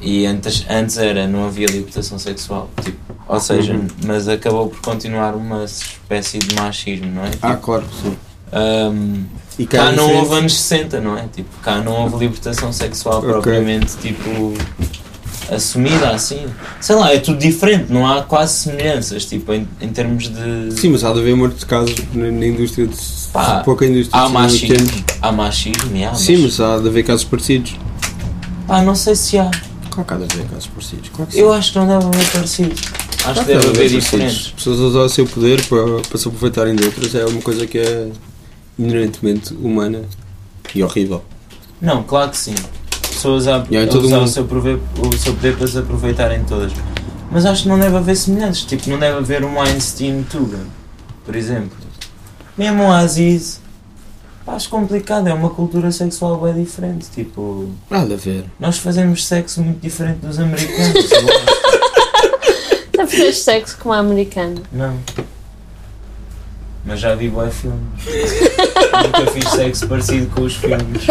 S2: E antes, antes era, não havia libertação sexual, tipo, ou seja,
S5: Uhum.
S2: mas acabou por continuar uma espécie de machismo, não é?
S5: Ah, claro que sim.
S2: Ahm,
S5: E cá é
S2: cá Ah, não
S5: diferente.
S2: houve anos 60, não é? Tipo, cá não houve libertação sexual
S5: Ok.
S2: propriamente, tipo, assumida assim. Sei lá, é tudo diferente, não há quase semelhanças, tipo, em, em termos de...
S5: Sim, mas há de haver muitos casos na, na indústria de
S2: Pá,
S5: pouca indústria
S2: Há
S5: de cinema que
S2: machismo,
S5: temos.
S2: há machismo, e há,
S5: assim, Sim, mas há de haver casos parecidos.
S2: Pá, não sei se há.
S5: Claro que há de haver casos parecidos, claro que sim.
S2: Eu acho que não deve haver parecido. Acho que deve haver diferentes.
S5: As pessoas usam o seu poder para, para se aproveitarem de outras é uma coisa que é inerentemente humana e horrível.
S2: Não, claro que sim. Pessoas a,
S5: E há em
S2: a
S5: todo o
S2: usar o
S5: mundo.
S2: seu, prove- o seu poder para se aproveitarem de todas. Mas acho que não deve haver semelhantes. Tipo, não deve haver um Einstein Tuga, por exemplo. Mesmo um Aziz. Acho complicado, é uma cultura sexual bem diferente. Tipo,
S5: Nada a ver.
S2: nós fazemos sexo muito diferente dos americanos. eu acho.
S4: Já fizeste Tá sexo com uma americana?
S2: não. Mas já vi bons filmes. Nunca fiz sexo parecido com os filmes.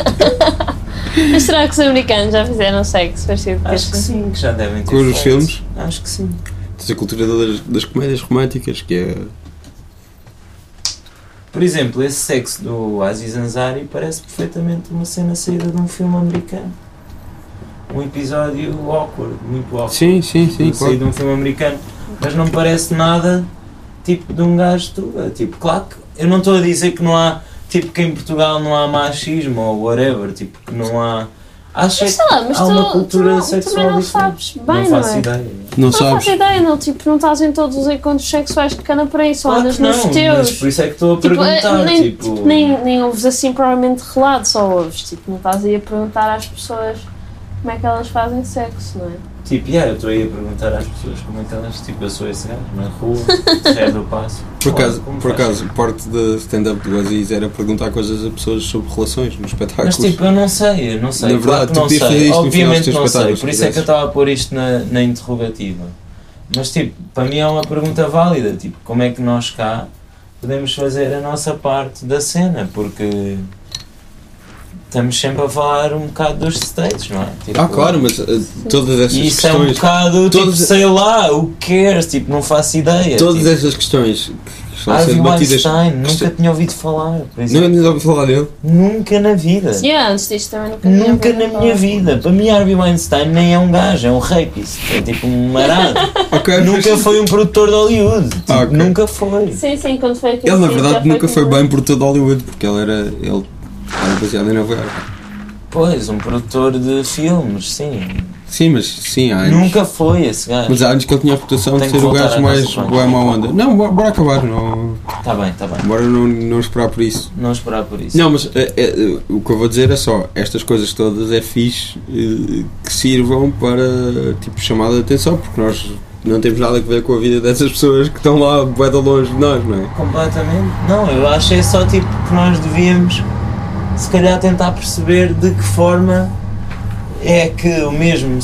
S4: Mas será que os americanos já fizeram sexo parecido com
S2: Acho que
S4: este?
S2: sim, que já devem ter
S5: Com os
S2: feito.
S5: filmes?
S2: Acho que sim.
S5: Tens a cultura das, das comédias românticas, que é.
S2: Por exemplo, esse sexo do Aziz Ansari parece perfeitamente uma cena saída de um filme americano. Um episódio awkward, muito awkward.
S5: Sim, sim, sim,
S2: saído de
S5: claro.
S2: um filme americano. Mas não parece nada tipo de um gajo tuga. Tipo, claro que eu não estou a dizer que não há. Tipo, que em Portugal não há machismo ou whatever. Tipo, que não há. Acho é
S4: Mas sei lá,
S2: que
S4: mas
S2: há
S4: tu,
S2: uma
S4: tu
S2: cultura
S4: não-
S2: sexual
S4: também não
S2: diferente.
S4: sabes bem, não,
S2: não faço
S4: é?
S2: ideia.
S5: Não
S4: Não faço
S5: sabes?
S4: ideia, não, tipo, não estás em todos os encontros sexuais que cana por aí, só
S2: Claro
S4: andas
S2: que não,
S4: nos
S2: mas
S4: teus.
S2: por isso é que estou a
S4: Tipo, é,
S2: perguntar.
S4: nem,
S2: tipo,
S4: tipo, nem, nem ouves assim provavelmente relato, só ouves. Tipo, não estás aí a perguntar às pessoas como é que elas fazem sexo, não é?
S2: Tipo, yeah, eu estou aí a perguntar às pessoas como é que elas. Tipo, eu sou esse gajo na rua, terra do passo.
S5: Por acaso,
S2: Como
S5: por
S2: faz?
S5: acaso parte da stand-up do Aziz era perguntar coisas a pessoas sobre relações nos espetáculos.
S2: Mas tipo, eu não sei, eu não sei.
S5: Na verdade, tipo, tu
S2: claro que não
S5: podias fazer
S2: sei.
S5: isto no
S2: Obviamente
S5: final
S2: não
S5: dos teus
S2: sei,
S5: espetáculos,
S2: por isso é que eu
S5: fizesse.
S2: estava a pôr isto na, na interrogativa. Mas tipo, para mim é uma pergunta válida, tipo, como é que nós cá podemos fazer a nossa parte da cena, porque estamos sempre a falar um bocado dos states, não é? Tipo,
S5: ah, claro, mas eh, todas essas
S2: E isso é um
S5: questões.
S2: bocado, tipo,
S5: Todas-
S2: sei lá, o que cares, tipo, não faço ideia.
S5: todas
S2: tipo,
S5: essas questões que estão a ser
S2: Harvey
S5: debatidas.
S2: Weinstein, nunca
S5: questões-
S2: tinha ouvido falar, por
S5: Não
S2: exemplo.
S5: ainda ouvi falar dele.
S2: Nunca na vida.
S4: Yeah, antes disto também nunca tinha
S2: É. Nunca
S4: ouvido
S2: na
S4: falar.
S2: minha vida. Para mim, Harvey Weinstein nem é um gajo, é um rapist. É tipo um marado.
S5: Ok,
S2: nunca
S5: mas-
S2: foi um produtor de Hollywood. Tipo,
S5: É Ah, ok.
S2: Nunca foi.
S4: Sim, sim, quando foi aqui.
S5: Ele na verdade nunca foi bem por todo Hollywood, porque ele era. ele era baseado em Nova Iorque.
S2: Pois, um produtor de filmes, sim.
S5: Sim, mas sim, há anos.
S2: Nunca foi esse gajo.
S5: Mas há anos que ele tinha a reputação de
S2: Tenho que
S5: ser o
S2: voltar
S5: gajo
S2: à
S5: mais
S2: nossa
S5: boa má onda. Não, bora, bora acabar, não.
S2: Tá bem, tá bem.
S5: Bora não, não esperar por isso.
S2: Não esperar por isso.
S5: é- Não, mas eh, eh, o que eu vou dizer é só, estas coisas todas é fixe eh, que sirvam para tipo chamada de atenção, porque nós não temos nada a ver com a vida dessas pessoas que estão lá bué de longe de nós, não é?
S2: Completamente. Não, eu acho é só tipo que nós devíamos se calhar tentar perceber de que forma é que o mesmo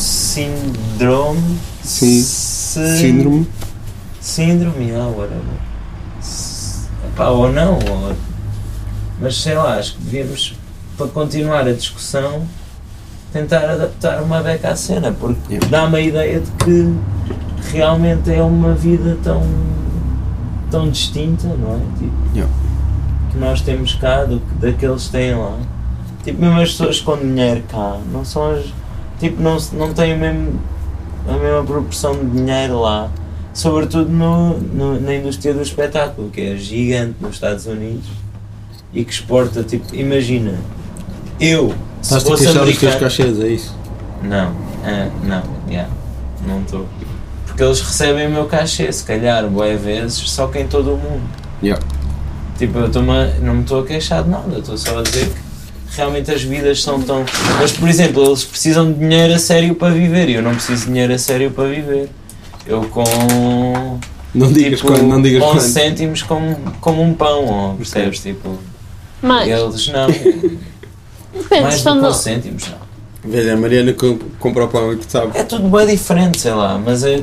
S2: síndrome
S5: Sim. é?
S2: se-
S5: Síndrome.
S2: Síndrome, ah, whatever. S- Epá, ou não, ou... mas sei lá, acho que devíamos, para continuar a discussão, tentar adaptar uma beca à cena, porque
S5: Yeah.
S2: dá-me a ideia de que realmente é uma vida tão, tão distinta, não é? Tipo,
S5: Yeah.
S2: Que nós temos cá do que daqueles têm lá. Tipo, mesmo as pessoas com dinheiro cá, não são as. Tipo, não, se- não têm o mesmo, a mesma proporção de dinheiro lá sobretudo no, no- na indústria do espetáculo, que é gigante nos Estados Unidos e que exporta, tipo, imagina, eu, se
S5: Estás a
S2: fosse
S5: queixar dos teus
S2: americano...
S5: cachês, é isso?
S2: Não, ah, não, yeah, não estou. Porque eles recebem o meu cachê, se calhar, boé vezes, só que em todo o mundo.
S5: Yeah.
S2: Tipo, eu tô-me a- não me estou a queixar de nada, estou só a dizer que realmente as vidas são tão... Mas, por exemplo, eles precisam de dinheiro a sério para viver e eu não preciso de dinheiro a sério para viver. Eu com
S5: Não digas
S2: tipo,
S5: quando, não digas
S2: 11
S5: quando.
S2: cêntimos como, como um pão, ó, percebes? Tipo,
S4: Mas,
S2: eles não.
S4: depende,
S2: É, mais do
S4: se
S2: que
S4: quando-
S2: 11 cêntimos, não.
S5: Velho, é a Mariana comp- compra o pão e tu sabes.
S2: É tudo bem diferente, sei lá, mas é,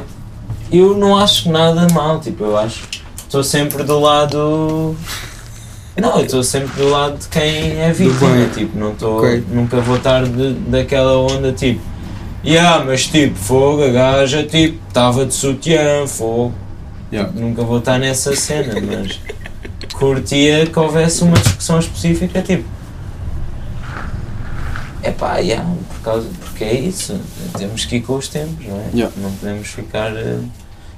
S2: eu não acho nada mal, tipo, eu acho. Estou sempre do lado. Não, eu estou sempre do lado de quem é vítima,
S5: bem.
S2: tipo, não estou.
S5: Ok.
S2: Nunca vou estar de- daquela onda tipo. Yeah, mas tipo, fogo, a gaja, tipo, estava de sutiã, fogo.
S5: Yeah.
S2: Nunca vou estar nessa cena, mas curtia que houvesse uma discussão específica, tipo. Epá, yeah, por causa, porque é isso. Temos que ir com os tempos, não é?
S5: Yeah.
S2: Não podemos ficar eh,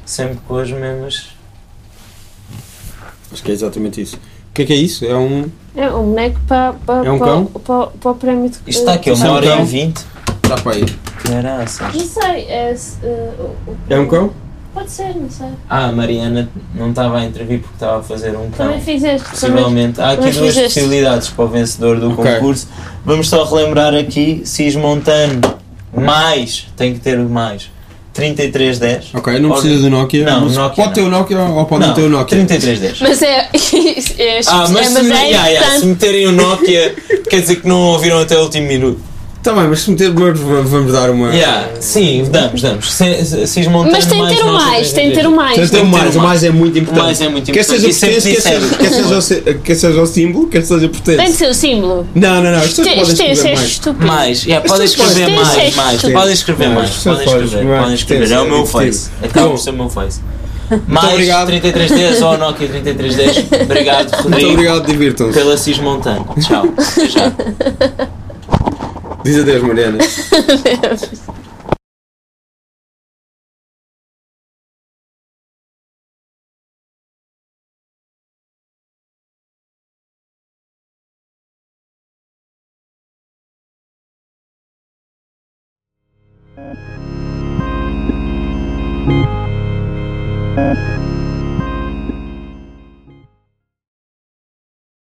S2: sempre com as mesmas.
S5: Acho que é exatamente isso. O que é que é isso? É um.
S4: É um boneco para, para,
S5: É um
S4: para,
S5: cão?
S4: para, para o prémio de
S2: Isto está aqui,
S4: de
S2: uma
S5: um
S2: hora
S5: cão.
S2: e vinte.
S5: Dá Tá para aí.
S2: Caraças.
S4: Não sei, é. se, eh, o- o-
S5: É um cão?
S4: Pode ser, não sei.
S2: Ah, a Mariana não estava a intervir porque estava a fazer um cão.
S4: Também fizeste. Também...
S2: Possivelmente. Há aqui
S4: Também
S2: duas
S4: fizeste.
S2: possibilidades para o vencedor do
S5: Ok.
S2: concurso. Vamos só relembrar aqui: Cis Montano, mais, tem que ter mais, 3310.
S5: Ok, não
S2: Ou-
S5: precisa do Nokia.
S2: Não,
S5: mas
S2: Nokia
S5: Pode ter o Nokia ou pode não ter o Nokia.
S2: 3310.
S4: Mas é. é
S2: Ah, mas, se,
S4: é, é
S2: yeah, yeah, se
S4: importante.
S2: meterem o Nokia, quer dizer que não ouviram até o último minuto.
S5: Tá bem, mas se meter números, va- vamos dar uma.
S2: Yeah, sim, damos, damos. Se- se- Cis Montano,
S4: Mas tem de ter o
S2: Nokia
S4: mais, tem de ter
S2: 3310.
S4: o mais.
S5: Tem que ter o mais, o mais é muito importante.
S2: O mais é muito
S5: Quer seja,
S2: importante, isso sempre
S5: pertence, quer, seja,
S2: disseram.
S5: quer, seja o, se- quer seja o símbolo, quer seja
S4: Tem de
S5: pertence.
S4: ser o símbolo.
S5: Não, não, não. Isto
S4: Isto
S5: é
S4: isto
S5: podem
S4: é isto
S5: escrever
S4: é
S5: mais.
S4: estúpido.
S2: Mais, yeah, podem
S4: Isto é
S2: escrever mais,
S4: estúpido.
S2: mais,
S4: Isto é
S2: podem escrever
S5: estúpido.
S2: mais,
S5: Isto é
S2: podem escrever,
S5: estúpido.
S2: podem escrever, é o meu
S5: Isto é
S2: face,
S5: estúpido.
S2: acaba
S5: Bom.
S2: por ser o meu face. Mais
S5: obrigado.
S2: 3310 ou Nokia 3310, obrigado
S5: Muito
S2: Rodrigo
S5: obrigado, divirtam-se.
S2: pela Cis Montano, tchau, Até já.
S5: Diz adeus, Mariana.